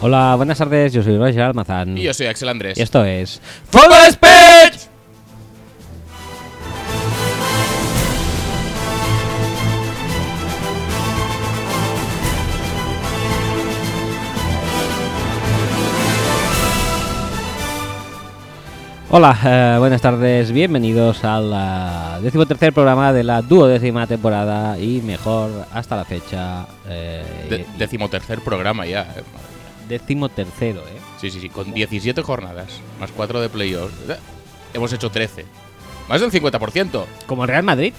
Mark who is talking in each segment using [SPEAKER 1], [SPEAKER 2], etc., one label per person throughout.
[SPEAKER 1] Hola, buenas tardes, yo soy Roger Almazán.
[SPEAKER 2] Y yo soy Axel Andrés.
[SPEAKER 1] Y esto es.
[SPEAKER 2] ¡Fútbol Speech!
[SPEAKER 1] Hola, eh, buenas tardes, bienvenidos al decimotercer programa de la duodécima temporada y mejor hasta la fecha. Eh,
[SPEAKER 2] De-
[SPEAKER 1] y-
[SPEAKER 2] decimotercer programa ya. eh.
[SPEAKER 1] decimotercero, ¿eh?
[SPEAKER 2] Sí, sí, sí. Con 17 jornadas, más 4 de playoff. eh, Hemos hecho 13. Más del 50%.
[SPEAKER 1] Como el Real Madrid.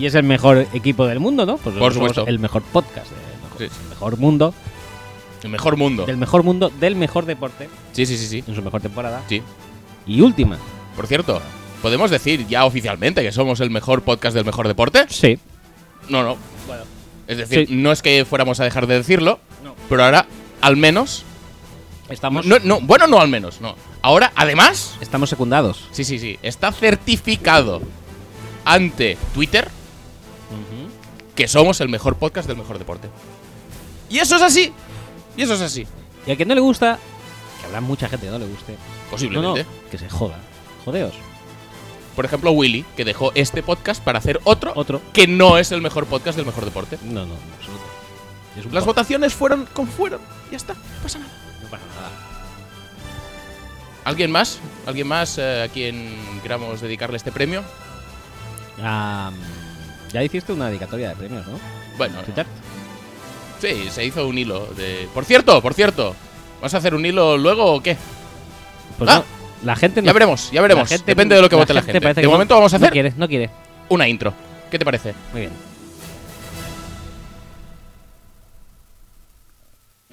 [SPEAKER 1] Y es el mejor equipo del mundo, ¿no? Pues
[SPEAKER 2] Por
[SPEAKER 1] somos
[SPEAKER 2] supuesto.
[SPEAKER 1] El mejor podcast, eh, mejor,
[SPEAKER 2] Sí.
[SPEAKER 1] mejor mundo,
[SPEAKER 2] El mejor mundo.
[SPEAKER 1] del mejor mundo, del mejor deporte,
[SPEAKER 2] Sí, sí, sí, sí.
[SPEAKER 1] en su mejor temporada.
[SPEAKER 2] Sí.
[SPEAKER 1] Y última.
[SPEAKER 2] Por cierto, ¿podemos decir ya oficialmente que somos el mejor podcast del mejor deporte?
[SPEAKER 1] Sí.
[SPEAKER 2] No, no. Es decir,
[SPEAKER 1] Sí.
[SPEAKER 2] no es que fuéramos a dejar de decirlo,
[SPEAKER 1] No.
[SPEAKER 2] pero ahora al menos...
[SPEAKER 1] Estamos,
[SPEAKER 2] No, no, bueno, no al menos, no. Ahora, además,
[SPEAKER 1] estamos secundados.
[SPEAKER 2] Sí, sí, sí. Está certificado ante Twitter que somos el mejor podcast del mejor deporte. Y eso es así. Y eso es así.
[SPEAKER 1] Y a quien no le gusta, que habrá mucha gente que no le guste. No, no,
[SPEAKER 2] Posiblemente.
[SPEAKER 1] que se joda. Jodeos.
[SPEAKER 2] Por ejemplo, Willy, que dejó este podcast para hacer otro,
[SPEAKER 1] Otro.
[SPEAKER 2] que no es el mejor podcast del mejor deporte.
[SPEAKER 1] No, no, en absoluto. Es un
[SPEAKER 2] Las
[SPEAKER 1] po-
[SPEAKER 2] votaciones fueron como fueron. Ya está. No pasa nada.
[SPEAKER 1] No pasa nada.
[SPEAKER 2] ¿Alguien más? ¿Alguien más eh, a quien queramos dedicarle este premio?
[SPEAKER 1] Ah, mm, ya hiciste una dedicatoria de premios, ¿no?
[SPEAKER 2] Bueno,
[SPEAKER 1] Twitter.
[SPEAKER 2] sí, se hizo un hilo de... Por cierto, por cierto. ¿Vas a hacer un hilo luego o qué?
[SPEAKER 1] Pues
[SPEAKER 2] Ah.
[SPEAKER 1] no, la gente no.
[SPEAKER 2] Ya veremos, ya veremos.
[SPEAKER 1] la gente-
[SPEAKER 2] Depende de lo que vote la gente.
[SPEAKER 1] parece
[SPEAKER 2] De
[SPEAKER 1] que
[SPEAKER 2] momento
[SPEAKER 1] no-
[SPEAKER 2] vamos a
[SPEAKER 1] No
[SPEAKER 2] hacer
[SPEAKER 1] quiere, no quiere.
[SPEAKER 2] una intro. ¿Qué te parece?
[SPEAKER 1] Muy bien.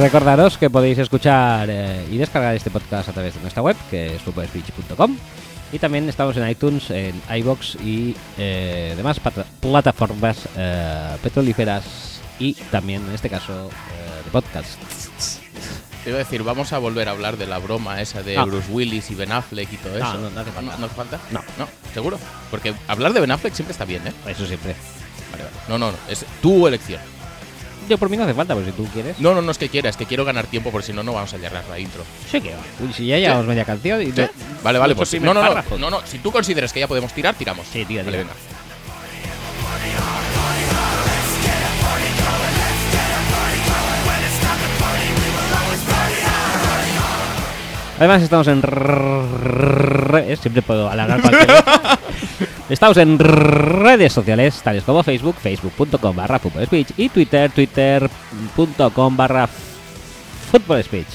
[SPEAKER 1] Recordaros que podéis escuchar eh, y descargar este podcast a través de nuestra web, que es superspeech.com. Y también estamos en iTunes, en iBox y eh, demás pata- plataformas eh, petrolíferas y también, en este caso, eh, de podcast.
[SPEAKER 2] Te iba a decir, vamos a volver a hablar de la broma esa de
[SPEAKER 1] Ah.
[SPEAKER 2] Bruce Willis y Ben Affleck y
[SPEAKER 1] No,
[SPEAKER 2] todo eso.
[SPEAKER 1] no, no hace falta.
[SPEAKER 2] ¿No, falta?
[SPEAKER 1] No.
[SPEAKER 2] No, seguro. Porque hablar de Ben Affleck siempre está bien, ¿eh?
[SPEAKER 1] Eso siempre.
[SPEAKER 2] Vale, vale. No, no, no. Es tu elección.
[SPEAKER 1] Yo por mí no hace falta, porque si tú quieres.
[SPEAKER 2] No, no, no es que quieras, que quiero ganar tiempo, por si no, no vamos a llegar a la intro.
[SPEAKER 1] Sí que va. Uy, si ya llevamos media canción y.
[SPEAKER 2] ¿Sí?
[SPEAKER 1] no-
[SPEAKER 2] Vale, vale,
[SPEAKER 1] mucho
[SPEAKER 2] pues sí.
[SPEAKER 1] primer
[SPEAKER 2] No, no,
[SPEAKER 1] párrafo.
[SPEAKER 2] no, no, no. Si tú consideras que ya podemos tirar, tiramos.
[SPEAKER 1] Sí, tira,
[SPEAKER 2] Vale,
[SPEAKER 1] tira.
[SPEAKER 2] venga.
[SPEAKER 1] Además estamos en... re- eh, Siempre puedo alargar cualquier... Estamos en redes sociales, tales como Facebook, facebook.com barra Fútbol speech y Twitter, twitter.com barra Fútbol speech.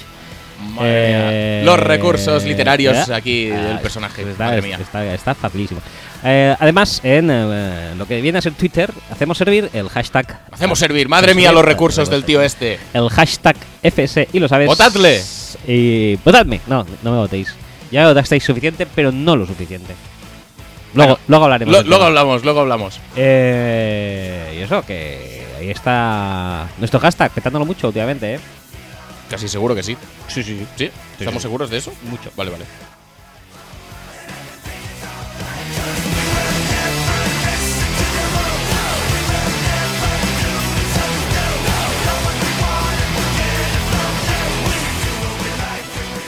[SPEAKER 2] Madre
[SPEAKER 1] Eh,
[SPEAKER 2] mía. Los recursos literarios
[SPEAKER 1] ¿verdad?
[SPEAKER 2] aquí del
[SPEAKER 1] Ah, pues
[SPEAKER 2] personaje.
[SPEAKER 1] Está,
[SPEAKER 2] Madre mía.
[SPEAKER 1] está- está facilísimo. Eh, además, en eh, lo que viene a ser Twitter, hacemos servir el hashtag...
[SPEAKER 2] Hacemos servir,
[SPEAKER 1] pues
[SPEAKER 2] madre mía, los recursos del tío este.
[SPEAKER 1] El hashtag FS y lo sabes.
[SPEAKER 2] ¡Votadle!
[SPEAKER 1] Y votadme. No, no me votéis. Ya me votasteis suficiente, pero no lo suficiente. Luego,
[SPEAKER 2] Bueno,
[SPEAKER 1] luego hablaremos.
[SPEAKER 2] Lo-
[SPEAKER 1] del
[SPEAKER 2] luego
[SPEAKER 1] tema.
[SPEAKER 2] hablamos, luego hablamos.
[SPEAKER 1] Eh, y eso, que ahí está nuestro hashtag, petándolo mucho últimamente, ¿eh?
[SPEAKER 2] Casi seguro que sí.
[SPEAKER 1] Sí, sí,
[SPEAKER 2] ¿Sí? ¿Estamos
[SPEAKER 1] sí.
[SPEAKER 2] seguros de eso?
[SPEAKER 1] Mucho.
[SPEAKER 2] Vale, vale.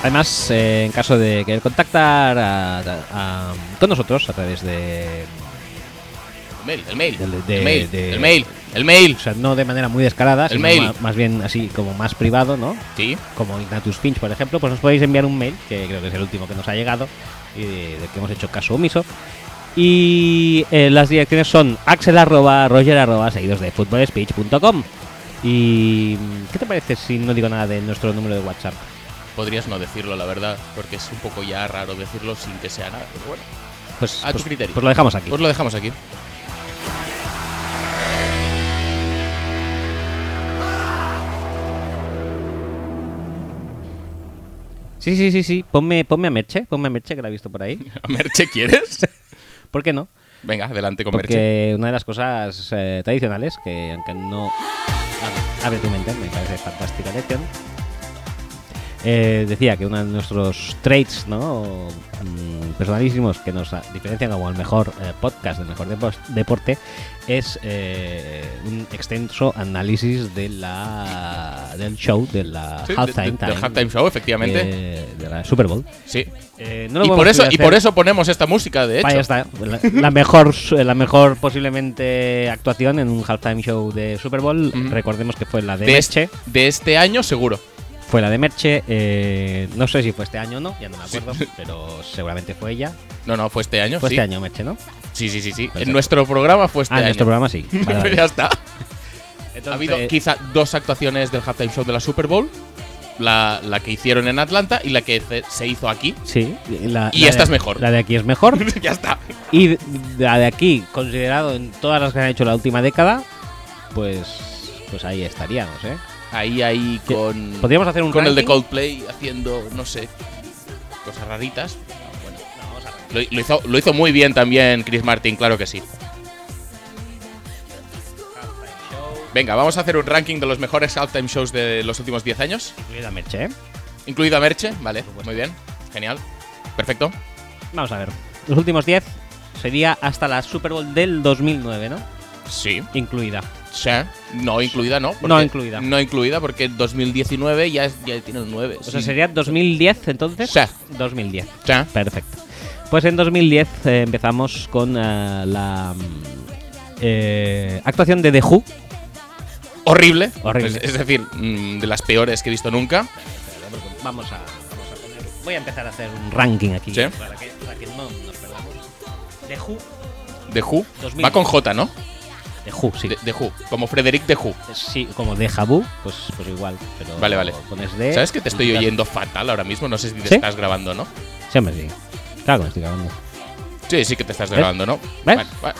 [SPEAKER 1] Además, eh, en caso de querer contactar a- a- a- con nosotros a través de.
[SPEAKER 2] El mail, el mail.
[SPEAKER 1] Del- de-
[SPEAKER 2] el, mail
[SPEAKER 1] de-
[SPEAKER 2] el mail, el mail.
[SPEAKER 1] O sea, no de manera muy descarada,
[SPEAKER 2] El
[SPEAKER 1] sino
[SPEAKER 2] mail.
[SPEAKER 1] ma- Más, bien así, como más privado, ¿no?
[SPEAKER 2] Sí.
[SPEAKER 1] como Ignatus Finch, por ejemplo, pues nos podéis enviar un mail, que creo que es el último que nos ha llegado y de- del que hemos hecho caso omiso. Y eh, las direcciones son axel arroba, roger arroba, seguidos de footballspeech.com. ¿Y mm, qué te parece si no digo nada de nuestro número de WhatsApp?
[SPEAKER 2] Podrías no decirlo, la verdad, porque es un poco ya raro decirlo sin que sea nada. Pero bueno,
[SPEAKER 1] Pues,
[SPEAKER 2] A tu
[SPEAKER 1] pues-
[SPEAKER 2] criterio.
[SPEAKER 1] pues lo dejamos aquí.
[SPEAKER 2] pues lo dejamos aquí.
[SPEAKER 1] Sí, sí, sí, sí. Ponme, ponme a Merche, ponme a Merche que la he visto por ahí.
[SPEAKER 2] ¿A Merche quieres?
[SPEAKER 1] ¿Por qué no?
[SPEAKER 2] Venga, adelante con Merche.
[SPEAKER 1] Porque una de las cosas eh, tradicionales que, aunque no. Ah, Abre tu mente, me parece fantástica lección. Eh, decía que uno de nuestros traits ¿no? O, mm, personalísimos que nos ah, diferencian como el mejor eh, podcast, el mejor depo- deporte, es eh, un extenso análisis de la, del show, de la
[SPEAKER 2] Sí, de-
[SPEAKER 1] halftime
[SPEAKER 2] de- del
[SPEAKER 1] time,
[SPEAKER 2] halftime show, efectivamente.
[SPEAKER 1] eh, de la Super Bowl.
[SPEAKER 2] sí.
[SPEAKER 1] Eh, no lo
[SPEAKER 2] Y
[SPEAKER 1] podemos
[SPEAKER 2] por, eso, y
[SPEAKER 1] hacer-
[SPEAKER 2] por eso ponemos esta música, de hecho.
[SPEAKER 1] Ahí está. La, la mejor, su- la mejor posiblemente actuación en un halftime show de Super Bowl.
[SPEAKER 2] Ujú.
[SPEAKER 1] Recordemos que fue la de,
[SPEAKER 2] de,
[SPEAKER 1] Merche.
[SPEAKER 2] este, de este año, seguro.
[SPEAKER 1] Fue la de Merche. eh, no sé si fue este año o no, ya no me acuerdo, pero seguramente fue ella.
[SPEAKER 2] No, no, fue este año.
[SPEAKER 1] Fue
[SPEAKER 2] sí.
[SPEAKER 1] este año, Merche, ¿no?
[SPEAKER 2] sí, sí, sí, sí.
[SPEAKER 1] Perfecto.
[SPEAKER 2] En nuestro programa fue este
[SPEAKER 1] ah, en
[SPEAKER 2] año.
[SPEAKER 1] nuestro programa sí. Vale, vale.
[SPEAKER 2] ya está.
[SPEAKER 1] Entonces, eh,
[SPEAKER 2] Ha habido quizá dos actuaciones del halftime show de la Super Bowl. La, la que hicieron en Atlanta y la que ce- se hizo aquí.
[SPEAKER 1] Sí, la-
[SPEAKER 2] Y
[SPEAKER 1] la
[SPEAKER 2] esta
[SPEAKER 1] de-
[SPEAKER 2] es mejor.
[SPEAKER 1] La de aquí es mejor.
[SPEAKER 2] ya está.
[SPEAKER 1] y de- la de aquí, considerado en todas las que han hecho la última década, pues, pues ahí estaríamos, ¿eh?
[SPEAKER 2] Ahí, ahí
[SPEAKER 1] ¿Qué?
[SPEAKER 2] con.
[SPEAKER 1] Podríamos hacer un
[SPEAKER 2] con el de
[SPEAKER 1] ranking.
[SPEAKER 2] Coldplay haciendo, no sé, cosas raritas. Bueno, lo, lo hizo, lo hizo muy bien también Chris Martin, claro que sí. Venga, vamos a hacer un ranking de los mejores halftime shows de los últimos 10 años.
[SPEAKER 1] Incluida Merche, ¿eh?
[SPEAKER 2] Incluido a Merche, vale,
[SPEAKER 1] supuesto.
[SPEAKER 2] muy bien, genial, perfecto.
[SPEAKER 1] Vamos a ver. Los últimos 10 sería hasta la Super Bowl del 2009, ¿no?
[SPEAKER 2] Sí,
[SPEAKER 1] Incluida.
[SPEAKER 2] sí, no incluida, ¿no?
[SPEAKER 1] No incluida.
[SPEAKER 2] No incluida porque 2019 ya, es- ya tiene un 9.
[SPEAKER 1] O sea, sería 2010 entonces.
[SPEAKER 2] Sí.
[SPEAKER 1] 2010. Perfecto. Pues en 2010 eh, empezamos con eh, la mm, eh, actuación de The Who.
[SPEAKER 2] Horrible.
[SPEAKER 1] Horrible.
[SPEAKER 2] Es, es decir, mm, de las peores que he visto nunca.
[SPEAKER 1] Vamos a, vamos a poner- Voy a empezar a hacer un ranking aquí.
[SPEAKER 2] Sí.
[SPEAKER 1] Para, que, para que no nos perdamos. The Who.
[SPEAKER 2] De Who.
[SPEAKER 1] 2000.
[SPEAKER 2] Va con J, ¿no?
[SPEAKER 1] The Who, sí.
[SPEAKER 2] De, de Who. Como Frederick de Who.
[SPEAKER 1] Sí, como de Jabu, pues, pues igual. Pero este
[SPEAKER 2] Vale, vale.
[SPEAKER 1] Pones de,
[SPEAKER 2] ¿Sabes que te estoy
[SPEAKER 1] y-
[SPEAKER 2] oyendo fatal ahora mismo? No sé si te
[SPEAKER 1] Eh. ¿Sí?
[SPEAKER 2] estás grabando, ¿no?
[SPEAKER 1] Sí, hombre, sí. Claro que me estoy grabando.
[SPEAKER 2] Sí, sí que te
[SPEAKER 1] ¿Eh?
[SPEAKER 2] estás grabando, ¿no?
[SPEAKER 1] ¿Ves?
[SPEAKER 2] Vale, vale.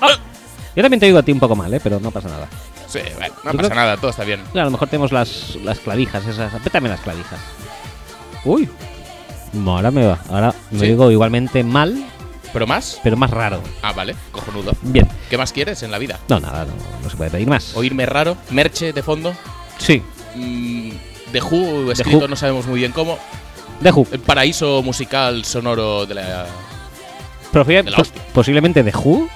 [SPEAKER 2] Ah,
[SPEAKER 1] Yo también te digo a ti un poco mal, ¿eh? pero no pasa nada.
[SPEAKER 2] sí, vale,
[SPEAKER 1] Yo
[SPEAKER 2] no
[SPEAKER 1] creo-
[SPEAKER 2] pasa nada, todo está bien.
[SPEAKER 1] Claro, a lo mejor tenemos las, las clavijas esas. Apétame las clavijas. Uy. No, ahora me va. Ahora me
[SPEAKER 2] ¿Sí?
[SPEAKER 1] digo igualmente mal,
[SPEAKER 2] ¿Pero más?
[SPEAKER 1] pero más raro.
[SPEAKER 2] Ah, vale, cojonudo.
[SPEAKER 1] Bien.
[SPEAKER 2] ¿Qué más quieres en la vida?
[SPEAKER 1] No, nada, no, no se puede pedir más.
[SPEAKER 2] ¿Oírme raro? ¿Merche de fondo?
[SPEAKER 1] Sí.
[SPEAKER 2] Mm, de Who, escrito
[SPEAKER 1] Who.
[SPEAKER 2] no sabemos muy bien cómo.
[SPEAKER 1] The Who.
[SPEAKER 2] El paraíso musical sonoro de la.
[SPEAKER 1] Profe-
[SPEAKER 2] de la
[SPEAKER 1] po-
[SPEAKER 2] hostia.
[SPEAKER 1] posiblemente The Who,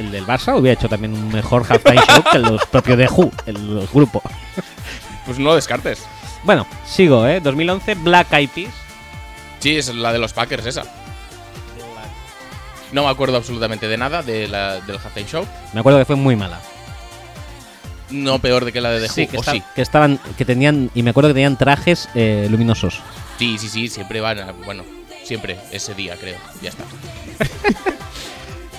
[SPEAKER 1] el del Barça, hubiera hecho también un mejor halftime show que los propios The Who, el, los grupo.
[SPEAKER 2] Pues no lo descartes.
[SPEAKER 1] Bueno, sigo, ¿eh? 2011, Black Eyed Peas.
[SPEAKER 2] Sí, es la de los Packers esa. No me acuerdo absolutamente de nada de la, del Halftime Show.
[SPEAKER 1] Me acuerdo que fue muy mala.
[SPEAKER 2] No peor de que la de The Who.
[SPEAKER 1] que,
[SPEAKER 2] o
[SPEAKER 1] esta-
[SPEAKER 2] sí.
[SPEAKER 1] que estaban, que tenían, y me acuerdo que tenían trajes eh, luminosos.
[SPEAKER 2] Sí, sí, sí, siempre van a. Bueno, siempre, ese día, creo. Ya está.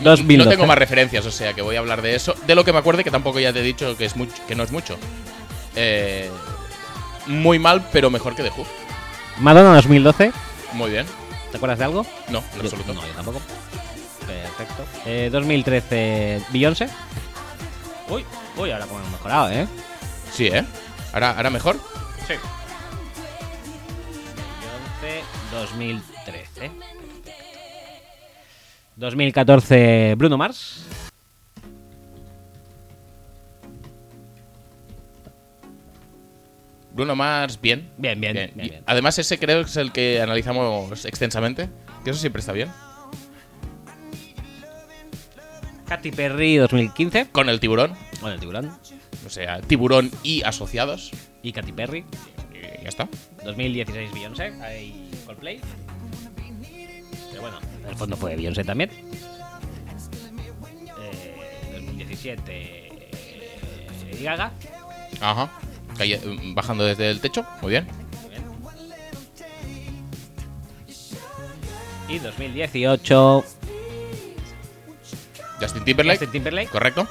[SPEAKER 1] 2012.
[SPEAKER 2] No
[SPEAKER 1] ¿eh?
[SPEAKER 2] tengo más referencias, o sea que voy a hablar de eso. De lo que me acuerde, que tampoco ya te he dicho que, es mucho, que no es mucho. Eh, muy mal, pero mejor que The Who.
[SPEAKER 1] Madonna 2012,
[SPEAKER 2] Muy bien.
[SPEAKER 1] ¿te acuerdas de algo?
[SPEAKER 2] No, en
[SPEAKER 1] Yo-
[SPEAKER 2] absoluto.
[SPEAKER 1] No, yo tampoco. Perfecto. Eh, 2013, Beyoncé. Uy, uy, ahora como hemos mejorado, ¿eh?
[SPEAKER 2] Sí, ¿eh? Ahora, ahora mejor.
[SPEAKER 1] Sí. 2013. 2014, Bruno Mars.
[SPEAKER 2] Bruno Mars, bien.
[SPEAKER 1] Bien, bien, bien.
[SPEAKER 2] Bien.
[SPEAKER 1] bien,
[SPEAKER 2] Y Además, ese creo que es el que analizamos extensamente. Que eso siempre está bien.
[SPEAKER 1] Katy Perry 2015.
[SPEAKER 2] Con el tiburón.
[SPEAKER 1] Con el tiburón.
[SPEAKER 2] O sea, tiburón y asociados.
[SPEAKER 1] Y Katy Perry.
[SPEAKER 2] Y ya está.
[SPEAKER 1] 2016, Beyoncé. Hay Coldplay. Pero bueno, en el fondo fue Beyoncé también. Eh, 2017, eh, Lady Gaga.
[SPEAKER 2] Ajá. Calle- bajando desde el techo. Muy bien.
[SPEAKER 1] Y 2018,
[SPEAKER 2] Justin Timberlake.
[SPEAKER 1] Justin Timberlake.
[SPEAKER 2] Correcto.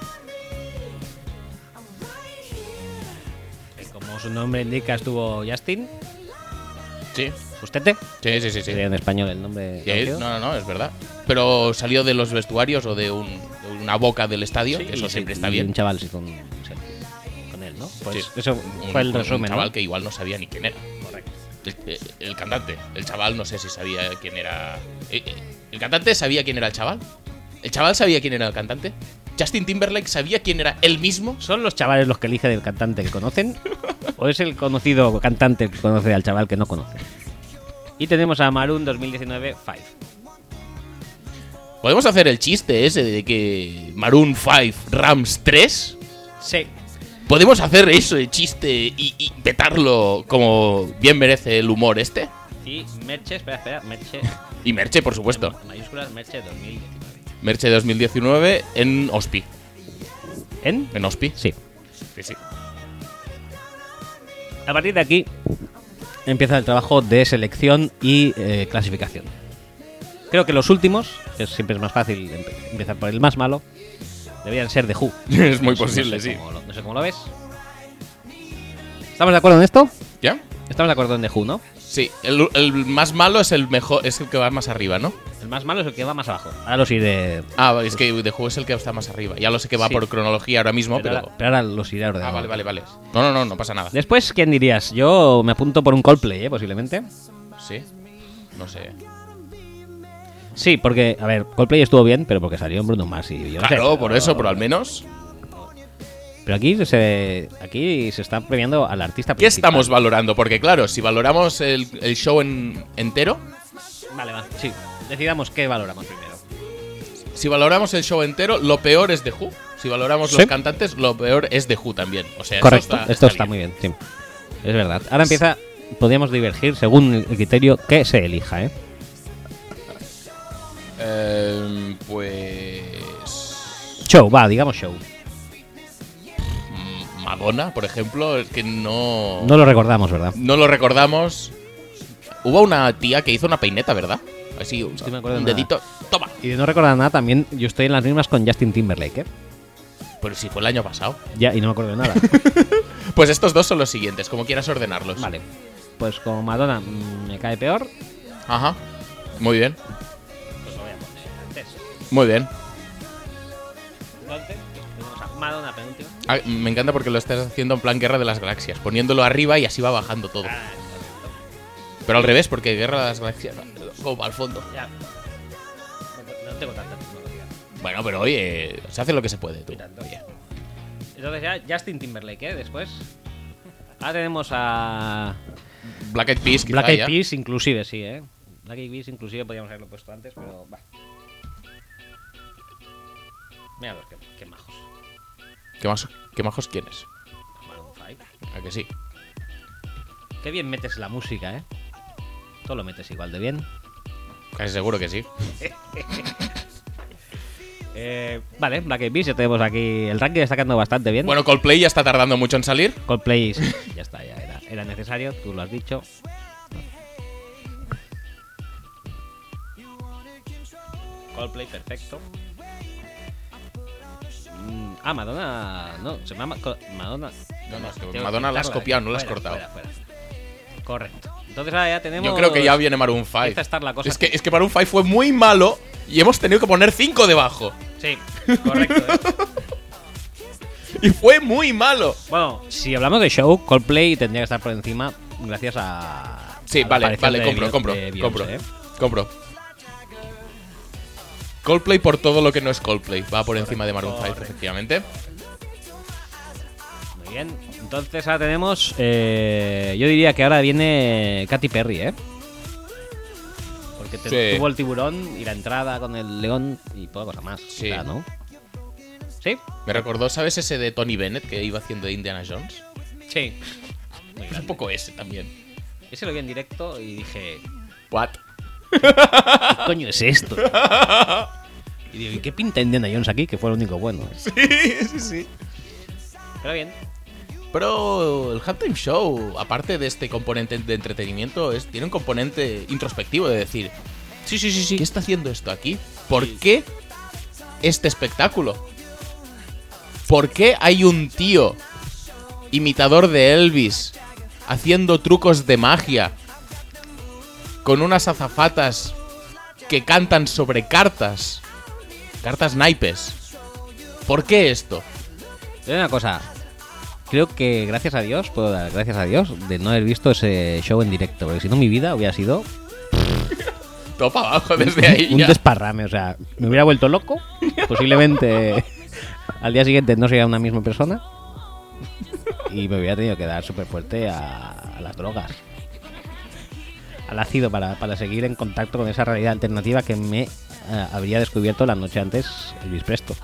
[SPEAKER 1] que como su nombre indica, estuvo Justin.
[SPEAKER 2] Sí.
[SPEAKER 1] Ustete.
[SPEAKER 2] Sí, sí, sí. sí.
[SPEAKER 1] Sería en español el nombre.
[SPEAKER 2] Sí, no, no, no, es verdad. Pero salió de los vestuarios o de, un- de una boca del estadio, que eso siempre está
[SPEAKER 1] Un
[SPEAKER 2] bien.
[SPEAKER 1] chaval sí, con, sí, con él, ¿no? Pues
[SPEAKER 2] Sí.
[SPEAKER 1] eso
[SPEAKER 2] Un-
[SPEAKER 1] fue el
[SPEAKER 2] un
[SPEAKER 1] resumen.
[SPEAKER 2] chaval
[SPEAKER 1] ¿no?
[SPEAKER 2] que igual no sabía ni quién era.
[SPEAKER 1] Correcto.
[SPEAKER 2] El, eh, el cantante. El chaval no sé si sabía quién era. eh, eh, ¿El cantante sabía quién era el chaval? ¿El chaval sabía quién era el cantante? ¿Justin Timberlake sabía quién era él mismo?
[SPEAKER 1] ¿Son los chavales los que eligen el cantante que conocen? ¿O es el conocido cantante el que conoce al chaval que no conoce? Y tenemos a Maroon 2019 5.
[SPEAKER 2] ¿Podemos hacer el chiste ese de que Maroon 5 Rams 3?
[SPEAKER 1] Sí.
[SPEAKER 2] ¿Podemos hacer eso de chiste y, y petarlo como bien merece el humor este?
[SPEAKER 1] Y Merche, espera, espera, Merche.
[SPEAKER 2] Y Merche, por supuesto.
[SPEAKER 1] en Mayúsculas Merche 2019.
[SPEAKER 2] Merche 2019 en Ospi.
[SPEAKER 1] ¿En?
[SPEAKER 2] En Ospi.
[SPEAKER 1] Sí.
[SPEAKER 2] Sí, sí.
[SPEAKER 1] A partir de aquí empieza el trabajo de selección y eh, clasificación. Creo que los últimos, que siempre es más fácil empe- empezar por el más malo, deberían ser de Who.
[SPEAKER 2] Es muy
[SPEAKER 1] No sé-
[SPEAKER 2] posible,
[SPEAKER 1] no sé
[SPEAKER 2] sí.
[SPEAKER 1] cómo lo- no sé cómo lo ves. ¿Estamos de acuerdo en esto?
[SPEAKER 2] ¿Ya?
[SPEAKER 1] Estamos de acuerdo en The Who, ¿no?
[SPEAKER 2] Sí, el, el más malo es el mejor, es el que va más arriba, ¿no?
[SPEAKER 1] El más malo es el que va más abajo. Ahora los iré.
[SPEAKER 2] Ah, es que de juego es el que está más arriba. Ya lo sé que va
[SPEAKER 1] Sí.
[SPEAKER 2] por cronología ahora mismo,
[SPEAKER 1] pero,
[SPEAKER 2] pero.
[SPEAKER 1] ahora, pero ahora los iré ordenando.
[SPEAKER 2] Ah, vale, vale, vale. No, no, no, no pasa nada.
[SPEAKER 1] Después, ¿quién dirías? Yo me apunto por un Coldplay, ¿eh? Posiblemente.
[SPEAKER 2] Sí. No sé.
[SPEAKER 1] Sí, porque, a ver, Coldplay estuvo bien, pero porque salió en Bruno Mars y yo no sé,
[SPEAKER 2] Claro, por
[SPEAKER 1] pero-
[SPEAKER 2] eso, pero al menos.
[SPEAKER 1] Pero aquí se, aquí se está premiando al artista
[SPEAKER 2] ¿Qué
[SPEAKER 1] principal.
[SPEAKER 2] estamos valorando? Porque, claro, si valoramos el, el show en- entero,
[SPEAKER 1] Vale, va, sí. Decidamos qué valoramos primero.
[SPEAKER 2] si valoramos el show entero, lo peor es de Who. Si valoramos
[SPEAKER 1] Sí.
[SPEAKER 2] los cantantes, lo peor es de Who también. O sea,
[SPEAKER 1] Correcto,
[SPEAKER 2] Esto está,
[SPEAKER 1] esto está muy bien, sí. Es verdad. Ahora empieza, podríamos divergir según el criterio que se elija, ¿eh?
[SPEAKER 2] Eh, pues.
[SPEAKER 1] Show, va, digamos show.
[SPEAKER 2] mm, Madonna, por ejemplo, es que no.
[SPEAKER 1] No lo recordamos, ¿verdad?
[SPEAKER 2] No lo recordamos. Hubo una tía que hizo una peineta, ¿verdad? Así, un,
[SPEAKER 1] que me acuerdo
[SPEAKER 2] un
[SPEAKER 1] nada.
[SPEAKER 2] dedito. Toma.
[SPEAKER 1] Y de no recordar nada, también yo estoy en las mismas con Justin Timberlake, ¿eh?
[SPEAKER 2] Pero si fue el año pasado.
[SPEAKER 1] Ya, y no me acuerdo de nada.
[SPEAKER 2] Pues estos dos son los siguientes, como quieras ordenarlos.
[SPEAKER 1] vale. Pues como Madonna mm, me cae peor,
[SPEAKER 2] Ajá. Muy bien,
[SPEAKER 1] pues lo voy a poner antes.
[SPEAKER 2] muy bien.
[SPEAKER 1] Entonces, tenemos a Madonna penúltima.
[SPEAKER 2] Ah, me encanta porque lo estás haciendo en plan Guerra de las Galaxias, poniéndolo arriba y así va bajando todo.
[SPEAKER 1] Ah, correcto.
[SPEAKER 2] Pero al revés, porque Guerra de las Galaxias va como al fondo.
[SPEAKER 1] Ya. No, no tengo tanta tecnología.
[SPEAKER 2] Bueno, pero oye, se hace lo que se puede. Tú.
[SPEAKER 1] Y tanto, oye. Entonces ya Justin Timberlake, ¿eh? Después. Ahora tenemos a
[SPEAKER 2] Black Eyed Peas, quizá
[SPEAKER 1] Black Eyed
[SPEAKER 2] ya.
[SPEAKER 1] Peas, inclusive, sí, ¿eh? Black Eyed Peas, inclusive, podríamos haberlo puesto antes, pero va. Mira los que, que majos.
[SPEAKER 2] ¿Qué, más, ¿Qué majos quieres?
[SPEAKER 1] Maroon five.
[SPEAKER 2] ¿A que sí?
[SPEAKER 1] Qué bien metes la música, ¿eh? Todo lo metes igual de bien.
[SPEAKER 2] Casi seguro que sí.
[SPEAKER 1] Eh, vale, Black Eyed Peas, ya tenemos aquí el ranking está quedando bastante bien.
[SPEAKER 2] Bueno, Coldplay ya está tardando mucho en salir.
[SPEAKER 1] Coldplay, sí, ya está, ya era, era necesario, tú lo has dicho. Coldplay, perfecto. Mm, Ah, Madonna. No, se llama Co- Madonna.
[SPEAKER 2] No, no, es que
[SPEAKER 1] Tengo que
[SPEAKER 2] Madonna la has
[SPEAKER 1] quitarla.
[SPEAKER 2] copiado, no la has
[SPEAKER 1] Fuera,
[SPEAKER 2] cortado.
[SPEAKER 1] fuera, fuera. Correcto. Entonces ahora ya tenemos.
[SPEAKER 2] Yo creo que ya viene Maroon 5.
[SPEAKER 1] Empieza a estar la cosa
[SPEAKER 2] es, que,
[SPEAKER 1] aquí.
[SPEAKER 2] es que Maroon 5 fue muy malo y hemos tenido que poner 5 debajo.
[SPEAKER 1] Sí, correcto. ¿eh?
[SPEAKER 2] Y fue muy malo.
[SPEAKER 1] bueno, si hablamos de show, Coldplay tendría que estar por encima gracias a.
[SPEAKER 2] Sí,
[SPEAKER 1] a la
[SPEAKER 2] vale,
[SPEAKER 1] aparición
[SPEAKER 2] vale,
[SPEAKER 1] de
[SPEAKER 2] compro,
[SPEAKER 1] Beyo-
[SPEAKER 2] compro,
[SPEAKER 1] de Beyoncé,
[SPEAKER 2] compro,
[SPEAKER 1] ¿eh?
[SPEAKER 2] compro. Coldplay por todo lo que no es Coldplay. Va por encima de Maroon 5,
[SPEAKER 1] Correcto.
[SPEAKER 2] efectivamente.
[SPEAKER 1] Muy bien. Entonces ahora tenemos. eh, yo diría que ahora viene Katy Perry, ¿eh? Porque te-
[SPEAKER 2] Sí.
[SPEAKER 1] tuvo el tiburón y la entrada con el león y poca cosa más.
[SPEAKER 2] Sí.
[SPEAKER 1] quizá, ¿no? ¿Sí?
[SPEAKER 2] Me recordó, ¿sabes ese de Tony Bennett que iba haciendo de Indiana Jones?
[SPEAKER 1] Sí. Muy
[SPEAKER 2] Es un
[SPEAKER 1] grande.
[SPEAKER 2] poco ese también.
[SPEAKER 1] Ese lo vi en directo y dije,
[SPEAKER 2] What?
[SPEAKER 1] ¿qué coño es esto? Y digo, ¿y qué pinta Indiana Jones aquí? Que fue el único bueno.
[SPEAKER 2] Sí, sí, sí.
[SPEAKER 1] Pero bien.
[SPEAKER 2] Pero el halftime show, aparte de este componente de entretenimiento, es, tiene un componente introspectivo de decir, sí, sí, sí, sí, ¿qué está haciendo esto aquí? ¿Por
[SPEAKER 1] Sí.
[SPEAKER 2] qué este espectáculo? ¿Por qué hay un tío imitador de Elvis haciendo trucos de magia con unas azafatas que cantan sobre cartas? Cartas naipes. ¿Por qué esto?
[SPEAKER 1] Te digo una cosa. creo que gracias a Dios, puedo dar gracias a Dios de no haber visto ese show en directo, porque si no mi vida hubiera sido
[SPEAKER 2] Todo para abajo desde ahí.
[SPEAKER 1] un
[SPEAKER 2] ya.
[SPEAKER 1] desparrame, o sea, me hubiera vuelto loco, posiblemente al día siguiente no sería una misma persona y me hubiera tenido que dar súper fuerte a, a las drogas, al ácido para, para seguir en contacto con esa realidad alternativa que me eh, habría descubierto la noche antes Elvis Presto.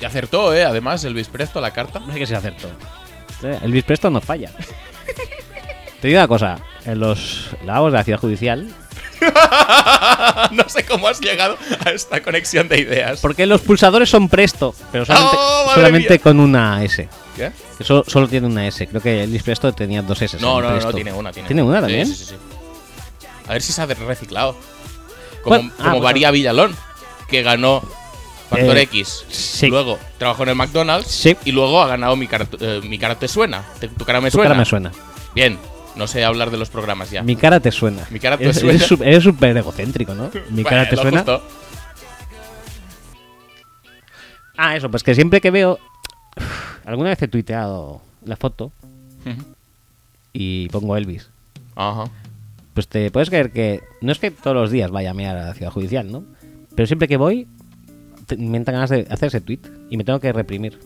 [SPEAKER 2] Y acertó, ¿eh? Además, Elvis Presto a la carta.
[SPEAKER 1] Hombre, que se acertó. Elvis Presto no falla. Te digo una cosa, en los lavabos de la ciudad judicial
[SPEAKER 2] no sé cómo has llegado a esta conexión de ideas.
[SPEAKER 1] Porque los pulsadores son presto, pero solamente,
[SPEAKER 2] ¡Oh, madre
[SPEAKER 1] solamente
[SPEAKER 2] mía!
[SPEAKER 1] con una S.
[SPEAKER 2] ¿Qué?
[SPEAKER 1] Que solo, solo tiene una S. Creo que Elvis Presto tenía dos S.
[SPEAKER 2] No, no, no, no, tiene una. Tiene,
[SPEAKER 1] ¿Tiene una también?
[SPEAKER 2] Sí, sí, sí. sí. A ver si se ha reciclado. Como,
[SPEAKER 1] Bueno, ah,
[SPEAKER 2] como
[SPEAKER 1] bueno.
[SPEAKER 2] María Villalón, que ganó Factor
[SPEAKER 1] Eh,
[SPEAKER 2] X.
[SPEAKER 1] sí.
[SPEAKER 2] Luego trabajó en el McDonald's.
[SPEAKER 1] Sí.
[SPEAKER 2] Y luego ha ganado Mi cara, eh, mi cara te suena. Te- tu cara me
[SPEAKER 1] Tu
[SPEAKER 2] suena.
[SPEAKER 1] cara me suena.
[SPEAKER 2] Bien, no sé hablar de los programas ya.
[SPEAKER 1] Mi cara te suena.
[SPEAKER 2] Mi cara te
[SPEAKER 1] Eres-
[SPEAKER 2] suena.
[SPEAKER 1] Eres su- eres súper egocéntrico, ¿no? Mi
[SPEAKER 2] Bueno,
[SPEAKER 1] cara te
[SPEAKER 2] lo
[SPEAKER 1] suena.
[SPEAKER 2] justo.
[SPEAKER 1] Ah, eso, pues que siempre que veo. Alguna vez he tuiteado la foto
[SPEAKER 2] Ujú.
[SPEAKER 1] y pongo Elvis.
[SPEAKER 2] Ajá.
[SPEAKER 1] Pues te puedes creer que. No es que todos los días vaya a mear a la ciudad judicial, ¿no? Pero siempre que voy, te- me entran ganas de hacer ese tweet y me tengo que reprimir.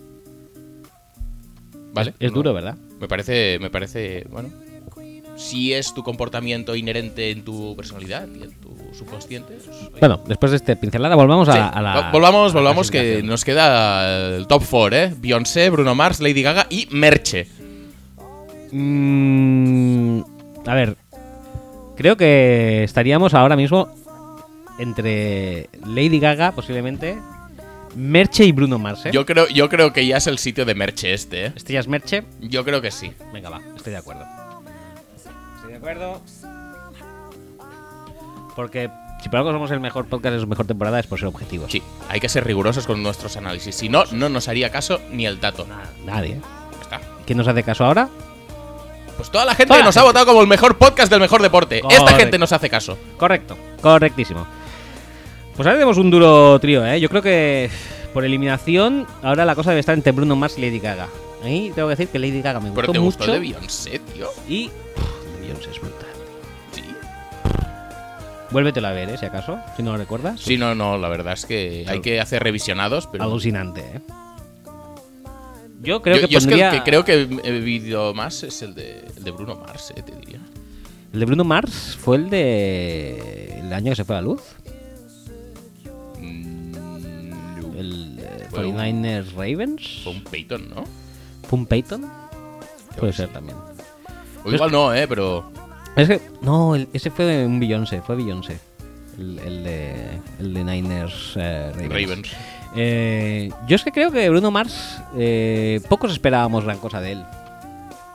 [SPEAKER 2] Vale.
[SPEAKER 1] Es
[SPEAKER 2] No.
[SPEAKER 1] duro, ¿verdad?
[SPEAKER 2] Me parece, me parece, bueno, si es tu comportamiento inherente en tu personalidad y en tu subconsciente. pues, oye.
[SPEAKER 1] Bueno, después de este pincelada volvamos a,
[SPEAKER 2] Sí,
[SPEAKER 1] la- a la...
[SPEAKER 2] vol- volvamos,
[SPEAKER 1] a la
[SPEAKER 2] volvamos, que
[SPEAKER 1] clasificación.
[SPEAKER 2] nos queda el top 4, ¿eh? Beyoncé, Bruno Mars, Lady Gaga y Merche.
[SPEAKER 1] Mm, a ver, creo que estaríamos ahora mismo entre Lady Gaga, posiblemente, Merche y Bruno Mars, ¿eh?
[SPEAKER 2] Yo, creo, yo creo que ya es el sitio de Merche este, ¿eh?
[SPEAKER 1] Estrellas Merche.
[SPEAKER 2] Yo creo que sí.
[SPEAKER 1] Venga, va, estoy de acuerdo. Estoy de acuerdo. Porque si por algo somos el mejor podcast de su mejor temporada es por ser objetivos.
[SPEAKER 2] Sí, hay que ser rigurosos con nuestros análisis. Si no, no nos haría caso ni el dato.
[SPEAKER 1] Na- Nadie. ¿eh?
[SPEAKER 2] Ya está.
[SPEAKER 1] ¿Quién nos hace caso ahora?
[SPEAKER 2] Pues toda la gente
[SPEAKER 1] Toda
[SPEAKER 2] que
[SPEAKER 1] la
[SPEAKER 2] nos ha
[SPEAKER 1] gente.
[SPEAKER 2] votado como el mejor podcast del mejor deporte. Esta
[SPEAKER 1] Correcto.
[SPEAKER 2] gente nos hace caso.
[SPEAKER 1] Correcto, correctísimo. Pues ahora tenemos un duro trío, ¿eh? Yo creo que por eliminación ahora la cosa debe estar entre Bruno Mars y Lady Gaga. Ahí tengo que decir que Lady Gaga me
[SPEAKER 2] Pero
[SPEAKER 1] gustó,
[SPEAKER 2] te gustó
[SPEAKER 1] mucho
[SPEAKER 2] el de Beyoncé, tío.
[SPEAKER 1] y pff, Beyoncé es brutal.
[SPEAKER 2] Sí.
[SPEAKER 1] Vuélvetelo a ver, ¿eh? Si acaso, si no lo recuerdas.
[SPEAKER 2] Sí, no, no, la verdad es que hay que hacer revisionados, pero.
[SPEAKER 1] Alucinante, ¿eh? Yo creo
[SPEAKER 2] yo,
[SPEAKER 1] que
[SPEAKER 2] yo es que el
[SPEAKER 1] pondría
[SPEAKER 2] que creo que he vivido más es el de, el de Bruno Mars, eh, te diría.
[SPEAKER 1] el de Bruno Mars fue el de el año que se fue a la luz,
[SPEAKER 2] Mm, no.
[SPEAKER 1] el eh,
[SPEAKER 2] Fue un-
[SPEAKER 1] 49ers Ravens,
[SPEAKER 2] Fue un Peyton, ¿no?
[SPEAKER 1] Pum Peyton,
[SPEAKER 2] Creo
[SPEAKER 1] puede
[SPEAKER 2] que
[SPEAKER 1] ser
[SPEAKER 2] sí.
[SPEAKER 1] también. Pues
[SPEAKER 2] O igual no, ¿eh? Pero.
[SPEAKER 1] Es que, no, el- ese fue de un Beyoncé, fue Beyoncé. El, el de, el de Niners eh, Ravens.
[SPEAKER 2] Ravens.
[SPEAKER 1] Eh, yo es que creo que Bruno Mars, eh, pocos esperábamos gran cosa de él.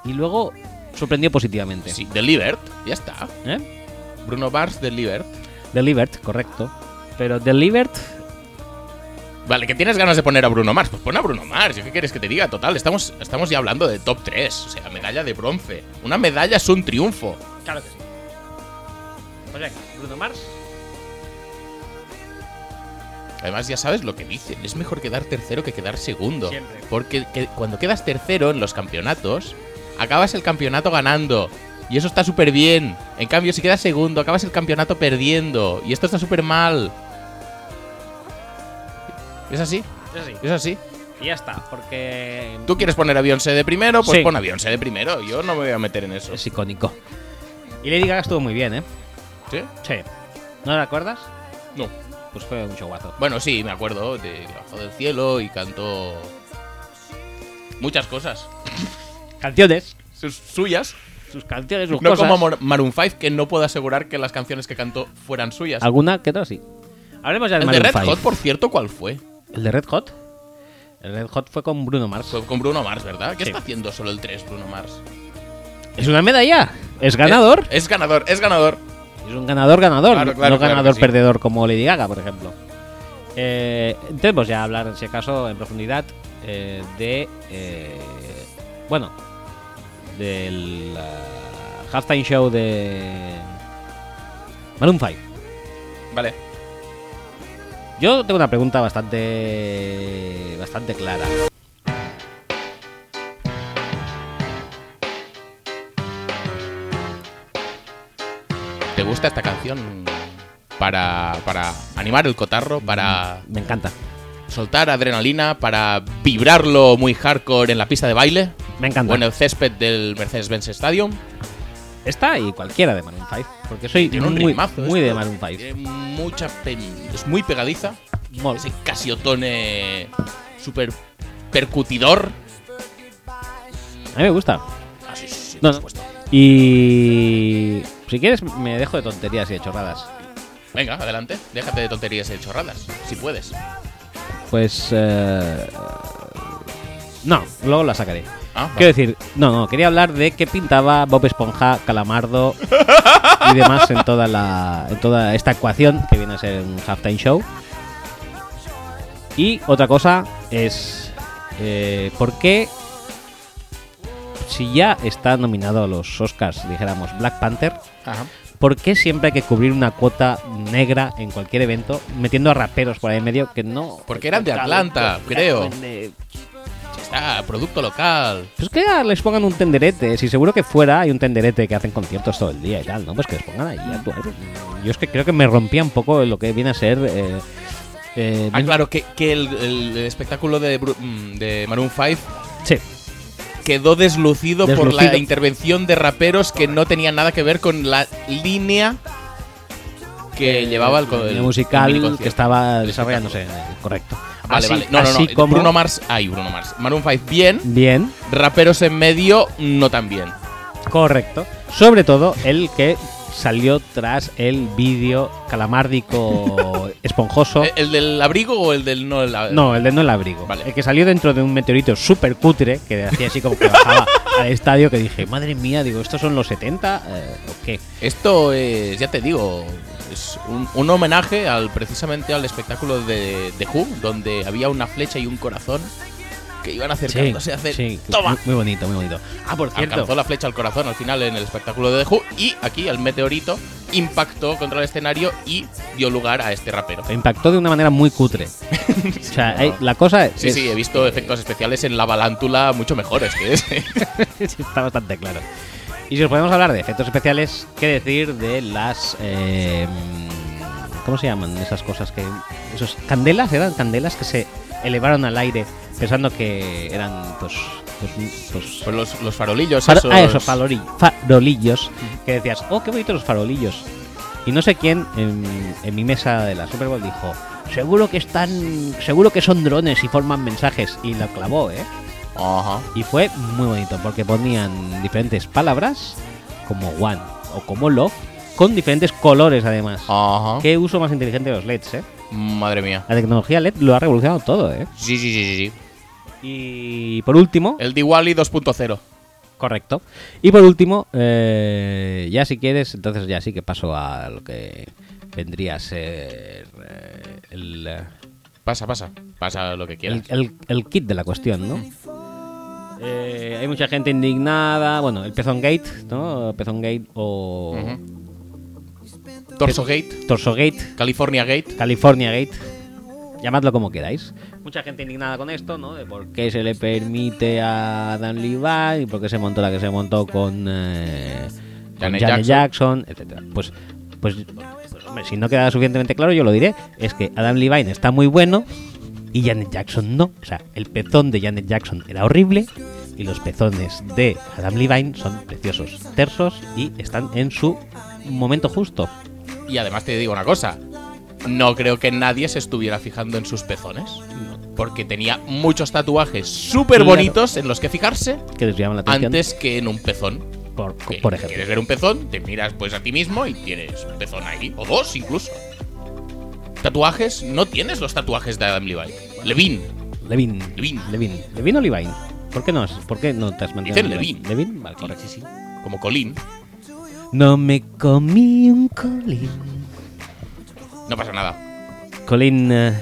[SPEAKER 1] Y luego sorprendió positivamente.
[SPEAKER 2] Sí, Delivered, ya está.
[SPEAKER 1] ¿Eh?
[SPEAKER 2] Bruno Mars, Delivered.
[SPEAKER 1] Delivered, correcto. Pero Delivered,
[SPEAKER 2] Vale, que tienes ganas de poner a Bruno Mars. Pues pon a Bruno Mars. ¿Yo qué quieres que te diga? Total, estamos, estamos ya hablando de top 3. O sea, medalla de bronce. Una medalla es un triunfo.
[SPEAKER 1] claro que sí. Pues venga, Bruno Mars.
[SPEAKER 2] Además, ya sabes lo que dicen. Es mejor quedar tercero que quedar segundo.
[SPEAKER 1] Siempre.
[SPEAKER 2] Porque que- cuando quedas tercero en los campeonatos, acabas el campeonato ganando. Y eso está súper bien. En cambio, si quedas segundo, acabas el campeonato perdiendo. Y esto está súper mal. Es así, es así.
[SPEAKER 1] Y ya está, porque
[SPEAKER 2] Tú quieres poner a Beyoncé de primero, pues
[SPEAKER 1] Sí.
[SPEAKER 2] pon a Beyoncé de primero. Yo no me voy a meter en eso.
[SPEAKER 1] es icónico. Y Lady Gaga estuvo muy bien, ¿eh?
[SPEAKER 2] ¿Sí?
[SPEAKER 1] Sí. ¿No la acuerdas?
[SPEAKER 2] No.
[SPEAKER 1] Pues fue un showazo.
[SPEAKER 2] Bueno, sí, me acuerdo de Bajo del Cielo y cantó muchas cosas.
[SPEAKER 1] Canciones.
[SPEAKER 2] Sus- suyas.
[SPEAKER 1] sus canciones, sus
[SPEAKER 2] No
[SPEAKER 1] cosas.
[SPEAKER 2] como Mar- Maroon 5, que no puedo asegurar que las canciones que cantó fueran suyas.
[SPEAKER 1] Alguna que otra sí. Hablemos ya de
[SPEAKER 2] El de
[SPEAKER 1] Maroon
[SPEAKER 2] Red
[SPEAKER 1] 5.
[SPEAKER 2] Hot, por cierto, ¿cuál fue?
[SPEAKER 1] ¿El de Red Hot? El Red Hot fue con Bruno Mars.
[SPEAKER 2] Fue con Bruno Mars, ¿verdad? ¿Qué
[SPEAKER 1] Sí.
[SPEAKER 2] está haciendo solo el 3 Bruno Mars? Eh,
[SPEAKER 1] Es una medalla. Es ganador.
[SPEAKER 2] Es, es ganador, es ganador.
[SPEAKER 1] Es un ganador ganador.
[SPEAKER 2] Claro,
[SPEAKER 1] no-
[SPEAKER 2] claro,
[SPEAKER 1] no
[SPEAKER 2] claro
[SPEAKER 1] ganador
[SPEAKER 2] que sí.
[SPEAKER 1] perdedor como Lady Gaga, por ejemplo. Eh, entremos ya a hablar, en si acaso, en profundidad eh, de... eh, bueno, del ah, halftime show de Maroon 5.
[SPEAKER 2] Vale.
[SPEAKER 1] Yo tengo una pregunta bastante. bastante clara.
[SPEAKER 2] gusta esta canción para, para animar el cotarro, para
[SPEAKER 1] Me encanta.
[SPEAKER 2] soltar adrenalina, para vibrarlo muy hardcore en la pista de baile
[SPEAKER 1] Me encanta.
[SPEAKER 2] o en el césped del Mercedes-Benz Stadium.
[SPEAKER 1] Esta y cualquiera de Maroon 5. Porque soy
[SPEAKER 2] Tiene un
[SPEAKER 1] muy,
[SPEAKER 2] ritmazo
[SPEAKER 1] muy
[SPEAKER 2] esto.
[SPEAKER 1] de Maroon 5.
[SPEAKER 2] Tiene mucha pe- es muy pegadiza.
[SPEAKER 1] Mol.
[SPEAKER 2] Ese casiotone super percutidor.
[SPEAKER 1] A mí me gusta.
[SPEAKER 2] Ah, sí, sí, sí,
[SPEAKER 1] No,
[SPEAKER 2] por
[SPEAKER 1] no.
[SPEAKER 2] supuesto.
[SPEAKER 1] Y. Si quieres, me dejo de tonterías y de chorradas.
[SPEAKER 2] Venga, adelante. Déjate de tonterías y de chorradas, si puedes.
[SPEAKER 1] Pues. eh, No, luego la sacaré.
[SPEAKER 2] Ah, vale.
[SPEAKER 1] Quiero decir, no, no, quería hablar de qué pintaba Bob Esponja, Calamardo y demás en toda la en toda esta ecuación que viene a ser un halftime show. Y otra cosa es eh, por qué si ya está nominado a los Oscars, dijéramos Black Panther,
[SPEAKER 2] Ajá.
[SPEAKER 1] ¿por qué siempre hay que cubrir una cuota negra en cualquier evento metiendo a raperos por ahí en medio que no
[SPEAKER 2] Porque eran de Atlanta, creo.
[SPEAKER 1] Eh,
[SPEAKER 2] Está, producto local.
[SPEAKER 1] Pues que ya les pongan un tenderete. Si seguro que fuera hay un tenderete que hacen conciertos todo el día y tal, ¿no? Pues que les pongan ahí a actuar. Yo es que creo que me rompía un poco lo que viene a ser. eh, eh,
[SPEAKER 2] Ah, claro, que, que el, el espectáculo de, Bru- mm, de Maroon 5
[SPEAKER 1] Sí,
[SPEAKER 2] quedó deslucido, por la
[SPEAKER 1] Deslucido.
[SPEAKER 2] intervención de raperos que no tenían nada que ver con la línea que llevaba el, co- Eh, el-
[SPEAKER 1] eh, el
[SPEAKER 2] el
[SPEAKER 1] musical
[SPEAKER 2] miniconcierto.
[SPEAKER 1] que estaba
[SPEAKER 2] El
[SPEAKER 1] desarrollándose. eh, Correcto.
[SPEAKER 2] Vale,
[SPEAKER 1] Así-
[SPEAKER 2] vale. No, no,
[SPEAKER 1] así
[SPEAKER 2] no.
[SPEAKER 1] como-
[SPEAKER 2] Bruno Mars. Ay, Bruno Mars. Maroon 5 bien.
[SPEAKER 1] Bien,
[SPEAKER 2] Raperos en medio, no tan bien.
[SPEAKER 1] correcto. Sobre todo el que salió tras el vídeo calamárdico esponjoso.
[SPEAKER 2] ¿El, ¿E-, el del abrigo o el del no? el- ah,
[SPEAKER 1] No, el de no el abrigo.
[SPEAKER 2] Vale.
[SPEAKER 1] El que salió dentro de un meteorito súper cutre, que hacía así como que bajaba al estadio, que dije, madre mía, digo, ¿estos son los 70? Eh, ¿O qué?
[SPEAKER 2] Esto es, ya te digo, es un, un homenaje al precisamente al espectáculo de, de Who, donde había una flecha y un corazón que iban acercándose a hacer.
[SPEAKER 1] sí,
[SPEAKER 2] ¡Toma!
[SPEAKER 1] Muy, muy bonito, muy bonito. Ah, por cierto.
[SPEAKER 2] Alcanzó la flecha al corazón al final en el espectáculo de The Who y aquí el meteorito impactó contra el escenario y dio lugar a este rapero.
[SPEAKER 1] Impactó de una manera muy cutre. o sea, eh, la cosa
[SPEAKER 2] Sí,
[SPEAKER 1] es-
[SPEAKER 2] sí, he visto efectos especiales en la balántula mucho mejores que ese.
[SPEAKER 1] Sí, está bastante claro. Y si os podemos hablar de efectos especiales, ¿qué decir de las... eh, ¿Cómo se llaman esas cosas que... Esos, ¿Candelas? ¿Eran candelas que se elevaron al aire pensando que eran pues... pues, pues-
[SPEAKER 2] Pues los, los farolillos
[SPEAKER 1] faro-
[SPEAKER 2] esos.
[SPEAKER 1] ah, eso, faroli- farolillos. Que decías, oh, qué bonitos los farolillos. Y no sé quién en, en mi mesa de la Super Bowl dijo, seguro que están... Seguro que son drones y forman mensajes. Y lo clavó, ¿eh?
[SPEAKER 2] Ajá.
[SPEAKER 1] Y fue muy bonito porque ponían diferentes palabras como one o como love con diferentes colores además.
[SPEAKER 2] Ajá.
[SPEAKER 1] Qué uso más inteligente de los LEDs, ¿eh?
[SPEAKER 2] Madre mía.
[SPEAKER 1] La tecnología LED lo ha revolucionado todo, ¿eh?
[SPEAKER 2] Sí, sí, sí, sí, sí.
[SPEAKER 1] Y por último,
[SPEAKER 2] El Diwali 2.0.
[SPEAKER 1] correcto. Y por último, eh, ya si quieres, entonces ya sí que paso a lo que vendría a ser eh, el, eh,
[SPEAKER 2] Pasa, pasa. Pasa lo que quieras.
[SPEAKER 1] el, el- el kit de la cuestión, ¿no? Eh, hay mucha gente indignada. Bueno, el Pezón Gate, ¿no? Pezón Gate o
[SPEAKER 2] Ujú. Torso Gate,
[SPEAKER 1] Torso Gate,
[SPEAKER 2] California Gate.
[SPEAKER 1] California Gate, llamadlo como queráis. Mucha gente indignada con esto, ¿no? De por qué se le permite a Dan Levi y por qué se montó la que se montó con, eh, con
[SPEAKER 2] Janet
[SPEAKER 1] Janet, Jackson, etcétera. Pues, pues, pues, hombre, si no queda suficientemente claro, yo lo diré. Es que Adam Levine está muy bueno y Janet Jackson no. O sea, el pezón de Janet Jackson era horrible y los pezones de Adam Levine son preciosos, tersos y están en su momento justo.
[SPEAKER 2] Y además te digo una cosa. No creo que nadie se estuviera fijando en sus pezones. Porque tenía muchos tatuajes súper bonitos en los que fijarse
[SPEAKER 1] que les llaman la atención.
[SPEAKER 2] antes que en un pezón.
[SPEAKER 1] por,
[SPEAKER 2] Que
[SPEAKER 1] por ejemplo.
[SPEAKER 2] ¿Quieres ver un pezón? Te miras pues a ti mismo y tienes un pezón ahí. O dos incluso. Tatuajes, no tienes los tatuajes de Adam Levine. Levine.
[SPEAKER 1] Levin.
[SPEAKER 2] eh, Levin.
[SPEAKER 1] Levin. Levin o Levine. ¿Por qué no, has- ¿Por qué no te has mantenido?
[SPEAKER 2] Dicen
[SPEAKER 1] en
[SPEAKER 2] Levin.
[SPEAKER 1] Levin, vale, correcto.
[SPEAKER 2] Sí, sí, sí. Como Colin.
[SPEAKER 1] No me comí un colín.
[SPEAKER 2] No pasa nada.
[SPEAKER 1] Colín. eh,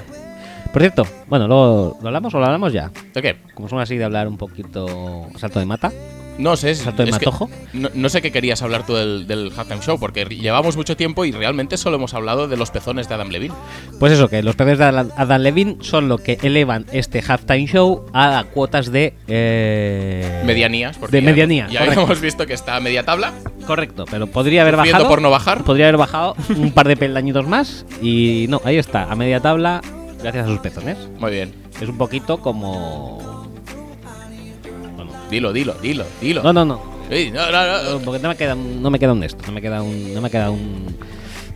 [SPEAKER 1] Por cierto, bueno, luego, ¿lo hablamos o lo hablamos ya?
[SPEAKER 2] ¿De qué?
[SPEAKER 1] Como son así de hablar un poquito salto de mata.
[SPEAKER 2] No sé, es-
[SPEAKER 1] ¿Salto de
[SPEAKER 2] es que-
[SPEAKER 1] matojo?
[SPEAKER 2] no, no sé qué querías hablar tú del, del halftime show, porque llevamos mucho tiempo y realmente solo hemos hablado de los pezones de Adam Levine.
[SPEAKER 1] Pues eso, que los premios de Alan- Adam Levine son lo que elevan este halftime show a cuotas de. eh,
[SPEAKER 2] Medianías. Porque
[SPEAKER 1] De
[SPEAKER 2] ya-
[SPEAKER 1] medianía,
[SPEAKER 2] Ya
[SPEAKER 1] correcto.
[SPEAKER 2] hemos visto que está a media tabla,
[SPEAKER 1] Correcto, pero podría haber
[SPEAKER 2] viendo
[SPEAKER 1] bajado.
[SPEAKER 2] por no bajar.
[SPEAKER 1] Podría haber bajado un par de peldañitos más. Y no, ahí está, a media tabla, gracias a sus pezones.
[SPEAKER 2] Muy bien.
[SPEAKER 1] Es un poquito como. Bueno,
[SPEAKER 2] Dilo, dilo, dilo, dilo.
[SPEAKER 1] No, no, no.
[SPEAKER 2] Sí, no, no, no.
[SPEAKER 1] no, Porque no me queda, un- no me queda un esto. No me queda un. No me queda un.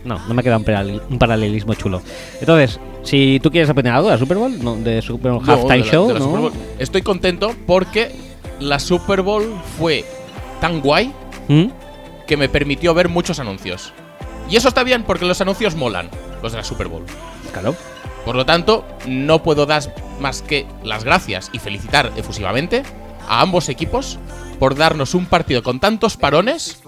[SPEAKER 1] No, no me queda un, paral- un paralelismo chulo. Entonces, si tú quieres aprender algo de la Super Bowl, no, de Super Bowl
[SPEAKER 2] No,
[SPEAKER 1] Halftime
[SPEAKER 2] de la-
[SPEAKER 1] Show,
[SPEAKER 2] de la
[SPEAKER 1] ¿no?
[SPEAKER 2] Super Bowl. Estoy contento porque la Super Bowl fue tan guay
[SPEAKER 1] ¿Mm?
[SPEAKER 2] que me permitió ver muchos anuncios. Y eso está bien porque los anuncios molan, los de la Super Bowl.
[SPEAKER 1] Claro.
[SPEAKER 2] Por lo tanto, no puedo dar más que las gracias y felicitar efusivamente a ambos equipos por darnos un partido con tantos parones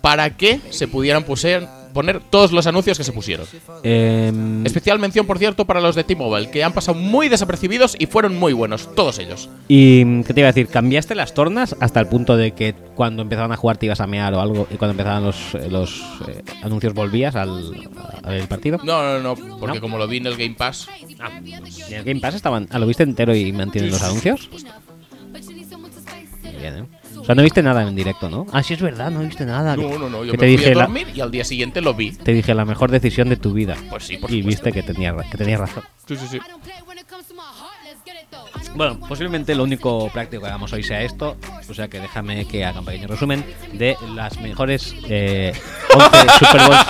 [SPEAKER 2] para que se pudieran puser- poner todos los anuncios que se pusieron.
[SPEAKER 1] Em,
[SPEAKER 2] Especial mención, por cierto, para los de T-Mobile, que han pasado muy desapercibidos y fueron muy buenos, todos ellos.
[SPEAKER 1] ¿Y mm, qué te iba a decir? ¿Cambiaste las tornas hasta el punto de que cuando empezaban a jugar te ibas a mear o algo y cuando empezaban los, eh, los eh, anuncios volvías al, a- al partido?
[SPEAKER 2] No, no, no, porque
[SPEAKER 1] No.
[SPEAKER 2] como lo vi en el Game Pass,
[SPEAKER 1] ¿En el Game Pass estaban? ¿Ah, ¿Lo viste entero y mantienen los anuncios? Bien, ¿eh? O sea, no viste nada en directo, ¿no? Ah, sí, es verdad, no viste nada.
[SPEAKER 2] no, no, no, yo
[SPEAKER 1] que
[SPEAKER 2] me
[SPEAKER 1] te
[SPEAKER 2] fui
[SPEAKER 1] dije,
[SPEAKER 2] a
[SPEAKER 1] la,
[SPEAKER 2] dormir y al día siguiente lo vi.
[SPEAKER 1] te dije la mejor decisión de tu vida.
[SPEAKER 2] Pues sí, por
[SPEAKER 1] y
[SPEAKER 2] supuesto.
[SPEAKER 1] viste que tenías ra- que tenías razón.
[SPEAKER 2] Sí, sí, sí.
[SPEAKER 1] Bueno, posiblemente lo único práctico que hagamos hoy sea esto, o sea que déjame que haga un pequeño resumen de las mejores eh, 11 Super Bowls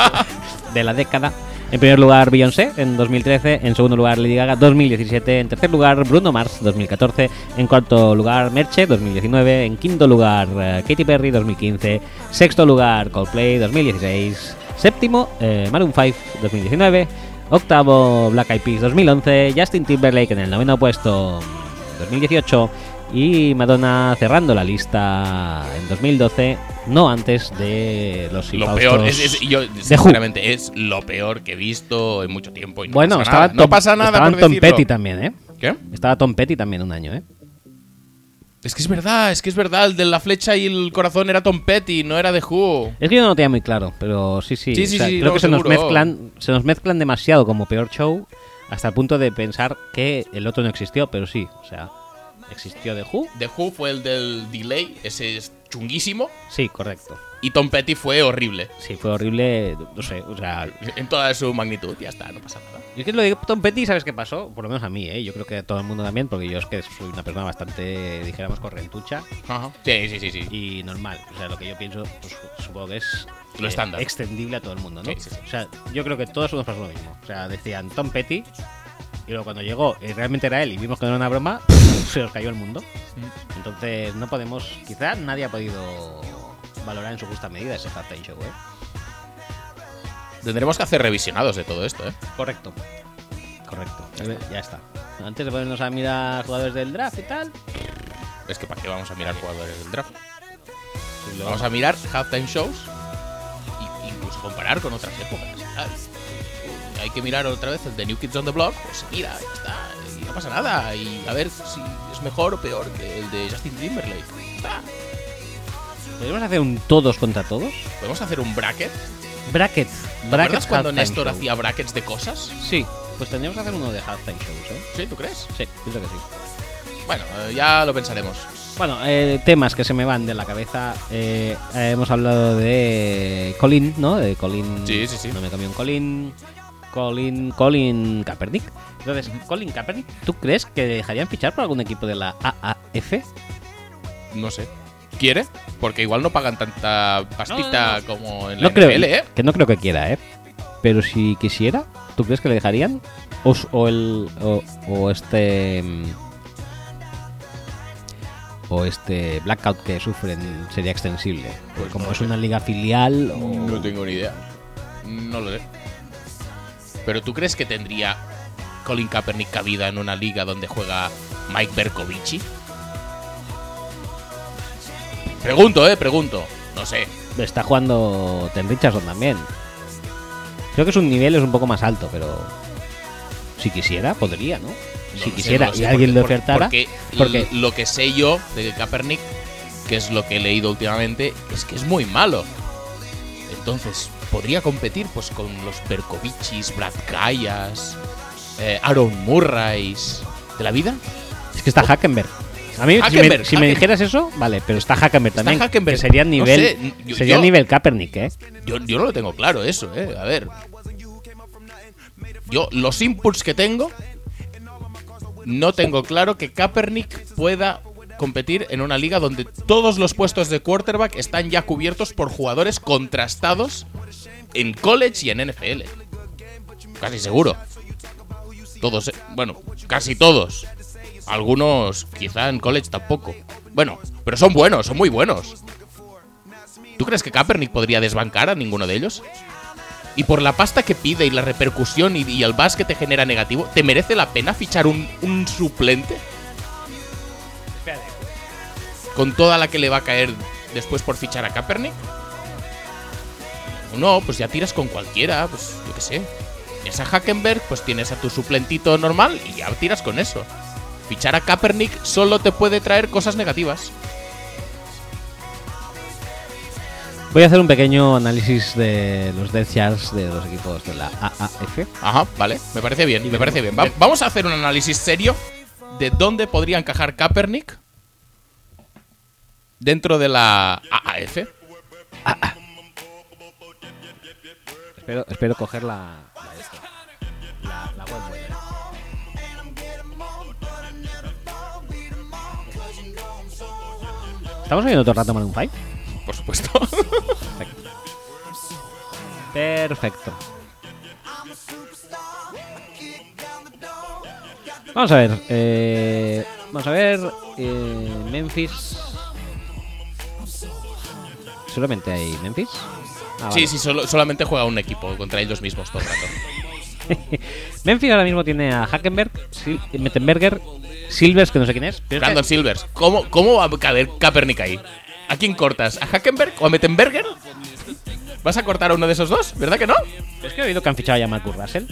[SPEAKER 1] de la década. En primer lugar, Beyoncé en 2013, en segundo lugar, Lady Gaga 2017, en tercer lugar, Bruno Mars 2014, en cuarto lugar, Merche 2019, en quinto lugar, eh, Katy Perry 2015, sexto lugar, Coldplay 2016, séptimo, eh, Maroon 5 2019, Octavo, Black Eyed Peas 2011, Justin Timberlake en el noveno puesto 2018 y Madonna cerrando la lista en 2012, no antes de los
[SPEAKER 2] Lo
[SPEAKER 1] infaustos-
[SPEAKER 2] peor, es, es- yo,
[SPEAKER 1] Who.
[SPEAKER 2] sinceramente, es lo peor que he visto en mucho tiempo. y no
[SPEAKER 1] bueno,
[SPEAKER 2] pasa
[SPEAKER 1] estaba
[SPEAKER 2] nada. no
[SPEAKER 1] Tom-
[SPEAKER 2] pasa nada.
[SPEAKER 1] estaban
[SPEAKER 2] por
[SPEAKER 1] Tom
[SPEAKER 2] decirlo.
[SPEAKER 1] Petty también, ¿eh?
[SPEAKER 2] ¿Qué?
[SPEAKER 1] Estaba Tom Petty también un año, ¿eh?
[SPEAKER 2] Es que es verdad, es que es verdad. El de la flecha y el corazón era Tom Petty, no era de Who.
[SPEAKER 1] Es que yo no lo tenía muy claro, pero sí, sí.
[SPEAKER 2] Sí, sí, sí,
[SPEAKER 1] creo
[SPEAKER 2] no,
[SPEAKER 1] que se nos,
[SPEAKER 2] seguro.
[SPEAKER 1] mezclan, se nos mezclan demasiado como peor show hasta el punto de pensar que el otro no existió, pero sí, o sea, existió de Who.
[SPEAKER 2] The Who fue el del delay, ese es chunguísimo.
[SPEAKER 1] Sí, correcto.
[SPEAKER 2] Y Tom Petty fue horrible.
[SPEAKER 1] Sí, fue horrible, no sé, o sea...
[SPEAKER 2] En toda su magnitud, ya está, no pasa nada.
[SPEAKER 1] Yo es que lo de Tom Petty, ¿sabes qué pasó? Por lo menos a mí, ¿eh? Yo creo que a todo el mundo también, porque yo es que soy una persona bastante, dijéramos, correntucha
[SPEAKER 2] Ajá. Sí, sí, sí, sí.
[SPEAKER 1] y normal. O sea, lo que yo pienso, pues, supongo que es... eh,
[SPEAKER 2] Lo estándar.
[SPEAKER 1] Extendible a todo el mundo, ¿no?
[SPEAKER 2] Sí, sí, sí.
[SPEAKER 1] O sea, yo creo que todos nos pasó lo mismo. O sea, decían Tom Petty y luego cuando llegó eh, realmente era él y vimos que no era una broma, se nos cayó el mundo.
[SPEAKER 2] Mm.
[SPEAKER 1] Entonces no podemos... Quizás nadie ha podido valorar en su justa medida ese halftime show, ¿eh?
[SPEAKER 2] Tendremos que hacer revisionados de todo esto, ¿eh?
[SPEAKER 1] Correcto. Correcto. Ya está. Antes de ponernos a mirar jugadores del draft y tal.
[SPEAKER 2] Es que para qué vamos a mirar jugadores del draft. Vamos a mirar halftime shows y incluso comparar con otras épocas. ¿sabes? Hay que mirar otra vez el de New Kids on the Block, pues mira, ya está, y no pasa nada. Y a ver si es mejor o peor que el de Justin Timberlake. Ah, Ya está.
[SPEAKER 1] ¿Podríamos hacer un todos contra todos?
[SPEAKER 2] Podemos hacer un bracket.
[SPEAKER 1] Brackets.
[SPEAKER 2] ¿Te
[SPEAKER 1] Brackets
[SPEAKER 2] acuerdas cuando
[SPEAKER 1] halftime
[SPEAKER 2] Néstor
[SPEAKER 1] show.
[SPEAKER 2] hacía brackets de cosas?
[SPEAKER 1] Sí. Pues tendríamos que hacer uno de halftime shows, ¿eh?
[SPEAKER 2] ¿Sí? ¿Tú crees?
[SPEAKER 1] Sí, pienso que sí.
[SPEAKER 2] Bueno, eh, ya lo pensaremos.
[SPEAKER 1] Bueno, eh, temas que se me van de la cabeza. Eh, eh, hemos hablado de Colin, ¿no? De Colin.
[SPEAKER 2] Sí, sí, sí.
[SPEAKER 1] No me cambió un Colin. Colin. Colin Kaepernick. Entonces, Colin Kaepernick, ¿tú crees que dejarían fichar por algún equipo de la AAF?
[SPEAKER 2] No sé. ¿Quiere? Porque igual no pagan tanta pastita como en la
[SPEAKER 1] No creo,
[SPEAKER 2] NFL, ¿eh?
[SPEAKER 1] que no creo que quiera, ¿eh? Pero si quisiera, ¿tú crees que le dejarían? O, s- o el o, o este mm, o este blackout que sufren sería extensible,
[SPEAKER 2] Pues
[SPEAKER 1] como
[SPEAKER 2] no
[SPEAKER 1] es
[SPEAKER 2] sé.
[SPEAKER 1] una liga filial. o-
[SPEAKER 2] No tengo ni idea. No lo sé. Pero tú crees que tendría Colin Kaepernick cabida en una liga donde juega Mike Bercovici? Pregunto, eh, pregunto. No sé.
[SPEAKER 1] Está jugando Ten Richardson también. Creo que su nivel es un poco más alto, pero si quisiera podría, ¿no?
[SPEAKER 2] No
[SPEAKER 1] si
[SPEAKER 2] lo sé,
[SPEAKER 1] quisiera
[SPEAKER 2] no lo
[SPEAKER 1] y
[SPEAKER 2] sé,
[SPEAKER 1] alguien
[SPEAKER 2] porque-
[SPEAKER 1] le ofertara.
[SPEAKER 2] Porque,
[SPEAKER 1] porque-
[SPEAKER 2] l- lo que sé yo de Kaepernick que es lo que he leído últimamente, es que es muy malo. Entonces, podría competir pues con los Perkovichis, Brad Gaias, eh, Aaron Murrays de la vida.
[SPEAKER 1] Es que está Hackenberg. A mí, si me-
[SPEAKER 2] Hackenberg,
[SPEAKER 1] si, me,
[SPEAKER 2] Hacken-
[SPEAKER 1] dijeras eso, vale, pero está Hackenberg
[SPEAKER 2] Está
[SPEAKER 1] también.
[SPEAKER 2] Hackenberg.
[SPEAKER 1] Que sería nivel,
[SPEAKER 2] No sé, yo-
[SPEAKER 1] sería
[SPEAKER 2] yo-
[SPEAKER 1] nivel Kaepernick, ¿eh?
[SPEAKER 2] Yo, yo no lo tengo claro eso, eh. A ver. Yo, los inputs que tengo, no tengo claro que Kaepernick pueda competir en una liga donde todos los puestos de quarterback están ya cubiertos por jugadores contrastados en college y en NFL. Casi seguro. Todos, eh, bueno, casi todos. Algunos quizá en college tampoco. Bueno, pero son buenos, son muy buenos. ¿Tú crees que Kaepernick podría desbancar a ninguno de ellos? Y por la pasta que pide y la repercusión y, y el buzz que te genera negativo, ¿te merece la pena fichar un, un suplente? Con toda la que le va a caer después por fichar a Kaepernick. No, pues ya tiras con cualquiera, pues yo qué sé. Tienes a Hackenberg, pues tienes a tu suplentito normal y ya tiras con eso. Fichar a Kaepernick solo te puede traer cosas negativas.
[SPEAKER 1] Voy a hacer un pequeño análisis de los Death Charts de los equipos de la AAF.
[SPEAKER 2] Ajá, vale, me parece bien, me parece bien. Va- vamos a hacer un análisis serio de dónde podría encajar Kaepernick dentro de la AAF.
[SPEAKER 1] Espero, espero coger la, la, esta, la- la web buena. ¿Estamos oyendo todo el rato Maroon 5?
[SPEAKER 2] Por supuesto.
[SPEAKER 1] Perfecto. Perfecto. Vamos a ver. eh, vamos a ver. eh, Memphis. Solamente hay Memphis. Ah,
[SPEAKER 2] Sí,
[SPEAKER 1] vale.
[SPEAKER 2] sí, solo- solamente juega un equipo contra ellos mismos todo el rato.
[SPEAKER 1] Memphis ahora mismo tiene a Hackenberg, Sil- eh, Mettenberger, Silvers, que no sé quién es. pero es que-
[SPEAKER 2] Brandon Silvers, ¿cómo, ¿cómo va a caber Kaepernick ahí? ¿A quién cortas? ¿A Hackenberg o a Mettenberger? ¿Vas a cortar a uno de esos dos? ¿Verdad que no?
[SPEAKER 1] es que he oído que han fichado ya a Marcus Russell.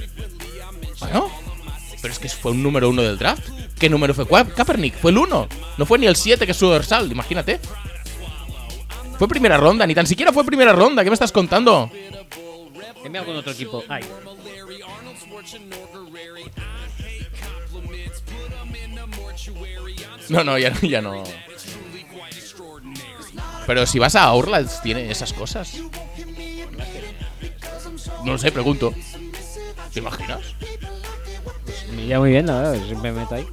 [SPEAKER 2] Bueno, pero es que fue un número uno del draft. ¿Qué número fue Ka- Kaepernick? Fue el uno. No fue ni el 7 que es su dorsal, imagínate. Fue primera ronda, ni tan siquiera fue primera ronda. ¿Qué me estás contando?
[SPEAKER 1] Deme algún otro equipo. Ay.
[SPEAKER 2] No, no, ya, ya no. Pero si vas a Orlands, tiene esas cosas. No lo sé, pregunto. ¿Te imaginas?
[SPEAKER 1] Me iría muy bien, la verdad, que siempre me meto ahí.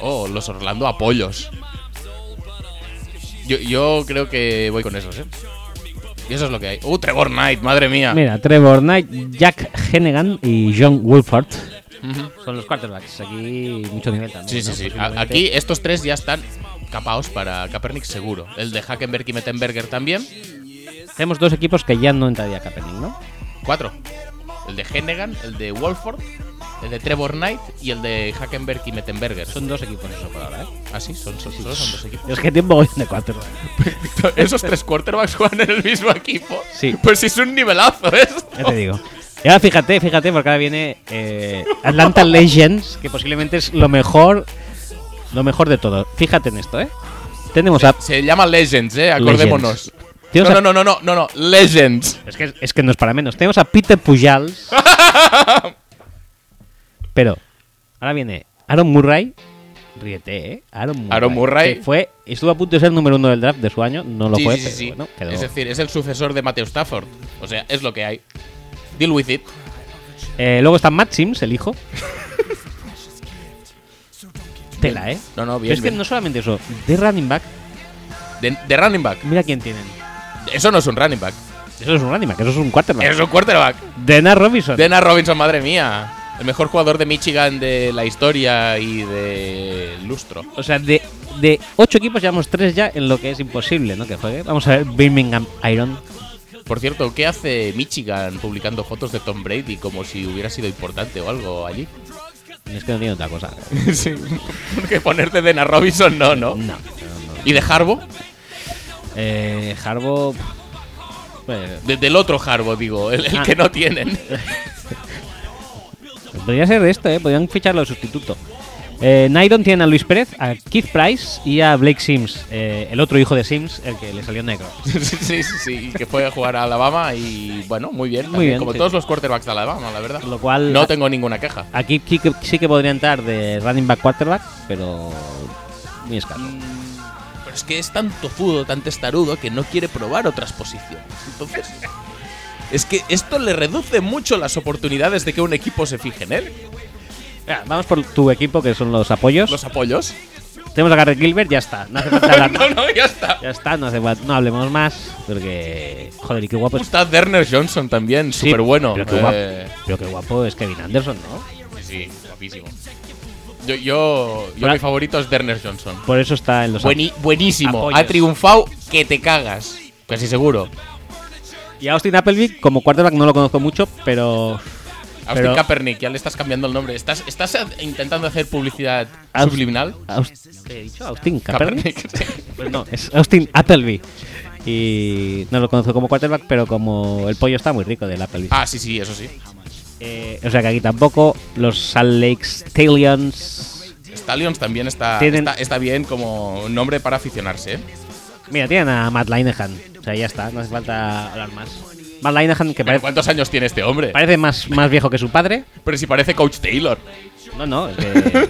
[SPEAKER 2] Oh, los Orlando Apollos. Yo, yo creo que voy con esos, ¿eh? Y eso es lo que hay. ¡Uh, Trevor Knight! ¡Madre mía!
[SPEAKER 1] Mira, Trevor Knight, Jack Hennegan y John Wolford
[SPEAKER 2] Ujú.
[SPEAKER 1] son los quarterbacks. Aquí mucho nivel también.
[SPEAKER 2] Sí, sí,
[SPEAKER 1] ¿no?
[SPEAKER 2] sí. A-
[SPEAKER 1] Posiblemente.
[SPEAKER 2] Aquí estos tres ya están capaos para Kaepernick seguro. El de Hackenberg y Mettenberger también.
[SPEAKER 1] Tenemos dos equipos que ya no entraría Kaepernick, ¿no?
[SPEAKER 2] Cuatro. El de Hennegan, el de Wolford, el de Trevor Knight y el de Hackenberg y Mettenberger.
[SPEAKER 1] Son dos equipos eso por ahora, ¿eh?
[SPEAKER 2] Ah, sí, son, son, solo son dos equipos.
[SPEAKER 1] Es que tiene un mogollón de quarterbacks.
[SPEAKER 2] Esos tres quarterbacks juegan en el mismo equipo.
[SPEAKER 1] Sí.
[SPEAKER 2] Pues sí, es un nivelazo, ¿eh?
[SPEAKER 1] Ya te digo. Y ahora fíjate, fíjate, porque ahora viene eh, Atlanta Legends, que posiblemente es lo mejor, lo mejor de todo. Fíjate en esto, ¿eh? Tenemos a...
[SPEAKER 2] Se llama Legends, eh, acordémonos.
[SPEAKER 1] Tenemos
[SPEAKER 2] No,
[SPEAKER 1] a-
[SPEAKER 2] no, no, no, no, no, Legends.
[SPEAKER 1] Es que, es que no es para menos. Tenemos a Peter Pujals. Pero, ahora viene Aaron Murray. Ríete, ¿eh? Aaron Murray.
[SPEAKER 2] Aaron Murray.
[SPEAKER 1] Que fue, estuvo a punto de ser el número uno del draft de su año. No lo
[SPEAKER 2] Sí,
[SPEAKER 1] fue,
[SPEAKER 2] sí, sí,
[SPEAKER 1] pero
[SPEAKER 2] sí.
[SPEAKER 1] bueno, quedó.
[SPEAKER 2] Es decir, es el sucesor de Matthew Stafford. O sea, es lo que hay. Deal with it.
[SPEAKER 1] Eh, luego está Matt Sims, el hijo. Tela, ¿eh?
[SPEAKER 2] No, no,
[SPEAKER 1] Pero
[SPEAKER 2] bien.
[SPEAKER 1] es que
[SPEAKER 2] bien.
[SPEAKER 1] no solamente eso. De running back,
[SPEAKER 2] de, de running back.
[SPEAKER 1] mira quién tienen.
[SPEAKER 2] Eso no es un running back.
[SPEAKER 1] Eso es un running back, eso es un quarterback.
[SPEAKER 2] Es un quarterback.
[SPEAKER 1] Dena Robinson.
[SPEAKER 2] Dena Robinson, madre mía. El mejor jugador de Michigan de la historia y de lustro.
[SPEAKER 1] O sea, de, de ocho equipos llevamos tres ya en lo que es imposible, ¿no? Que juegue. Vamos a ver Birmingham Iron.
[SPEAKER 2] Por cierto, ¿qué hace Michigan publicando fotos de Tom Brady como si hubiera sido importante o algo allí?
[SPEAKER 1] Es que no tiene otra cosa.
[SPEAKER 2] sí. Porque ponerte Dena Robinson no, ¿no?
[SPEAKER 1] No.
[SPEAKER 2] ¿Y de Harbo?
[SPEAKER 1] Eh, Harbo. Pues,
[SPEAKER 2] De- del otro Harbo, digo, el, el
[SPEAKER 1] Ah.
[SPEAKER 2] que no tienen.
[SPEAKER 1] Podría ser de esto, ¿eh? Podrían ficharlo de sustituto. Eh, Nairon tiene a Luis Pérez, a Keith Price y a Blake Sims, eh, el otro hijo de Sims, el que le salió negro.
[SPEAKER 2] sí, sí, sí, que fue a jugar a Alabama y bueno, muy bien.
[SPEAKER 1] Muy
[SPEAKER 2] también,
[SPEAKER 1] bien,
[SPEAKER 2] como
[SPEAKER 1] sí.
[SPEAKER 2] todos los quarterbacks de Alabama, la verdad.
[SPEAKER 1] Lo cual-
[SPEAKER 2] No tengo ninguna queja.
[SPEAKER 1] Aquí sí que- sí que podría entrar de running back quarterback, pero muy escaso.
[SPEAKER 2] Mm, Pero es que es tan tozudo, tan testarudo, que no quiere probar otras posiciones. Entonces, es que esto le reduce mucho las oportunidades de que un equipo se fije en él.
[SPEAKER 1] Mira, Vamos por tu equipo, que son los apoyos.
[SPEAKER 2] Los apoyos.
[SPEAKER 1] Tenemos a Garrett Gilbert, ya está. No hace falta hablar
[SPEAKER 2] No,
[SPEAKER 1] más.
[SPEAKER 2] no, ya está.
[SPEAKER 1] Ya está, no, hace falta- no hablemos más, porque... Joder, y qué guapo es...
[SPEAKER 2] Está Derner Johnson también,
[SPEAKER 1] Pues Sí,
[SPEAKER 2] súper bueno.
[SPEAKER 1] Pero qué, guapo,
[SPEAKER 2] Eh,
[SPEAKER 1] pero qué guapo es Kevin Anderson, ¿no?
[SPEAKER 2] sí, sí, guapísimo. Yo, yo, yo
[SPEAKER 1] Hola.
[SPEAKER 2] mi favorito es Derner Johnson.
[SPEAKER 1] Por eso está en los
[SPEAKER 2] Bueni- buenísimo.
[SPEAKER 1] Apoyos.
[SPEAKER 2] Ha triunfado que te cagas. Casi seguro.
[SPEAKER 1] Y a Austin Appleby, como quarterback no lo conozco mucho, pero
[SPEAKER 2] Austin
[SPEAKER 1] Pero-
[SPEAKER 2] Kaepernick, ya le estás cambiando el nombre. ¿Estás, estás a- intentando hacer publicidad
[SPEAKER 1] Aus-
[SPEAKER 2] subliminal?
[SPEAKER 1] Aus- ¿Qué he dicho? Austin Kaepernick.
[SPEAKER 2] Kaepernick.
[SPEAKER 1] Pues no, es Austin Appleby. Y no lo conozco como quarterback, pero como el pollo está muy rico del Appleby.
[SPEAKER 2] ah, sí, sí, eso sí.
[SPEAKER 1] Eh, o sea que aquí tampoco. Los Salt Lake Stallions.
[SPEAKER 2] Stallions también está,
[SPEAKER 1] Tienen-
[SPEAKER 2] está, está bien como nombre para aficionarse. ¿eh?
[SPEAKER 1] Mira, tienen a Matt Linehan. O sea, ya está, no hace falta hablar más. Matt Linehan, que
[SPEAKER 2] Pero
[SPEAKER 1] parece,
[SPEAKER 2] ¿Cuántos años tiene este hombre?
[SPEAKER 1] parece más, más viejo que su padre.
[SPEAKER 2] Pero si parece Coach Taylor.
[SPEAKER 1] No, no, es que.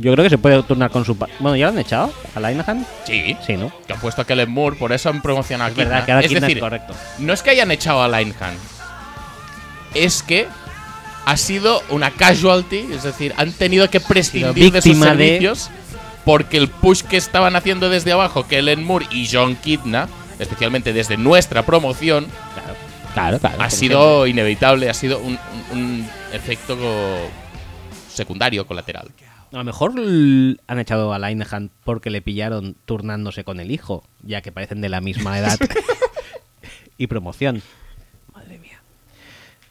[SPEAKER 1] Yo creo que se puede turnar con su padre. Bueno, ¿ya lo han echado? ¿A Linehan?
[SPEAKER 2] Sí.
[SPEAKER 1] Sí, ¿no?
[SPEAKER 2] Que han puesto a Kellen Moore, por eso han promocionado a
[SPEAKER 1] Es verdad,
[SPEAKER 2] Kidna.
[SPEAKER 1] que ahora
[SPEAKER 2] Es
[SPEAKER 1] Kidna es
[SPEAKER 2] decir,
[SPEAKER 1] correcto.
[SPEAKER 2] no es que hayan echado a Linehan. Es que ha sido una casualty, es decir, han tenido que prescindir de sus
[SPEAKER 1] víctima de-
[SPEAKER 2] servicios porque el push que estaban haciendo desde abajo Kellen Moore y John Kidna, especialmente desde nuestra promoción,
[SPEAKER 1] Claro, claro. claro
[SPEAKER 2] ha
[SPEAKER 1] como
[SPEAKER 2] sido inevitable, ha sido un, un- un efecto co- secundario, colateral.
[SPEAKER 1] siempre. A lo mejor l- han echado a Linehan porque le pillaron turnándose con el hijo, ya que parecen de la misma edad. y promoción. Madre mía.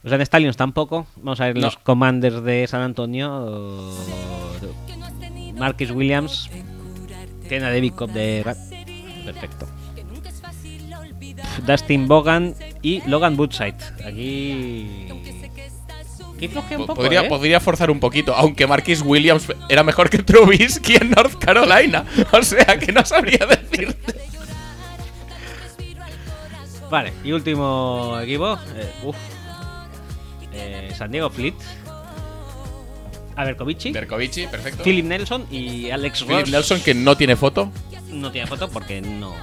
[SPEAKER 1] Los sea, en Stallions tampoco. Vamos a ver
[SPEAKER 2] No.
[SPEAKER 1] los Commanders de San Antonio. Marcus Williams. Tiene a David Cobb de... ra- Perfecto. Dustin Bogan y Logan Woodside. Aquí... Aquí flojea un
[SPEAKER 2] Po-
[SPEAKER 1] poco,
[SPEAKER 2] podría,
[SPEAKER 1] ¿eh?
[SPEAKER 2] podría forzar un poquito, aunque Marquis Williams era mejor que Trubisky en North Carolina. O sea, que no sabría decirte.
[SPEAKER 1] Vale, y último equipo. eh, uf. Eh, San Diego Fleet. A ver, Kovici,
[SPEAKER 2] Berkovici, perfecto.
[SPEAKER 1] Philip Nelson y Alex Ross.
[SPEAKER 2] Philip Nelson, que no tiene foto.
[SPEAKER 1] no tiene foto porque no.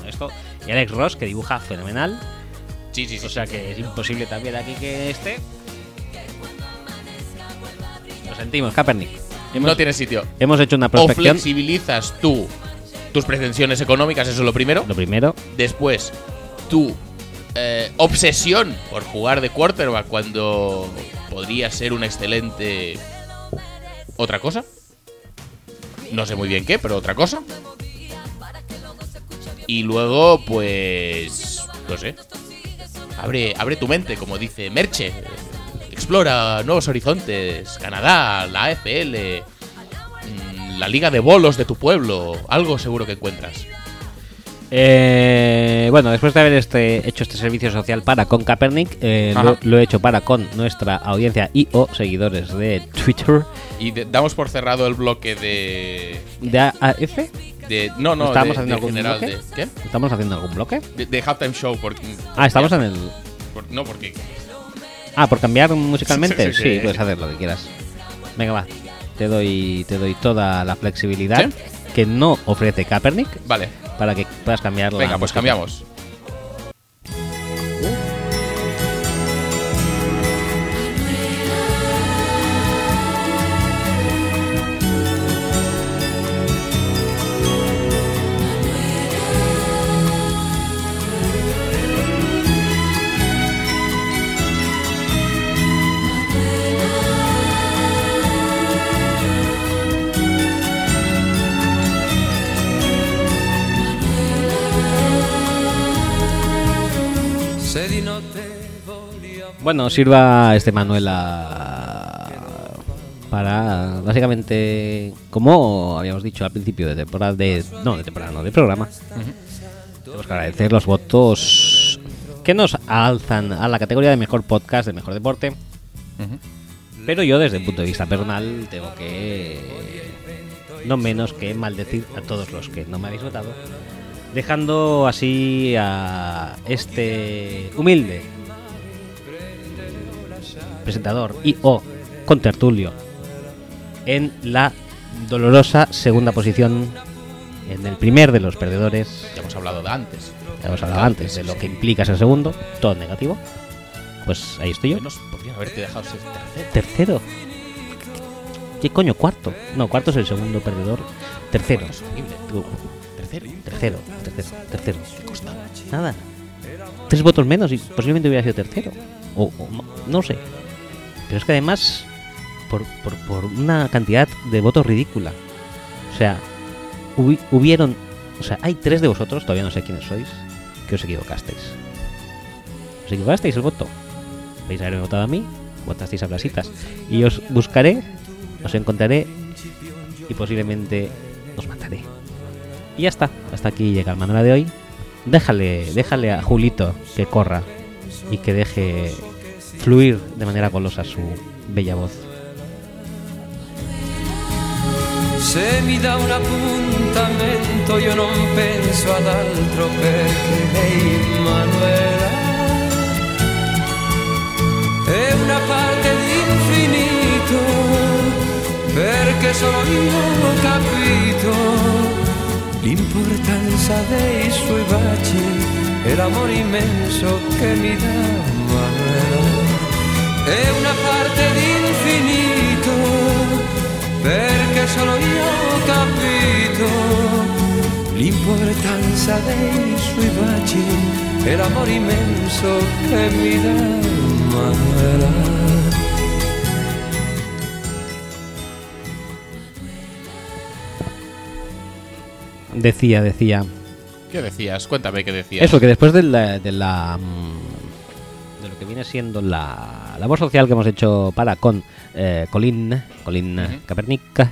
[SPEAKER 1] no Esto. Y Alex Ross, que dibuja fenomenal.
[SPEAKER 2] Sí, sí, sí.
[SPEAKER 1] O sea que es imposible también aquí que esté. Lo sentimos, Kaepernick. Hemos,
[SPEAKER 2] no tiene sitio.
[SPEAKER 1] hemos hecho una
[SPEAKER 2] O
[SPEAKER 1] prospección.
[SPEAKER 2] flexibilizas tú tus pretensiones económicas, eso es lo primero.
[SPEAKER 1] Lo primero.
[SPEAKER 2] Después, tu eh, obsesión por jugar de quarterback cuando podría ser un excelente. ¿Otra cosa? No sé muy bien qué, pero otra cosa. Y luego, pues. No sé. Abre, abre tu mente, como dice Merche. Explora nuevos horizontes. Canadá, la AFL, mm, la liga de bolos de tu pueblo. Algo seguro que encuentras.
[SPEAKER 1] Eh, bueno, después de haber este, hecho este servicio social para con Kaepernick, eh,
[SPEAKER 2] Ajá.
[SPEAKER 1] lo, lo he hecho para con nuestra audiencia y o seguidores de Twitter
[SPEAKER 2] Y de- damos por cerrado el bloque de.
[SPEAKER 1] de AF.
[SPEAKER 2] de no, no,
[SPEAKER 1] ¿Estábamos
[SPEAKER 2] de-
[SPEAKER 1] haciendo
[SPEAKER 2] de
[SPEAKER 1] algún
[SPEAKER 2] general.
[SPEAKER 1] bloque?
[SPEAKER 2] De, ¿Qué?
[SPEAKER 1] ¿Estamos haciendo algún bloque?
[SPEAKER 2] De, de Halftime Show. Porque,
[SPEAKER 1] Ah, estamos en el.
[SPEAKER 2] por- no, porque.
[SPEAKER 1] Ah, por cambiar musicalmente.
[SPEAKER 2] Sí, sí,
[SPEAKER 1] Sí,
[SPEAKER 2] sí.
[SPEAKER 1] puedes hacer lo que quieras. Venga, va. Te doy, te doy toda la flexibilidad
[SPEAKER 2] ¿Sí?
[SPEAKER 1] que no ofrece Kaepernick
[SPEAKER 2] Vale,
[SPEAKER 1] para que puedas cambiar la
[SPEAKER 2] venga, pues
[SPEAKER 1] música.
[SPEAKER 2] cambiamos.
[SPEAKER 1] Bueno, sirva este Manuel a- para básicamente, como habíamos dicho al principio de temporada, de, no de temporada, no de programa, tenemos que agradecer los votos que nos alzan a la categoría de mejor podcast, de mejor deporte. Pero yo desde el punto de vista personal tengo que no menos que maldecir a todos los que no me habéis votado, dejando así a este humilde presentador y o contertulio en la dolorosa segunda posición en el primer de los perdedores
[SPEAKER 2] Ya hemos hablado de antes.
[SPEAKER 1] ya hemos hablado antes de lo que implica ser segundo, todo negativo. Pues ahí estoy yo.
[SPEAKER 2] Menos podrían haberte dejado ser tercero.
[SPEAKER 1] Tercero. ¿Qué coño? Cuarto. No, cuarto es el segundo perdedor. Tercero.
[SPEAKER 2] Es horrible. Tercero.
[SPEAKER 1] Tercero, tercero, tercero.
[SPEAKER 2] Te costaba.
[SPEAKER 1] Nada. Tres votos menos y posiblemente hubiera sido tercero. O, o ma- no sé. Pero es que además, por, por, por una cantidad de votos ridícula. O sea, hubi- hubieron... O sea, hay tres de vosotros, todavía no sé quiénes sois, que os equivocasteis. Os equivocasteis el voto. Podéis haberme votado a mí, votasteis a Blasitas. Y os buscaré, os encontraré y posiblemente os mataré. Y ya está, hasta aquí llega el manual de hoy. Déjale, déjale a Julito que corra y que deje fluir de manera golosa su bella voz.
[SPEAKER 3] Se mi dà un appuntamento, io non penso ad altro perché lei, Manuela, è una parte di infinito, perché solo io ho capito l'importanza dei suoi baci e l'amore immenso che mi dà Manuela. è una parte di infinito, perché solo io ho capito l'importanza dei suoi baci e l'amore immenso che mi dà Manuela.
[SPEAKER 1] Decía, decía.
[SPEAKER 2] ¿Qué decías? Cuéntame qué decías.
[SPEAKER 1] Eso, que después de la. de, la, mm, de lo que viene siendo la labor social que hemos hecho para con eh, Colin, Colin
[SPEAKER 2] Ujú.
[SPEAKER 1] Kaepernick,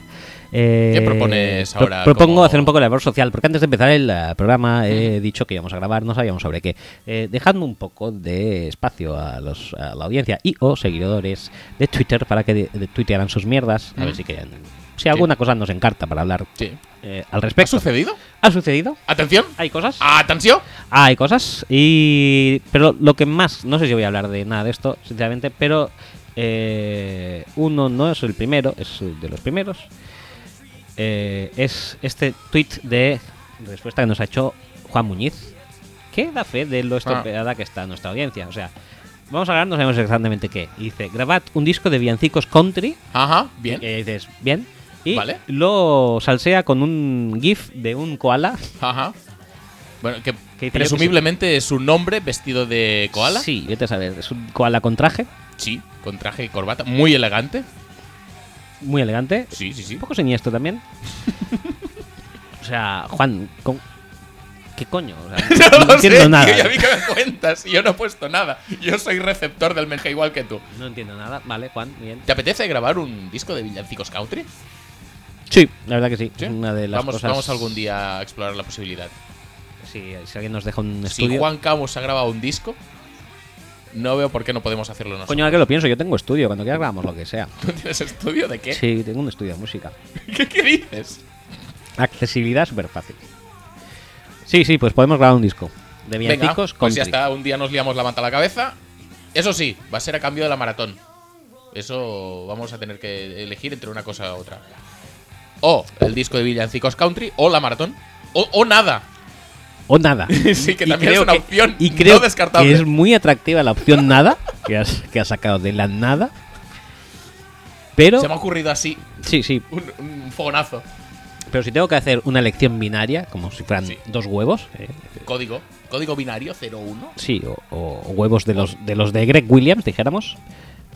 [SPEAKER 1] eh,
[SPEAKER 2] ¿Qué propones
[SPEAKER 1] pro-
[SPEAKER 2] ahora
[SPEAKER 1] propongo
[SPEAKER 2] como-
[SPEAKER 1] hacer un poco de labor social, porque antes de empezar el eh, programa he dicho que íbamos a grabar, no sabíamos sobre qué. Eh, dejando un poco de espacio a, los, a la audiencia y o seguidores de Twitter para que de, de tuitearan sus mierdas. A
[SPEAKER 2] Ujú.
[SPEAKER 1] ver si quieren. Si alguna cosa nos encarta para hablar
[SPEAKER 2] Sí.
[SPEAKER 1] eh, al
[SPEAKER 2] ¿Ha
[SPEAKER 1] respecto.
[SPEAKER 2] sucedido?
[SPEAKER 1] ¿Ha sucedido?
[SPEAKER 2] ¿Atención?
[SPEAKER 1] ¿Hay cosas?
[SPEAKER 2] ¿Atención?
[SPEAKER 1] Ah, hay cosas. Y. Pero lo que más. No sé si voy a hablar de nada de esto, sinceramente, pero. eh, uno no es el primero, es de los primeros. Eh, es este tweet de respuesta que nos ha hecho Juan Muñiz. Que da fe
[SPEAKER 2] Ah.
[SPEAKER 1] de lo estropeada que está nuestra audiencia. O sea, vamos a hablar, no sabemos exactamente qué. Y dice: grabad un disco de villancicos country.
[SPEAKER 2] Ajá, bien.
[SPEAKER 1] Que dices: bien. Y
[SPEAKER 2] Vale.
[SPEAKER 1] lo salsea con un GIF de un koala.
[SPEAKER 2] Ajá. Bueno, que
[SPEAKER 1] dice yo que
[SPEAKER 2] presumiblemente es un hombre vestido de koala.
[SPEAKER 1] Sí, vete a saber. Es un koala con traje.
[SPEAKER 2] Sí, con traje y corbata. Muy elegante.
[SPEAKER 1] muy elegante.
[SPEAKER 2] Sí, sí, sí.
[SPEAKER 1] Un poco siniestro también. o sea, Juan, con- ¿qué coño? O sea, no,
[SPEAKER 2] lo
[SPEAKER 1] entiendo
[SPEAKER 2] sé, tío,
[SPEAKER 1] nada.
[SPEAKER 2] ya vi que me cuentas y yo no he puesto nada. Yo soy receptor del menja igual que tú.
[SPEAKER 1] No entiendo nada. Vale, Juan, bien.
[SPEAKER 2] ¿Te apetece grabar un disco de villancicos country?
[SPEAKER 1] Sí, la verdad que sí.
[SPEAKER 2] Sí.
[SPEAKER 1] Es Una de las
[SPEAKER 2] vamos,
[SPEAKER 1] cosas.
[SPEAKER 2] vamos algún día a explorar la posibilidad.
[SPEAKER 1] Sí, si alguien nos deja un
[SPEAKER 2] Si
[SPEAKER 1] estudio.
[SPEAKER 2] Juan Camus ha grabado un disco, no veo por qué no podemos hacerlo nosotros.
[SPEAKER 1] Coño, ahora que lo pienso, yo tengo estudio. Cuando quieras grabamos lo que sea.
[SPEAKER 2] ¿Tú tienes estudio de qué?
[SPEAKER 1] Sí, tengo un estudio de música.
[SPEAKER 2] ¿Qué, qué dices?
[SPEAKER 1] Accesibilidad súper fácil. Sí, sí, pues podemos grabar un disco. De
[SPEAKER 2] Venga,
[SPEAKER 1] villancicos con.
[SPEAKER 2] pues ya está, un día nos liamos la manta a la cabeza. Eso sí, va a ser a cambio de la maratón. Eso vamos a tener que elegir entre una cosa u otra. O el disco de Villancicos Country, o la maratón, o, o nada.
[SPEAKER 1] O nada.
[SPEAKER 2] Sí, que
[SPEAKER 1] Y
[SPEAKER 2] también es
[SPEAKER 1] creo
[SPEAKER 2] una
[SPEAKER 1] que-
[SPEAKER 2] opción
[SPEAKER 1] Y creo
[SPEAKER 2] no descartable.
[SPEAKER 1] que es muy atractiva la opción nada, que has, que has sacado de la nada. Pero,
[SPEAKER 2] Se me ha ocurrido así
[SPEAKER 1] sí, sí,
[SPEAKER 2] un, un fogonazo.
[SPEAKER 1] pero si tengo que hacer una elección binaria, como si fueran
[SPEAKER 2] Sí.
[SPEAKER 1] dos huevos, eh,
[SPEAKER 2] Código. Código binario 01.
[SPEAKER 1] sí, o, o huevos de los, de los de Greg Williams, dijéramos,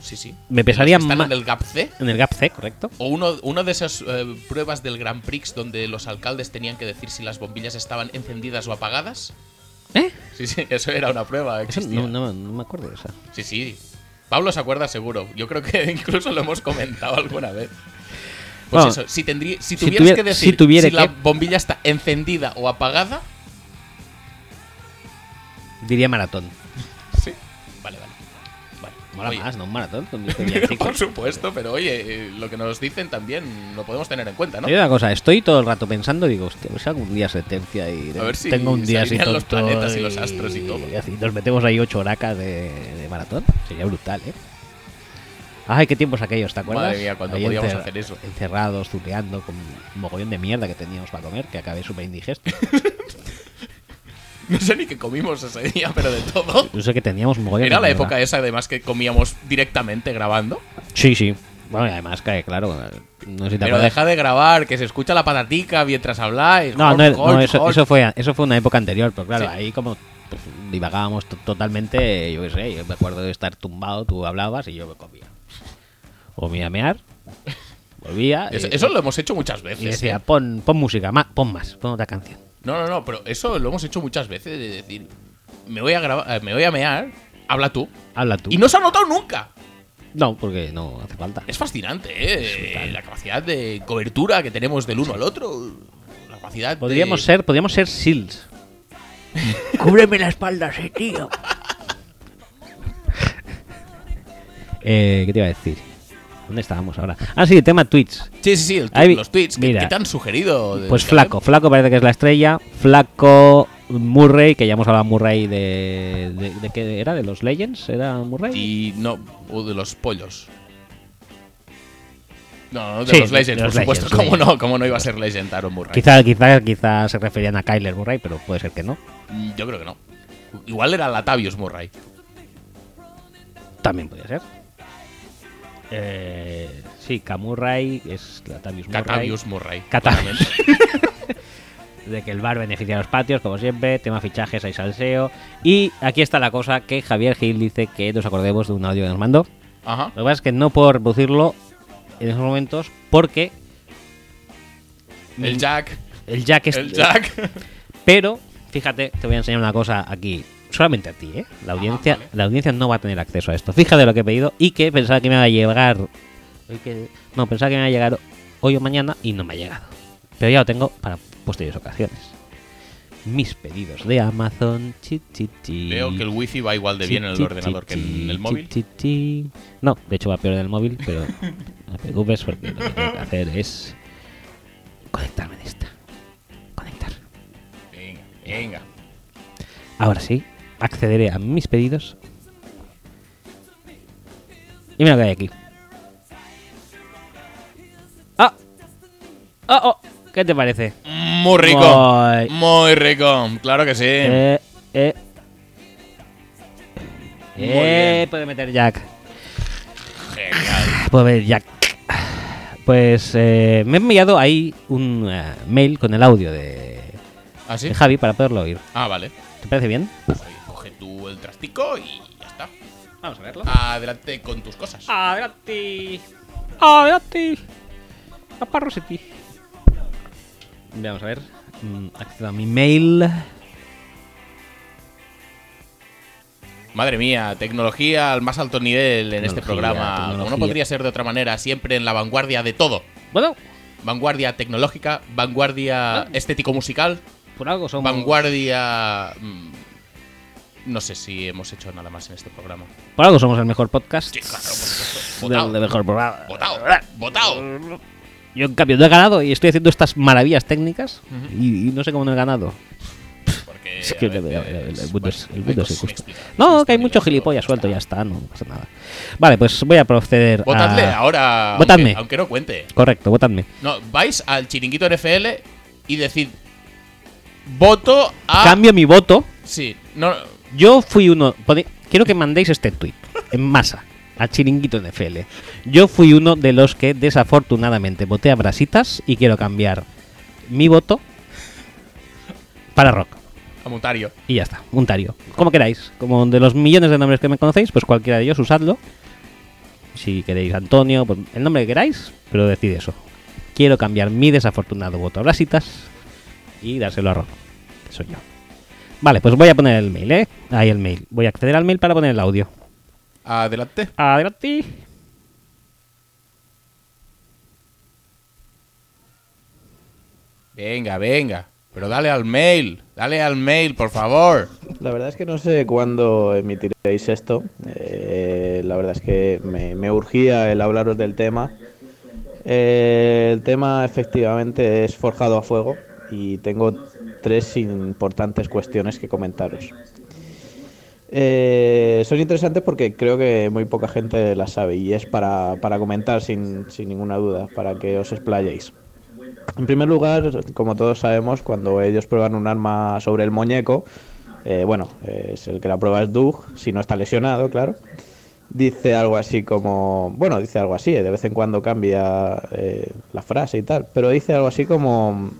[SPEAKER 2] Sí, sí.
[SPEAKER 1] me pesaría
[SPEAKER 2] Están
[SPEAKER 1] más
[SPEAKER 2] en el gap C.
[SPEAKER 1] en el gap C, correcto.
[SPEAKER 2] O uno, uno de esas eh, pruebas del Grand Prix donde los alcaldes tenían que decir si las bombillas estaban encendidas o apagadas.
[SPEAKER 1] ¿Eh?
[SPEAKER 2] Sí, sí, eso era una prueba.
[SPEAKER 1] Eso
[SPEAKER 2] existía.
[SPEAKER 1] no, no- no me acuerdo de esa.
[SPEAKER 2] Sí, sí. Pablo se acuerda seguro. Yo creo que incluso lo hemos comentado alguna vez. Pues
[SPEAKER 1] Bueno,
[SPEAKER 2] eso, si, tendrí-
[SPEAKER 1] si
[SPEAKER 2] si tuvieras
[SPEAKER 1] tuviera-
[SPEAKER 2] que decir
[SPEAKER 1] si
[SPEAKER 2] si,
[SPEAKER 1] tuviera
[SPEAKER 2] la
[SPEAKER 1] que-
[SPEAKER 2] bombilla está encendida o apagada,
[SPEAKER 1] Diría maratón. mola
[SPEAKER 2] Oye.
[SPEAKER 1] más, ¿no? Un maratón con villancicos.
[SPEAKER 2] Por supuesto, pero oye, eh, lo que nos dicen también lo podemos tener en cuenta, ¿no?
[SPEAKER 1] Te digo una cosa, estoy todo el rato pensando, digo, hostia, a ver si algún día sentencia y
[SPEAKER 2] A ver si
[SPEAKER 1] tengo un
[SPEAKER 2] se
[SPEAKER 1] día así
[SPEAKER 2] alinean los
[SPEAKER 1] tonto
[SPEAKER 2] planetas y los astros y todo.
[SPEAKER 1] y así nos metemos ahí ocho horacas de, de maratón. Sería brutal, ¿eh? Ay, qué tiempos aquellos, ¿te acuerdas?
[SPEAKER 2] Madre mía, cuando
[SPEAKER 1] Ahí
[SPEAKER 2] podíamos hacer eso.
[SPEAKER 1] Encerrados, zuleando, con un mogollón de mierda que teníamos para comer, que acabé súper indigesto.
[SPEAKER 2] No sé ni qué comimos ese día, pero de todo.
[SPEAKER 1] Yo sé que teníamos un mogollón
[SPEAKER 2] Era
[SPEAKER 1] de
[SPEAKER 2] la
[SPEAKER 1] mierda.
[SPEAKER 2] época esa, además, que comíamos directamente grabando.
[SPEAKER 1] Sí, sí. Bueno, y además, que, claro, no sé si te
[SPEAKER 2] Pero
[SPEAKER 1] acuerdas.
[SPEAKER 2] deja de grabar, que se escucha la patatica mientras habláis.
[SPEAKER 1] No,
[SPEAKER 2] Jorge,
[SPEAKER 1] no, no,
[SPEAKER 2] Jorge,
[SPEAKER 1] eso,
[SPEAKER 2] Jorge.
[SPEAKER 1] eso fue, eso fue una época anterior, pero claro,
[SPEAKER 2] Sí.
[SPEAKER 1] ahí como pues, divagábamos to- totalmente, yo qué sé, yo me acuerdo de estar tumbado, tú hablabas y yo me comía. O me iba a mear, volvía
[SPEAKER 2] Es-
[SPEAKER 1] y,
[SPEAKER 2] Eso lo hemos hecho muchas
[SPEAKER 1] y
[SPEAKER 2] veces.
[SPEAKER 1] decía,
[SPEAKER 2] ¿eh?
[SPEAKER 1] pon, pon música, ma- pon más, pon otra canción.
[SPEAKER 2] No, no, no, pero eso lo hemos hecho muchas veces de decir, me voy a grabar, eh, me voy a mear, habla tú.
[SPEAKER 1] Habla tú.
[SPEAKER 2] Y no se ha notado nunca.
[SPEAKER 1] No, porque no hace falta.
[SPEAKER 2] Es fascinante, ¿eh? La capacidad de cobertura que tenemos del uno al otro. La capacidad
[SPEAKER 1] Podríamos
[SPEAKER 2] de...
[SPEAKER 1] ser, podríamos ser SEALs. Cúbreme la espalda, ese tío. eh, ¿Qué te iba a decir? ¿Dónde estábamos ahora? Ah, sí, tema Twitch.
[SPEAKER 2] Sí, sí, sí, el tu-
[SPEAKER 1] Ahí vi-
[SPEAKER 2] los tweets que,
[SPEAKER 1] mira.
[SPEAKER 2] que te han sugerido. de-
[SPEAKER 1] Pues
[SPEAKER 2] que-
[SPEAKER 1] Flaco, Flaco parece que es la estrella. Flaco Murray, que ya hemos hablado Murray de. ¿De, de qué era? ¿De los Legends? ¿Era Murray?
[SPEAKER 2] Y no, o de los pollos. No, no, de
[SPEAKER 1] Sí,
[SPEAKER 2] los
[SPEAKER 1] de- de
[SPEAKER 2] Legends,
[SPEAKER 1] los
[SPEAKER 2] por supuesto.
[SPEAKER 1] Legends,
[SPEAKER 2] ¿Cómo
[SPEAKER 1] sí.
[SPEAKER 2] no? ¿Cómo no iba a ser Legend Aaron Murray?
[SPEAKER 1] Quizá, quizá, quizá se referían a Kyler Murray, pero puede ser que no.
[SPEAKER 2] Mm, Yo creo que no. Igual era Latavius Murray.
[SPEAKER 1] También podría ser. Eh, sí, Camurray es Latavius Murray.
[SPEAKER 2] Catavius Murray.
[SPEAKER 1] Catavius. De que el bar beneficia a los patios, como siempre. Tema fichajes, hay salseo. Y aquí está la cosa que Javier Gil dice que nos acordemos de un audio que nos mandó.
[SPEAKER 2] Ajá.
[SPEAKER 1] Lo que pasa es que no puedo reproducirlo en esos momentos porque Mm.
[SPEAKER 2] El Jack.
[SPEAKER 1] el Jack es.
[SPEAKER 2] El Jack.
[SPEAKER 1] Pero, fíjate, te voy a enseñar una cosa aquí. Solamente a ti, ¿eh? La audiencia,
[SPEAKER 2] Ah, vale.
[SPEAKER 1] la audiencia no va a tener acceso a esto. Fíjate lo que he pedido y que pensaba que me iba a llegar. hoy que- no, pensaba que me iba a llegar hoy o mañana y no me ha llegado. Pero ya lo tengo para posteriores ocasiones. Mis pedidos de Amazon. Chi, chi, chi.
[SPEAKER 2] Veo que el wifi va igual de
[SPEAKER 1] Chi,
[SPEAKER 2] bien en el
[SPEAKER 1] chi,
[SPEAKER 2] ordenador
[SPEAKER 1] chi,
[SPEAKER 2] que en
[SPEAKER 1] chi,
[SPEAKER 2] el
[SPEAKER 1] chi,
[SPEAKER 2] móvil.
[SPEAKER 1] chi, chi. No, de hecho va peor en el móvil, pero no te preocupes porque lo que tengo que hacer es conectarme en esta. Conectar.
[SPEAKER 2] Venga, venga.
[SPEAKER 1] Ahora sí, accederé a mis pedidos. Y mira lo que hay aquí. ¡Ah! ¡Ah! oh! ¿Qué te parece?
[SPEAKER 2] Mm, Muy rico.
[SPEAKER 1] Ay.
[SPEAKER 2] Muy rico. Claro que sí.
[SPEAKER 1] Eh, eh.
[SPEAKER 2] Muy
[SPEAKER 1] Eh,
[SPEAKER 2] bien.
[SPEAKER 1] puede meter Jack.
[SPEAKER 2] Genial.
[SPEAKER 1] Puede meter Jack. Pues eh, me he enviado ahí un eh, mail con el audio de,
[SPEAKER 2] ¿Ah, sí?
[SPEAKER 1] de Javi para poderlo oír.
[SPEAKER 2] Ah, vale.
[SPEAKER 1] ¿Te parece bien?
[SPEAKER 2] Pues oye, coge tú el trastico y ya está.
[SPEAKER 1] Vamos a verlo.
[SPEAKER 2] Adelante con tus cosas.
[SPEAKER 1] Adelante. Adelante. Papá Rosetti. Vamos a ver. Mm, Accedo a mi mail.
[SPEAKER 2] Madre mía, tecnología al más alto nivel en
[SPEAKER 1] Tecnología,
[SPEAKER 2] este programa. Como no
[SPEAKER 1] tecnología.
[SPEAKER 2] podría ser de otra manera, siempre en la vanguardia de todo.
[SPEAKER 1] Bueno,
[SPEAKER 2] Vanguardia tecnológica,
[SPEAKER 1] Ah.
[SPEAKER 2] vanguardia estético-musical,
[SPEAKER 1] por algo somos.
[SPEAKER 2] vanguardia... mm, No sé si hemos hecho nada más en este programa.
[SPEAKER 1] Por algo somos el mejor podcast.
[SPEAKER 2] Sí, claro, por supuesto.
[SPEAKER 1] Del-
[SPEAKER 2] Votado.
[SPEAKER 1] del mejor programa.
[SPEAKER 2] Votado, votado.
[SPEAKER 1] Yo, en cambio, no he ganado y estoy haciendo estas maravillas técnicas y, y no sé cómo no he ganado.
[SPEAKER 2] Porque
[SPEAKER 1] Es que
[SPEAKER 2] a
[SPEAKER 1] el- el- el- el
[SPEAKER 2] veces,
[SPEAKER 1] mundo es-
[SPEAKER 2] bueno,
[SPEAKER 1] el
[SPEAKER 2] hay
[SPEAKER 1] mundo es
[SPEAKER 2] cosas
[SPEAKER 1] injusto.
[SPEAKER 2] inexplicables.
[SPEAKER 1] No,
[SPEAKER 2] Esto
[SPEAKER 1] que hay
[SPEAKER 2] ni
[SPEAKER 1] mucho
[SPEAKER 2] lo digo,
[SPEAKER 1] gilipollas
[SPEAKER 2] ya
[SPEAKER 1] suelto, ya
[SPEAKER 2] está.
[SPEAKER 1] está, no pasa nada. Vale, pues voy a proceder
[SPEAKER 2] Votadle
[SPEAKER 1] a.
[SPEAKER 2] ahora,
[SPEAKER 1] Ah. Votadme.
[SPEAKER 2] aunque, aunque no cuente.
[SPEAKER 1] Correcto, votadme.
[SPEAKER 2] No, vais al chiringuito NFL y decid voto a
[SPEAKER 1] Cambio mi voto.
[SPEAKER 2] Sí, no
[SPEAKER 1] Yo fui uno. pone- Quiero que mandéis este tweet en masa a Chiringuito NFL. Yo fui uno de los que desafortunadamente voté a Brasitas y quiero cambiar mi voto para Rock.
[SPEAKER 2] a Mutario.
[SPEAKER 1] Y ya está, un tario. Como queráis. Como de los millones de nombres que me conocéis, pues cualquiera de ellos usadlo. Si queréis Antonio, pues el nombre que queráis, pero decid eso. Quiero cambiar mi desafortunado voto a Brasitas y dárselo a Rock. Que soy yo. Vale, pues voy a poner el mail, ¿eh? Ahí el mail. Voy a acceder al mail para poner el audio.
[SPEAKER 2] Adelante.
[SPEAKER 1] Adelante.
[SPEAKER 2] Venga, venga. Pero dale al mail, dale al mail, por favor.
[SPEAKER 4] La verdad es que no sé cuándo emitiréis esto. Eh, que la verdad es que me, me urgía el hablaros del tema. Eh, el tema efectivamente es forjado a fuego y tengo tres importantes cuestiones que comentaros. Eh, son interesantes porque creo que muy poca gente las sabe y es para, para comentar sin, sin ninguna duda, para que os explayéis. En primer lugar, como todos sabemos, cuando ellos prueban un arma sobre el muñeco, eh, bueno, eh, es el que la prueba es Doug, si no está lesionado, claro. Dice algo así como, bueno, dice algo así, eh, de vez en cuando cambia eh, la frase y tal, pero dice algo así como,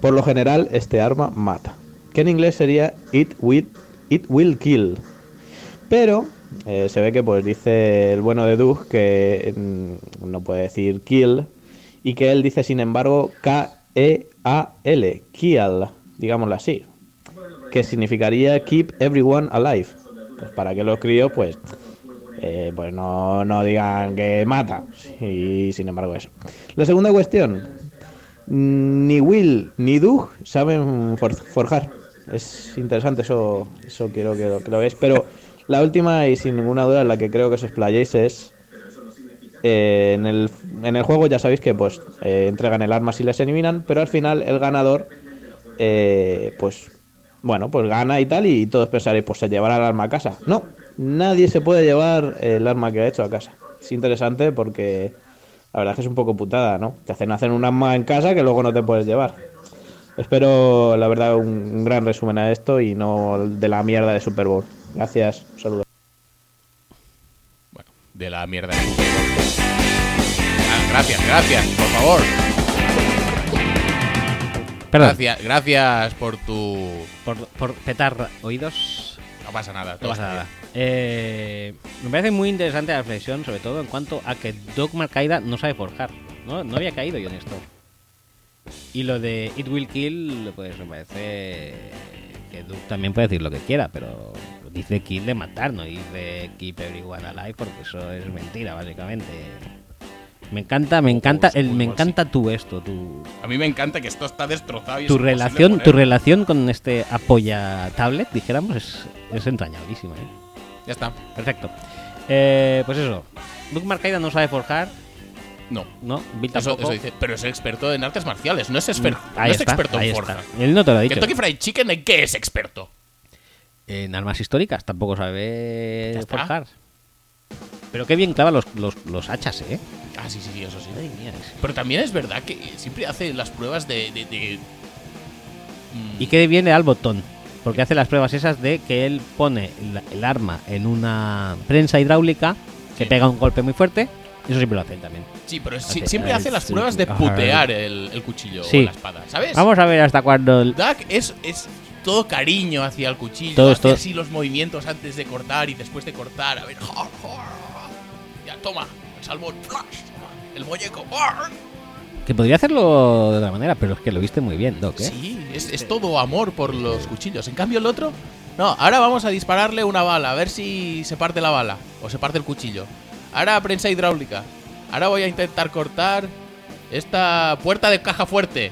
[SPEAKER 4] por lo general, este arma mata, que en inglés sería it will, it will kill. Pero se ve que pues dice el bueno de Doug que mm, no puede decir kill, y que él dice, sin embargo, E K-E-A-L, kill, digámoslo así, que significaría Keep Everyone Alive. Pues para que los críos, pues, eh, pues no, no, digan que mata. Y sin embargo, eso. La segunda cuestión. Ni Will ni Doug saben for forjar. Es interesante, eso, eso quiero que lo, que lo veáis. Pero la última y sin ninguna duda la que creo que os explayéis es... Eh, en, el, en, el, juego ya sabéis que pues eh, entregan el arma si les eliminan, pero al final el ganador pues bueno, pues gana y tal, y todos pensaréis, pues se llevará el arma a casa. No, nadie se puede llevar el arma que ha hecho a casa. Es interesante porque la verdad es que es un poco putada, ¿no? Te hacen hacer un arma en casa que luego no te puedes llevar. Espero, la verdad, un, un gran resumen a esto y no de la mierda de Super Bowl. Gracias, saludos.
[SPEAKER 2] Bueno, de la mierda de Super Bowl. gracias, gracias, por favor.
[SPEAKER 1] Perdón.
[SPEAKER 2] Gracias, gracias por tu.
[SPEAKER 1] Por, por petar oídos.
[SPEAKER 2] No pasa nada.
[SPEAKER 1] No pasa nada. Eh, me parece muy interesante la reflexión, sobre todo en cuanto a que Dogma Caída no sabe forjar. No, no había caído yo en esto. Y lo de It Will Kill, pues me parece que Doug también puede decir lo que quiera, pero dice kill de matar, no dice keep everyone alive, porque eso es mentira, básicamente. Me encanta, me encanta, el, me encanta tú esto, tú.
[SPEAKER 2] A mí me encanta que esto está destrozado. Y
[SPEAKER 1] Tu
[SPEAKER 2] es imposible
[SPEAKER 1] relación,
[SPEAKER 2] poner.
[SPEAKER 1] tu relación con este apoya tablet, dijéramos, es, es entrañabilísima. ¿eh?
[SPEAKER 2] Ya está.
[SPEAKER 1] Perfecto. Eh, pues eso. Duke Marcaida no sabe forjar,
[SPEAKER 2] No.
[SPEAKER 1] ¿no? Bill
[SPEAKER 2] Eso,
[SPEAKER 1] tampoco. Mm,
[SPEAKER 2] eso dice, pero es experto en artes marciales, no es, exper- no
[SPEAKER 1] ahí
[SPEAKER 2] es
[SPEAKER 1] está,
[SPEAKER 2] experto
[SPEAKER 1] ahí
[SPEAKER 2] en
[SPEAKER 1] está.
[SPEAKER 2] forja.
[SPEAKER 1] Él no te lo ha dicho.
[SPEAKER 2] Kentucky Fried Chicken, ¿en qué es experto?
[SPEAKER 1] En armas históricas tampoco sabe
[SPEAKER 2] Ya está.
[SPEAKER 1] forjar. Pero qué bien clava los, los, los hachas, ¿eh?
[SPEAKER 2] Ah, sí, sí, sí, eso sí.
[SPEAKER 1] Madre mía, es-
[SPEAKER 2] Pero también es verdad que siempre hace las pruebas de. de- de- Mm,
[SPEAKER 1] Y que viene al botón. Porque hace las pruebas esas de que él pone la- el arma en una prensa hidráulica que
[SPEAKER 2] Sí.
[SPEAKER 1] pega un golpe muy fuerte. Eso siempre lo hacen también.
[SPEAKER 2] Sí, pero sí-
[SPEAKER 1] Hace-
[SPEAKER 2] siempre hace las pruebas de putear el, el cuchillo
[SPEAKER 1] Sí. Ah,
[SPEAKER 2] o la espada, ¿sabes?
[SPEAKER 1] Vamos a ver hasta cuándo. el-
[SPEAKER 2] Duck es, es todo cariño hacia el cuchillo,
[SPEAKER 1] Todo,
[SPEAKER 2] hace
[SPEAKER 1] todo.
[SPEAKER 2] así los movimientos antes de cortar y después de cortar. A ver, ¡jor, jor! ya toma, el salmón, ¡flash! Toma, el muñeco. ¡jor!
[SPEAKER 1] Que podría hacerlo de otra manera, pero es que lo viste muy bien, Doc. ¿eh?
[SPEAKER 2] Sí, es, es todo amor por los cuchillos. En cambio, el otro, no, ahora vamos a dispararle una bala, a ver si se parte la bala o se parte el cuchillo. Ahora prensa hidráulica. Ahora voy a intentar cortar esta puerta de caja fuerte.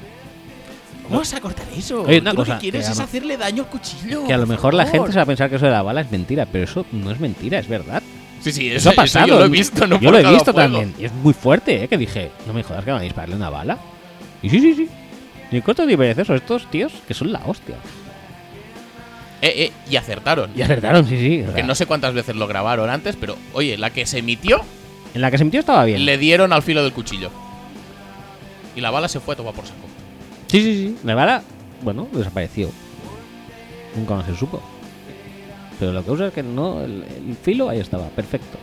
[SPEAKER 2] No vas a cortar eso.
[SPEAKER 1] Oye, una
[SPEAKER 2] Tú lo
[SPEAKER 1] cosa,
[SPEAKER 2] que quieres
[SPEAKER 1] que a
[SPEAKER 2] es
[SPEAKER 1] lo-
[SPEAKER 2] hacerle daño al cuchillo.
[SPEAKER 1] Que a lo
[SPEAKER 2] por
[SPEAKER 1] mejor la
[SPEAKER 2] favor.
[SPEAKER 1] gente se va a pensar que eso de la bala es mentira, pero eso no es mentira, es verdad.
[SPEAKER 2] Sí, sí,
[SPEAKER 1] Eso
[SPEAKER 2] eso,
[SPEAKER 1] ha pasado.
[SPEAKER 2] yo lo he visto, no
[SPEAKER 1] Yo lo he
[SPEAKER 2] Por
[SPEAKER 1] visto
[SPEAKER 2] cada juego.
[SPEAKER 1] también. Y es muy fuerte, ¿eh? Que dije, no me jodas que van a dispararle una bala. Y sí, sí, sí. Ni corto ni perezoso, estos tíos que son la hostia.
[SPEAKER 2] Eh, eh, y acertaron.
[SPEAKER 1] Y acertaron, sí, sí. o sea,
[SPEAKER 2] Que no sé cuántas veces lo grabaron antes, pero oye, la que se emitió
[SPEAKER 1] En la que se metió estaba bien.
[SPEAKER 2] le dieron al filo del cuchillo. Y la bala se fue a tomar por saco.
[SPEAKER 1] Sí, sí, sí. La bala, bueno, desapareció. Nunca más se supo. Pero lo que usa es que no, el, el filo ahí estaba, perfecto.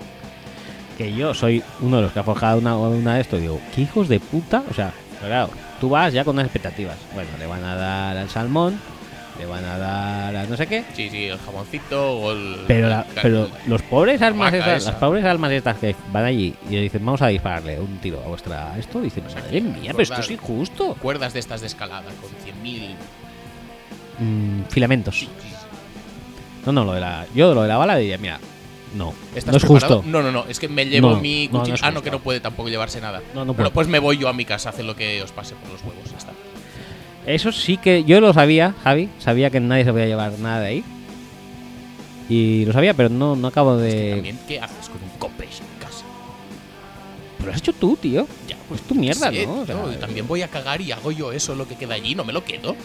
[SPEAKER 1] Que yo soy uno de los que ha forjado una, una de esto y digo, ¿qué hijos de puta? O sea, pero claro, tú vas ya con unas expectativas. Bueno, le van a dar al salmón, le van a dar a no sé qué.
[SPEAKER 2] Sí, sí, el jamoncito o el.
[SPEAKER 1] Pero, la- pero los pobres armas
[SPEAKER 2] Maca
[SPEAKER 1] esas,
[SPEAKER 2] esa.
[SPEAKER 1] las pobres armas estas que van allí y le dicen, vamos a dispararle un tiro a vuestra esto, dicen,
[SPEAKER 2] sea,
[SPEAKER 1] madre
[SPEAKER 2] que
[SPEAKER 1] mía, pero esto es
[SPEAKER 2] recordar-
[SPEAKER 1] injusto.
[SPEAKER 2] Cuerdas de estas de escalada con 100.000.
[SPEAKER 1] Mm, filamentos. No, no, lo de la. Yo lo de la bala diría, mira, no.
[SPEAKER 2] ¿Estás
[SPEAKER 1] no es
[SPEAKER 2] preparado?
[SPEAKER 1] justo.
[SPEAKER 2] No, no, no. Es que me llevo
[SPEAKER 1] No,
[SPEAKER 2] mi
[SPEAKER 1] no, no
[SPEAKER 2] cuchillo.
[SPEAKER 1] es
[SPEAKER 2] ah,
[SPEAKER 1] justo.
[SPEAKER 2] no, que no puede tampoco llevarse nada.
[SPEAKER 1] No, no puede.
[SPEAKER 2] Bueno, pues me voy yo a mi casa, haced lo que os pase por los huevos. Ya está.
[SPEAKER 1] Eso sí que yo lo sabía, Javi. Sabía que nadie se podía llevar nada de ahí. Y lo sabía, pero no, no acabo de.
[SPEAKER 2] También, ¿qué haces con un copés en casa?
[SPEAKER 1] Pero lo has hecho tú, tío.
[SPEAKER 2] Ya,
[SPEAKER 1] Pues tu mierda,
[SPEAKER 2] Sí,
[SPEAKER 1] ¿no? O sea,
[SPEAKER 2] no, y también voy a cagar y hago yo eso, lo que queda allí, no me lo quedo.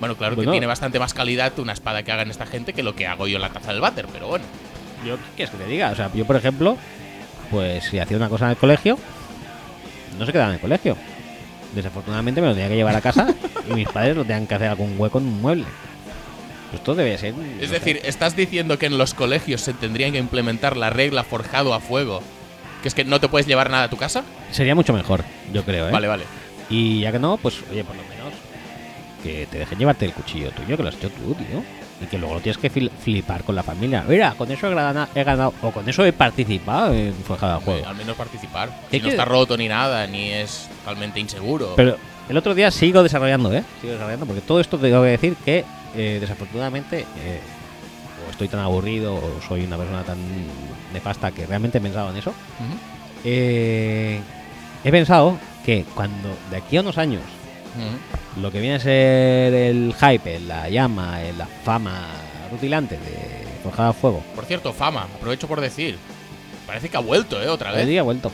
[SPEAKER 2] Bueno, claro
[SPEAKER 1] Bueno.
[SPEAKER 2] que tiene bastante más calidad una espada que hagan esta gente que lo que hago yo en la taza del váter, pero bueno.
[SPEAKER 1] Yo, ¿qué quieres que te diga? O sea, yo, por ejemplo, pues si hacía una cosa en el colegio, no se quedaba en el colegio. Desafortunadamente me lo tenía que llevar a casa y mis padres lo tenían que hacer algún hueco en un mueble. Pues todo debe ser. no
[SPEAKER 2] Es
[SPEAKER 1] sé.
[SPEAKER 2] decir, estás diciendo que en los colegios se tendrían que implementar la regla forjado a fuego, que es que no te puedes llevar nada a tu casa.
[SPEAKER 1] sería mucho mejor, yo creo, ¿eh?
[SPEAKER 2] Vale, vale.
[SPEAKER 1] Y ya que no, pues oye, por lo menos que te dejen llevarte el cuchillo tuyo, que lo has hecho tú, tío. Y que luego lo tienes que fil- flipar con la familia. Mira, con eso he grana- he ganado, o con eso he participado en Forjada a Juego.
[SPEAKER 2] Al menos participar.
[SPEAKER 1] ¿Qué
[SPEAKER 2] Y no
[SPEAKER 1] quiere-
[SPEAKER 2] está roto ni nada, ni es totalmente inseguro.
[SPEAKER 1] Pero el otro día sigo desarrollando, ¿eh? Sigo desarrollando, porque todo esto tengo que decir que eh, desafortunadamente eh, o estoy tan aburrido o soy una persona tan nefasta que realmente he pensado en eso.
[SPEAKER 2] Ujú,
[SPEAKER 1] Eh, he pensado que cuando de aquí a unos años
[SPEAKER 2] ujú.
[SPEAKER 1] lo que viene a ser el hype, la llama, eh, la fama rutilante de Forjada a Fuego,
[SPEAKER 2] Por cierto, fama, aprovecho por decir. Parece que ha vuelto, ¿eh? Otra
[SPEAKER 1] hoy
[SPEAKER 2] vez.
[SPEAKER 1] día ha vuelto.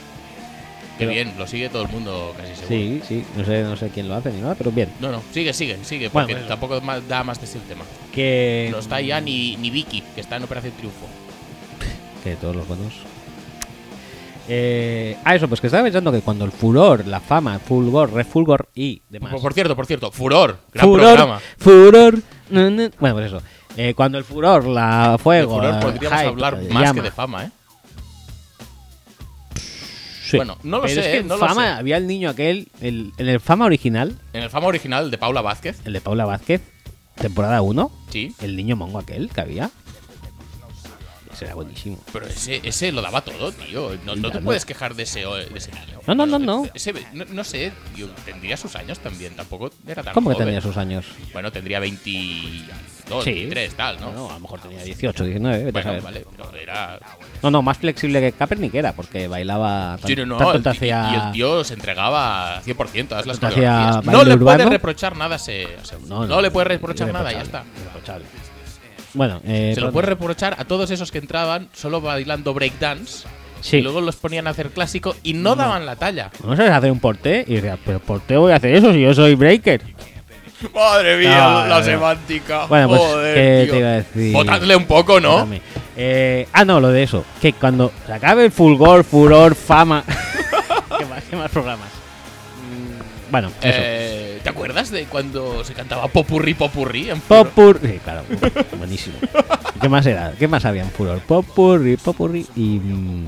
[SPEAKER 2] Qué
[SPEAKER 1] pero-
[SPEAKER 2] bien, lo sigue todo el mundo casi seguro.
[SPEAKER 1] Sí, sí, no sé, no sé quién lo hace ni nada, pero bien.
[SPEAKER 2] No, no, sigue, sigue, sigue,
[SPEAKER 1] Bueno, Eh,
[SPEAKER 2] porque
[SPEAKER 1] eso.
[SPEAKER 2] tampoco más- da más de ese tema.
[SPEAKER 1] Que,
[SPEAKER 2] No está ya ni, ni Vicky, que está en Operación Triunfo.
[SPEAKER 1] Que todos los buenos. Eh, ah, eso, pues que estaba pensando que cuando el furor, la fama, el fulgor, refulgor y demás.
[SPEAKER 2] Por, por cierto, por cierto, Furor, gran
[SPEAKER 1] furor,
[SPEAKER 2] programa.
[SPEAKER 1] furor. na, na. Bueno, pues eso. Eh, cuando el furor, la
[SPEAKER 2] De
[SPEAKER 1] fuego.
[SPEAKER 2] Furor
[SPEAKER 1] la
[SPEAKER 2] podríamos
[SPEAKER 1] hype,
[SPEAKER 2] hablar
[SPEAKER 1] la
[SPEAKER 2] más
[SPEAKER 1] llama.
[SPEAKER 2] que de fama, ¿eh?
[SPEAKER 1] Sí.
[SPEAKER 2] Bueno, no lo
[SPEAKER 1] Pero
[SPEAKER 2] sé,
[SPEAKER 1] es que
[SPEAKER 2] eh,
[SPEAKER 1] en
[SPEAKER 2] no lo
[SPEAKER 1] fama
[SPEAKER 2] sé.
[SPEAKER 1] había el niño aquel, el, en el fama original,
[SPEAKER 2] En el fama original de Paula Vázquez,
[SPEAKER 1] el de Paula Vázquez, temporada 1,
[SPEAKER 2] sí,
[SPEAKER 1] el niño mongo aquel que había. Ese era buenísimo.
[SPEAKER 2] pero ese, ese lo daba todo, tío. No, no te
[SPEAKER 1] Claro.
[SPEAKER 2] puedes quejar de ese, de ese niño.
[SPEAKER 1] No, no, no, no.
[SPEAKER 2] Ese- no, no sé, tío, tendría sus años también, tampoco era tan
[SPEAKER 1] ¿Cómo que
[SPEAKER 2] joven.
[SPEAKER 1] tenía sus años?
[SPEAKER 2] Bueno, tendría 22,
[SPEAKER 1] Sí.
[SPEAKER 2] 23, tal, ¿no?
[SPEAKER 1] Bueno, a lo mejor tenía 18, 19, vete a
[SPEAKER 2] Bueno,
[SPEAKER 1] saber.
[SPEAKER 2] vale, pero era...
[SPEAKER 1] No, no, más flexible que Kaepernick era, porque bailaba tan-
[SPEAKER 2] Sí, no, no,
[SPEAKER 1] tanto
[SPEAKER 2] el
[SPEAKER 1] te
[SPEAKER 2] ti-
[SPEAKER 1] hacía...
[SPEAKER 2] y el tío se entregaba 100% a todas las
[SPEAKER 1] Te hacía
[SPEAKER 2] coreografías.
[SPEAKER 1] baile
[SPEAKER 2] No le
[SPEAKER 1] urbano.
[SPEAKER 2] puedes reprochar nada a ese- a ese- No, le puedes reprochar nada, ya está.
[SPEAKER 1] irreprochable, irreprochable. Bueno, eh,
[SPEAKER 2] Se lo
[SPEAKER 1] perdón.
[SPEAKER 2] puedes reprochar a todos esos que entraban solo bailando breakdance.
[SPEAKER 1] Sí.
[SPEAKER 2] Y luego los ponían a hacer clásico y no daban la talla.
[SPEAKER 1] No sabes hacer un porté y decía, pero ¿por qué voy a hacer eso si yo soy breaker?
[SPEAKER 2] Madre mía,
[SPEAKER 1] No,
[SPEAKER 2] la
[SPEAKER 1] no, no.
[SPEAKER 2] semántica.
[SPEAKER 1] Bueno, pues,
[SPEAKER 2] Joder,
[SPEAKER 1] ¿qué
[SPEAKER 2] tío.
[SPEAKER 1] te iba a decir?
[SPEAKER 2] Botadle un poco, ¿no?
[SPEAKER 1] Espérame. Eh, ah, no, lo de eso. Que cuando se acabe el fulgor, furor, fama... ¿Qué más, qué más programas? Mm, Bueno, eso.
[SPEAKER 2] Eh, ¿Te acuerdas de cuando se cantaba Popurri Popurri en Furor?
[SPEAKER 1] Popurri. Sí, claro, uf, buenísimo. ¿Y ¿Qué más era? ¿Qué más había en furor? Popurri, popurri y. mm,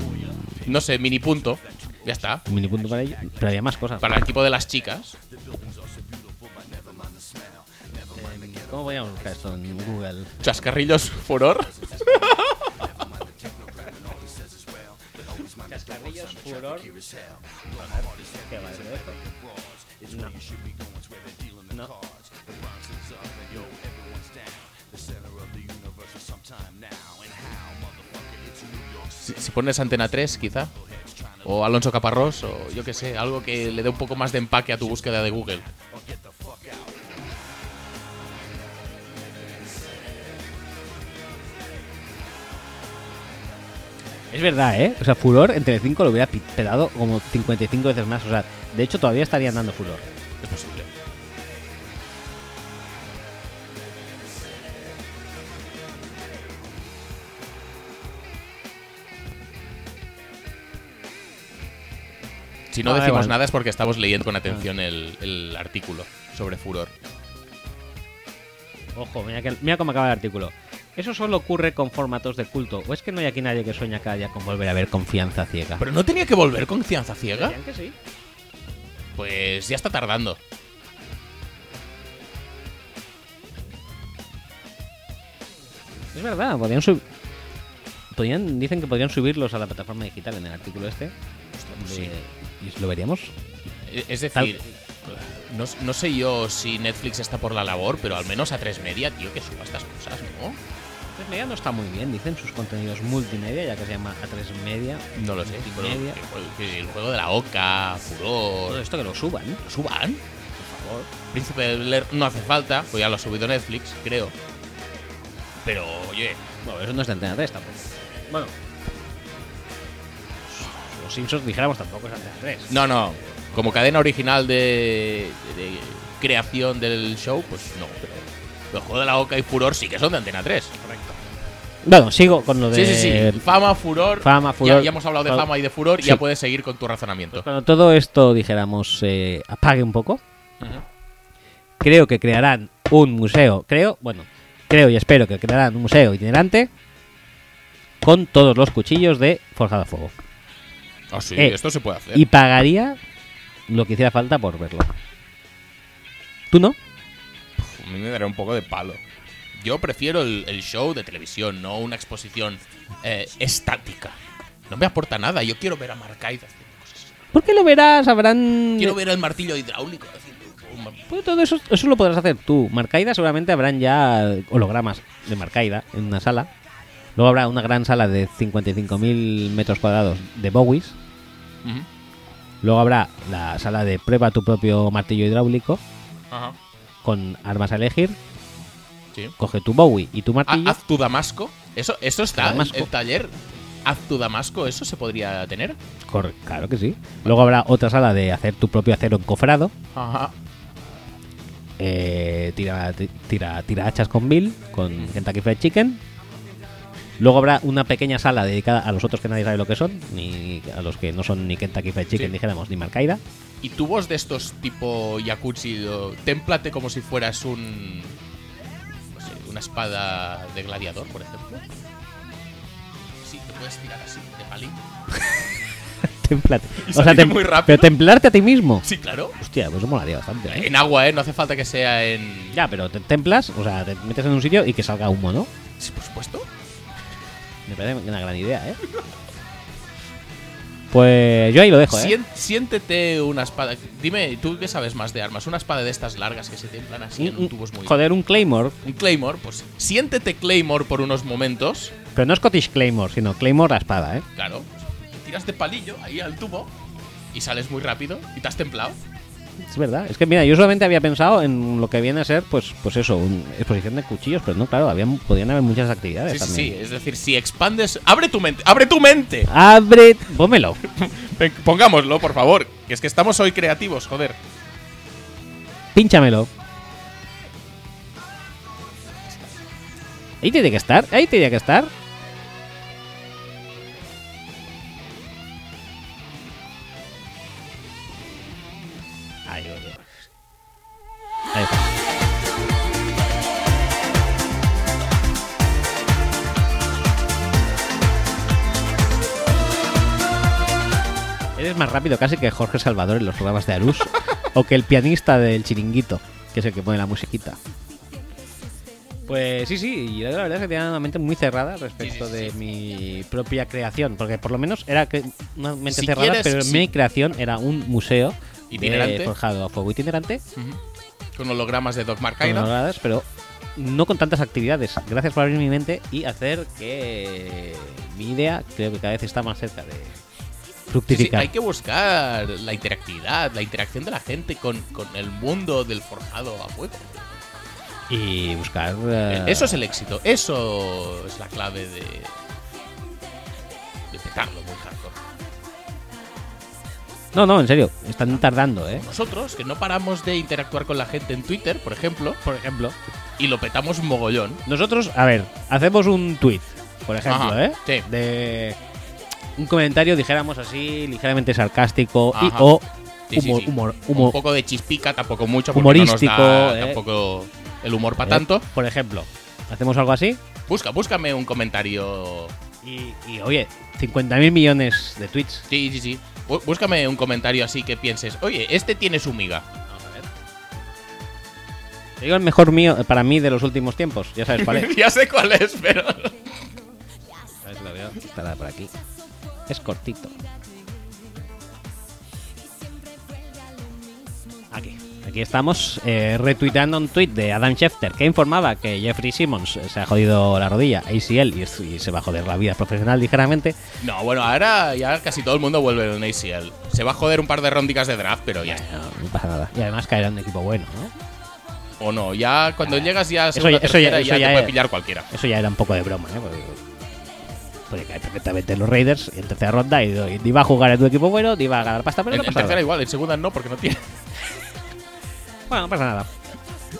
[SPEAKER 2] No sé, mini punto. Ya está.
[SPEAKER 1] un mini punto para ello. Pero había más cosas.
[SPEAKER 2] Para el equipo de las chicas.
[SPEAKER 1] ¿Cómo podíamos buscar esto en Google?
[SPEAKER 2] Chascarrillos Furor.
[SPEAKER 1] furor. No.
[SPEAKER 2] Si, si pones Antena 3, quizá. O Alonso Caparrós, o yo qué sé, algo que le dé un poco más de empaque a tu búsqueda de Google.
[SPEAKER 1] Es verdad, ¿eh? O sea, furor en Telecinco lo hubiera pi- petado como 55 veces más. O sea, de hecho, todavía estarían dando furor.
[SPEAKER 2] Es posible. Si no
[SPEAKER 1] Ah, da
[SPEAKER 2] decimos
[SPEAKER 1] igual. Ah.
[SPEAKER 2] nada es porque estamos leyendo con atención el, el artículo sobre furor.
[SPEAKER 1] Ojo, mira, que- mira cómo acaba el artículo. Eso solo ocurre con formatos de culto. ¿O es que no hay aquí nadie que sueña cada día con volver a ver confianza ciega?
[SPEAKER 2] ¿Pero no tenía que volver confianza ciega?
[SPEAKER 1] Decían que sí.
[SPEAKER 2] Pues ya está tardando.
[SPEAKER 1] Es verdad, podrían subir. Podrían, dicen que podrían subirlos a la plataforma digital en el artículo este.
[SPEAKER 2] sí.
[SPEAKER 1] De- y lo veríamos.
[SPEAKER 2] E- Es
[SPEAKER 1] Tal-
[SPEAKER 2] decir, no, no sé yo si Netflix está por la labor, pero al menos a tres media, tío, que suba estas cosas, ¿no?
[SPEAKER 1] A3 Pues Media no está muy bien, dicen sus contenidos multimedia, ya que se llama A3 Media.
[SPEAKER 2] No lo sé. pero
[SPEAKER 1] Multimedia.
[SPEAKER 2] que juegue- que el juego de la Oca,
[SPEAKER 1] Todo
[SPEAKER 2] Furor.
[SPEAKER 1] esto que lo suban.
[SPEAKER 2] ¿Lo suban? Por favor. Príncipe de Blair no hace falta, pues ya lo ha subido Netflix, creo. Pero, oye,
[SPEAKER 1] Bueno, eso no es de Antena 3 tampoco. Bueno. Los Simpsons, dijéramos, tampoco es Antena 3.
[SPEAKER 2] no, no. Como cadena original de, de creación del show, pues no. Pero los Juegos de la Oca y Furor sí que son de Antena 3. Correcto.
[SPEAKER 1] Bueno, sigo con lo de...
[SPEAKER 2] Sí, sí, sí. Fama, furor.
[SPEAKER 1] Fama,
[SPEAKER 2] Ya-
[SPEAKER 1] furor.
[SPEAKER 2] Ya, hemos hablado de
[SPEAKER 1] Fama.
[SPEAKER 2] fama y de furor.
[SPEAKER 1] Sí.
[SPEAKER 2] Ya puedes seguir con tu razonamiento.
[SPEAKER 1] Cuando todo esto, dijéramos, eh, apague un poco,
[SPEAKER 2] Ujú.
[SPEAKER 1] creo que crearán un museo, creo, bueno, creo y espero que crearán un museo itinerante con todos los cuchillos de Forjado a Fuego.
[SPEAKER 2] Ah, sí,
[SPEAKER 1] Eh,
[SPEAKER 2] esto se puede hacer.
[SPEAKER 1] Y pagaría lo que hiciera falta por verlo. ¿Tú no?
[SPEAKER 2] A mí me daría un poco de palo. Yo prefiero el, el show de televisión, no una exposición eh, estática. No me aporta nada. Yo quiero ver a Marcaid haciendo cosas.
[SPEAKER 1] ¿Por qué lo verás? Habrán...
[SPEAKER 2] Quiero ver al martillo hidráulico haciendo. un-
[SPEAKER 1] Pues todo eso, eso lo podrás hacer tú. Marcaida seguramente habrán ya hologramas de Marcaida en una sala. Luego habrá una gran sala de 55.000 metros cuadrados de Bowies.
[SPEAKER 2] Ujú.
[SPEAKER 1] Luego habrá la sala de prueba tu propio martillo hidráulico
[SPEAKER 2] Ajá.
[SPEAKER 1] con armas a elegir.
[SPEAKER 2] Sí.
[SPEAKER 1] Coge tu Bowie y tu
[SPEAKER 2] Ha-
[SPEAKER 1] martillo.
[SPEAKER 2] haz tu Damasco. Eso, eso está en
[SPEAKER 1] Damasco.
[SPEAKER 2] el taller. Haz tu Damasco, eso se podría tener.
[SPEAKER 1] Corre- claro que sí. Luego habrá otra sala de hacer tu propio acero encofrado.
[SPEAKER 2] Ajá.
[SPEAKER 1] Eh, tira, ti- tira, tira hachas con Bill, con Kentucky Fried Chicken. Luego habrá una pequeña sala dedicada a los otros que nadie sabe lo que son, ni a los que no son ni Kentucky Fried Chicken,
[SPEAKER 2] Sí.
[SPEAKER 1] dijéramos, ni Marcaida.
[SPEAKER 2] Y tubos de estos tipo jacuzzi, lo- témplate como si fueras un. no sé, una espada de gladiador, por ejemplo. Sí, te puedes tirar así, de palito.
[SPEAKER 1] Template.
[SPEAKER 2] Y salir
[SPEAKER 1] tem-
[SPEAKER 2] muy rápido.
[SPEAKER 1] pero templarte a ti mismo.
[SPEAKER 2] Sí, claro.
[SPEAKER 1] Hostia, pues eso molaría bastante. ¿eh?
[SPEAKER 2] En agua, ¿eh? No hace falta que sea en.
[SPEAKER 1] Ya, pero te templas, o sea, te metes en un sitio y que salga humo, ¿no?
[SPEAKER 2] Sí, por supuesto.
[SPEAKER 1] Me parece una gran idea, ¿eh? Pues yo ahí lo dejo, ¿eh?
[SPEAKER 2] Sien- siéntete una espada. Dime, ¿tú qué sabes más de armas? Una espada de estas largas que se templan así en
[SPEAKER 1] Un-
[SPEAKER 2] un
[SPEAKER 1] un-
[SPEAKER 2] tubo es muy.
[SPEAKER 1] Mm, Joder, un Claymore.
[SPEAKER 2] Un Claymore, pues siéntete Claymore por unos momentos.
[SPEAKER 1] Pero no Scottish Claymore, sino Claymore a espada, ¿eh?
[SPEAKER 2] Claro, pues, tiras de palillo ahí al tubo y sales muy rápido y te has templado.
[SPEAKER 1] Es verdad. Es que mira, yo solamente había pensado en lo que viene a ser, pues, pues eso, una exposición de cuchillos, pero no, claro, habían, podían haber muchas actividades
[SPEAKER 2] Sí, sí,
[SPEAKER 1] también.
[SPEAKER 2] sí, es decir, si expandes. ¡Abre tu mente! ¡Abre tu mente!
[SPEAKER 1] Abre, pómelo.
[SPEAKER 2] Ven, Pongámoslo, por favor, que es que estamos hoy creativos, joder.
[SPEAKER 1] Pínchamelo. Ahí tiene que estar, ahí tiene que estar. Ahí, oye. Ahí está. Eres más rápido casi que Jorge Salvador en los programas de Arús o que el pianista del chiringuito, que es el que pone la musiquita. Pues sí, sí, yo la verdad es que tenía una mente muy cerrada respecto
[SPEAKER 2] Sí, sí,
[SPEAKER 1] de mi propia creación, porque por lo menos era que una mente
[SPEAKER 2] Si
[SPEAKER 1] cerrada,
[SPEAKER 2] quieres,
[SPEAKER 1] pero
[SPEAKER 2] sí.
[SPEAKER 1] mi creación era un museo de
[SPEAKER 2] Itinerante.
[SPEAKER 1] forjado a fuego itinerante,
[SPEAKER 2] Con hologramas de Doc
[SPEAKER 1] con
[SPEAKER 2] Marcaida.
[SPEAKER 1] honoradas, pero no con tantas actividades. Gracias por abrir mi mente y hacer que mi idea creo que cada vez está más cerca de
[SPEAKER 2] Sí, sí,
[SPEAKER 1] fructificar.
[SPEAKER 2] hay que buscar la interactividad, la interacción de la gente con, con el mundo del forjado a fuego.
[SPEAKER 1] Y buscar... eh,
[SPEAKER 2] Eso es el éxito, eso es la clave de. de petarlo muy hardcore.
[SPEAKER 1] No, no, en serio, están tardando, ¿eh?
[SPEAKER 2] Nosotros, que no paramos de interactuar con la gente en Twitter, por ejemplo,
[SPEAKER 1] Por ejemplo,
[SPEAKER 2] y lo petamos mogollón.
[SPEAKER 1] nosotros, a ver, hacemos un tweet, por ejemplo,
[SPEAKER 2] Ajá,
[SPEAKER 1] ¿eh?
[SPEAKER 2] sí.
[SPEAKER 1] De un comentario, dijéramos así, ligeramente sarcástico y
[SPEAKER 2] Ajá.
[SPEAKER 1] o
[SPEAKER 2] Sí, sí,
[SPEAKER 1] humor,
[SPEAKER 2] sí.
[SPEAKER 1] humor,
[SPEAKER 2] Un
[SPEAKER 1] humor,
[SPEAKER 2] poco de chispica, tampoco mucho, porque no nos
[SPEAKER 1] Humorístico,
[SPEAKER 2] da
[SPEAKER 1] eh.
[SPEAKER 2] tampoco el humor para
[SPEAKER 1] ¿eh?
[SPEAKER 2] tanto.
[SPEAKER 1] Por ejemplo, hacemos algo así
[SPEAKER 2] Busca, búscame un comentario.
[SPEAKER 1] y, y, oye, 50.000 millones de tweets.
[SPEAKER 2] Sí, sí, sí. Bú- Búscame un comentario así que pienses, oye, este tiene su miga.
[SPEAKER 1] Vamos a ver. Te digo el mejor mío, eh, para mí, de los últimos tiempos. Ya sabes cuál es.
[SPEAKER 2] ya sé cuál es, pero.
[SPEAKER 1] A ver si lo veo. Estará por aquí. Es cortito. Aquí. Aquí estamos eh, retuiteando un tweet de Adam Schefter que informaba que Jeffrey Simmons eh, se ha jodido la rodilla, ACL, y, es- y se va a joder la vida profesional ligeramente.
[SPEAKER 2] No, bueno, ahora ya casi todo el mundo vuelve en ACL.
[SPEAKER 1] Pues Eh,
[SPEAKER 2] Se va a joder un par de rondicas de draft, pero ya está.
[SPEAKER 1] No, no pasa nada. Y además caerá en un equipo bueno, ¿no?
[SPEAKER 2] O no, ya cuando
[SPEAKER 1] Ah,
[SPEAKER 2] llegas ya
[SPEAKER 1] eso
[SPEAKER 2] segunda,
[SPEAKER 1] ya- eso ya-
[SPEAKER 2] tercera,
[SPEAKER 1] eso
[SPEAKER 2] ya
[SPEAKER 1] ya
[SPEAKER 2] te puede
[SPEAKER 1] es-
[SPEAKER 2] pillar cualquiera.
[SPEAKER 1] Eso ya era un poco de broma, ¿eh? Porque puede caer perfectamente en los Raiders en tercera ronda y, y ni va a jugar en tu equipo bueno, ni va a ganar pasta, pero
[SPEAKER 2] En,
[SPEAKER 1] no
[SPEAKER 2] en
[SPEAKER 1] pasa
[SPEAKER 2] tercera
[SPEAKER 1] nada.
[SPEAKER 2] igual, en segunda no, porque no tiene.
[SPEAKER 1] Bueno, no pasa nada.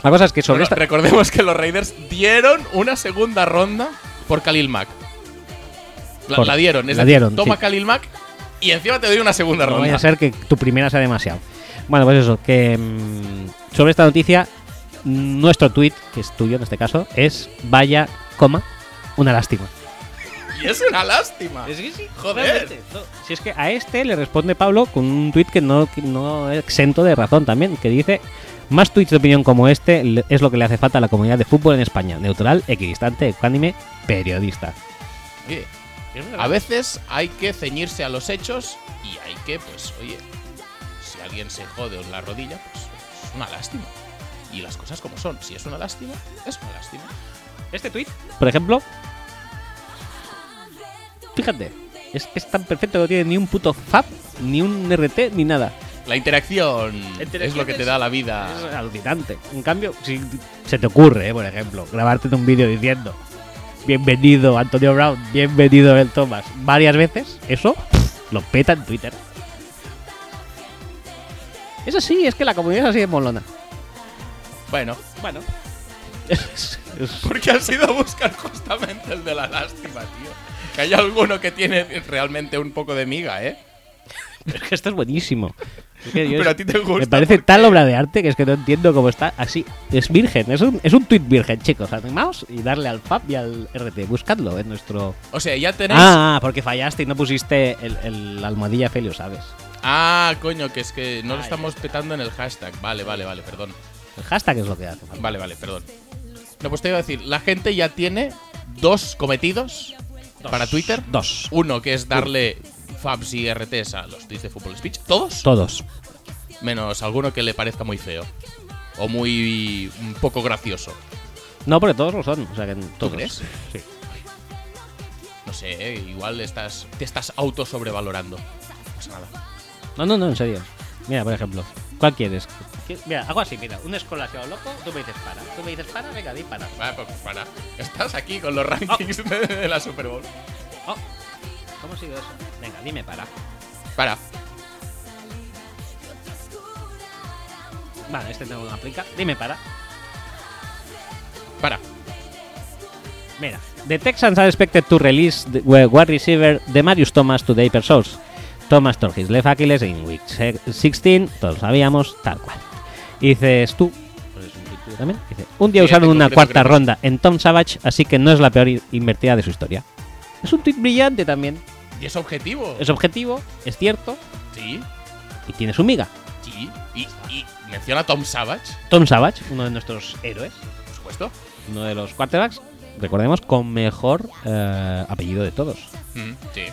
[SPEAKER 1] La cosa es que sobre
[SPEAKER 2] Bueno,
[SPEAKER 1] esta...
[SPEAKER 2] Recordemos que los Raiders dieron una segunda ronda por Khalil Mack. La,
[SPEAKER 1] Por-
[SPEAKER 2] la dieron, es
[SPEAKER 1] la
[SPEAKER 2] decir,
[SPEAKER 1] dieron,
[SPEAKER 2] toma
[SPEAKER 1] sí.
[SPEAKER 2] Khalil Mack y encima te doy una segunda
[SPEAKER 1] No
[SPEAKER 2] ronda.
[SPEAKER 1] vaya a ser que tu primera sea demasiado. Bueno, pues eso, que mm, sobre esta noticia, nuestro tweet, que es tuyo en este caso, es vaya, coma, una lástima.
[SPEAKER 2] Y es una lástima.
[SPEAKER 1] que sí,
[SPEAKER 2] Ah. joder.
[SPEAKER 1] realmente, no. Si es que a este le responde Pablo con un tweet que no, que no es exento de razón también, que dice: Más tweets de opinión como este le- es lo que le hace falta a la comunidad de fútbol en España. Neutral, equidistante, ecuánime, periodista.
[SPEAKER 2] Oye, a veces hay que ceñirse a los hechos y hay que, pues, oye, si alguien se jode en la rodilla, pues es una lástima. Y las cosas como son, si es una lástima, es una lástima.
[SPEAKER 1] Este tweet, por ejemplo, fíjate, es que es tan perfecto que no tiene ni un puto FAB, ni un RT, ni nada.
[SPEAKER 2] La interacción,
[SPEAKER 1] Interacción
[SPEAKER 2] es lo que te
[SPEAKER 1] es-
[SPEAKER 2] da la
[SPEAKER 1] Es
[SPEAKER 2] vida.
[SPEAKER 1] alucinante. En cambio, si se te ocurre, eh, por ejemplo, grabarte en un vídeo diciendo bienvenido Antonio Brown, bienvenido El Thomas, varias veces, eso pff, lo peta en Twitter. Eso sí, es que la comunidad es así de molona.
[SPEAKER 2] Bueno,
[SPEAKER 1] Bueno.
[SPEAKER 2] porque has ido a buscar justamente el de la lástima, tío. Que hay alguno que tiene realmente un poco de miga, ¿eh?
[SPEAKER 1] esto es buenísimo. Es que yo-
[SPEAKER 2] Pero a ti te gusta.
[SPEAKER 1] Me parece
[SPEAKER 2] porque-
[SPEAKER 1] tal obra de arte que es que no entiendo cómo está así. Es virgen, es un, es un tweet virgen, chicos. Animaos y darle al FAB y al RT. Buscadlo en nuestro.
[SPEAKER 2] O sea, ya tenéis. Ah.
[SPEAKER 1] Ah, porque fallaste y no pusiste el, el- la almohadilla Felio, ¿sabes?
[SPEAKER 2] Ah, coño, que es que no lo
[SPEAKER 1] Ah,
[SPEAKER 2] estamos petando en el hashtag. Vale, vale, vale, perdón.
[SPEAKER 1] El hashtag es lo que hace. falta.
[SPEAKER 2] Vale, vale, perdón. No, pues te iba a decir, la gente ya tiene dos cometidos para Twitter.
[SPEAKER 1] Dos.
[SPEAKER 2] Uno que es darle fabs y RTs a los tweets de Football Speech. Todos.
[SPEAKER 1] Todos.
[SPEAKER 2] menos alguno que le parezca muy feo. O muy un poco gracioso.
[SPEAKER 1] No, porque todos lo son. O sea, que todos.
[SPEAKER 2] crees?
[SPEAKER 1] Sí.
[SPEAKER 2] No sé, eh, igual estás, te estás auto sobrevalorando. Pues nada.
[SPEAKER 1] No, no, no, en serio. Mira, por ejemplo, ¿cuál quieres? ¿Qui- Mira, hago así, mira, un escolaseado loco, tú me dices para, tú me dices para, venga, di para.
[SPEAKER 2] Va, pues para. Estás aquí con los rankings de, de la Super Bowl.
[SPEAKER 1] Oh, ¿cómo sigue eso? Venga, dime para.
[SPEAKER 2] Para.
[SPEAKER 1] Vale, este tengo una aplica. Dime para.
[SPEAKER 2] Para.
[SPEAKER 1] Mira, the Texans are expected to release the wide receiver Demarius Thomas today per source. Thomas tore his left Achilles in week se- 16, todos sabíamos, tal cual. Y dices tú, pues es un tuit tuyo también, dice, un día
[SPEAKER 2] Sí,
[SPEAKER 1] usaron
[SPEAKER 2] te
[SPEAKER 1] una
[SPEAKER 2] completo,
[SPEAKER 1] cuarta
[SPEAKER 2] creo que
[SPEAKER 1] ronda en Tom Savage, así que no es la peor i- invertida de su historia. Es un tweet brillante también.
[SPEAKER 2] Y es objetivo.
[SPEAKER 1] Es objetivo, es cierto
[SPEAKER 2] Sí,
[SPEAKER 1] y tiene su miga.
[SPEAKER 2] sí. Y, y menciona a Tom Savage,
[SPEAKER 1] Tom Savage, uno de nuestros héroes,
[SPEAKER 2] por supuesto.
[SPEAKER 1] uno de los quarterbacks, recordemos, con mejor eh, apellido de todos.
[SPEAKER 2] Mm, sí.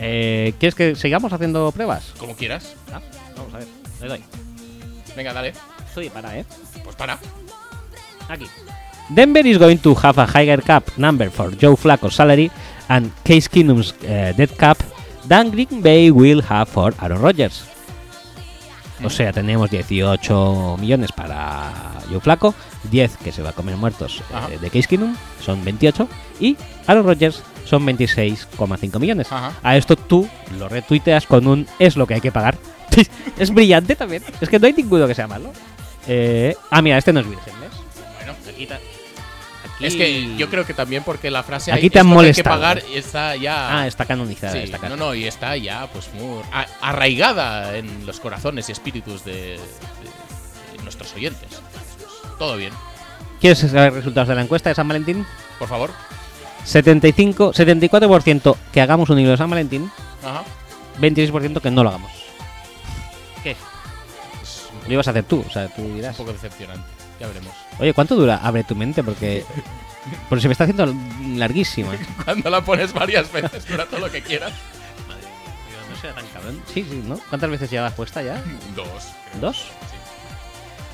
[SPEAKER 1] Eh, ¿Quieres que sigamos haciendo pruebas?
[SPEAKER 2] Como quieras.
[SPEAKER 1] Ah, vamos a ver. Le doy.
[SPEAKER 2] Venga, dale.
[SPEAKER 1] Estoy para, ¿eh?
[SPEAKER 2] Pues para.
[SPEAKER 1] Aquí. Denver is going to have a higher cap number for Joe Flacco's salary and Case Keenum's eh, dead cap than Green Bay will have for Aaron Rodgers. O sea, tenemos 18 millones para Joe Flacco, 10 que se va a comer muertos eh,
[SPEAKER 2] Ajá.
[SPEAKER 1] de Case Keenum, son 28, y Aaron Rodgers son 26,5 millones.
[SPEAKER 2] Ajá.
[SPEAKER 1] A esto tú lo retuiteas con un es lo que hay que pagar. es brillante también. Es que no hay ninguno que sea malo. Eh, ah, mira, este no es virgen, ¿ves?
[SPEAKER 2] Bueno,
[SPEAKER 1] Aquí ta- aquí-
[SPEAKER 2] es que yo creo que también porque la frase
[SPEAKER 1] Aquí
[SPEAKER 2] ahí,
[SPEAKER 1] te
[SPEAKER 2] es
[SPEAKER 1] han
[SPEAKER 2] lo que hay que
[SPEAKER 1] molestado. ¿eh?
[SPEAKER 2] pagar está ya
[SPEAKER 1] Ah, está canonizada.
[SPEAKER 2] Sí,
[SPEAKER 1] está
[SPEAKER 2] no,
[SPEAKER 1] canonizada.
[SPEAKER 2] no, y está ya pues muy a- arraigada en los corazones y espíritus de, de- de nuestros oyentes. Todo bien,
[SPEAKER 1] ¿Quieres saber resultados de la encuesta de San Valentín?
[SPEAKER 2] por favor.
[SPEAKER 1] 75, 74% que hagamos un hilo de San Valentín,
[SPEAKER 2] Ajá.
[SPEAKER 1] 26% que no lo hagamos. ¿Qué?
[SPEAKER 2] Es un,
[SPEAKER 1] Lo ibas a hacer tú, o sea, tú
[SPEAKER 2] es un
[SPEAKER 1] dirás.
[SPEAKER 2] poco decepcionante, ya veremos.
[SPEAKER 1] Oye, ¿cuánto dura? Abre tu mente porque. Porque se me está haciendo larguísima.
[SPEAKER 2] Cuando la pones varias veces, dura todo lo que quieras.
[SPEAKER 1] No sea tan cabrón. Sí, sí, ¿no? ¿Cuántas veces llevas puesta ya?
[SPEAKER 2] Dos. creo.
[SPEAKER 1] ¿Dos?
[SPEAKER 2] Sí.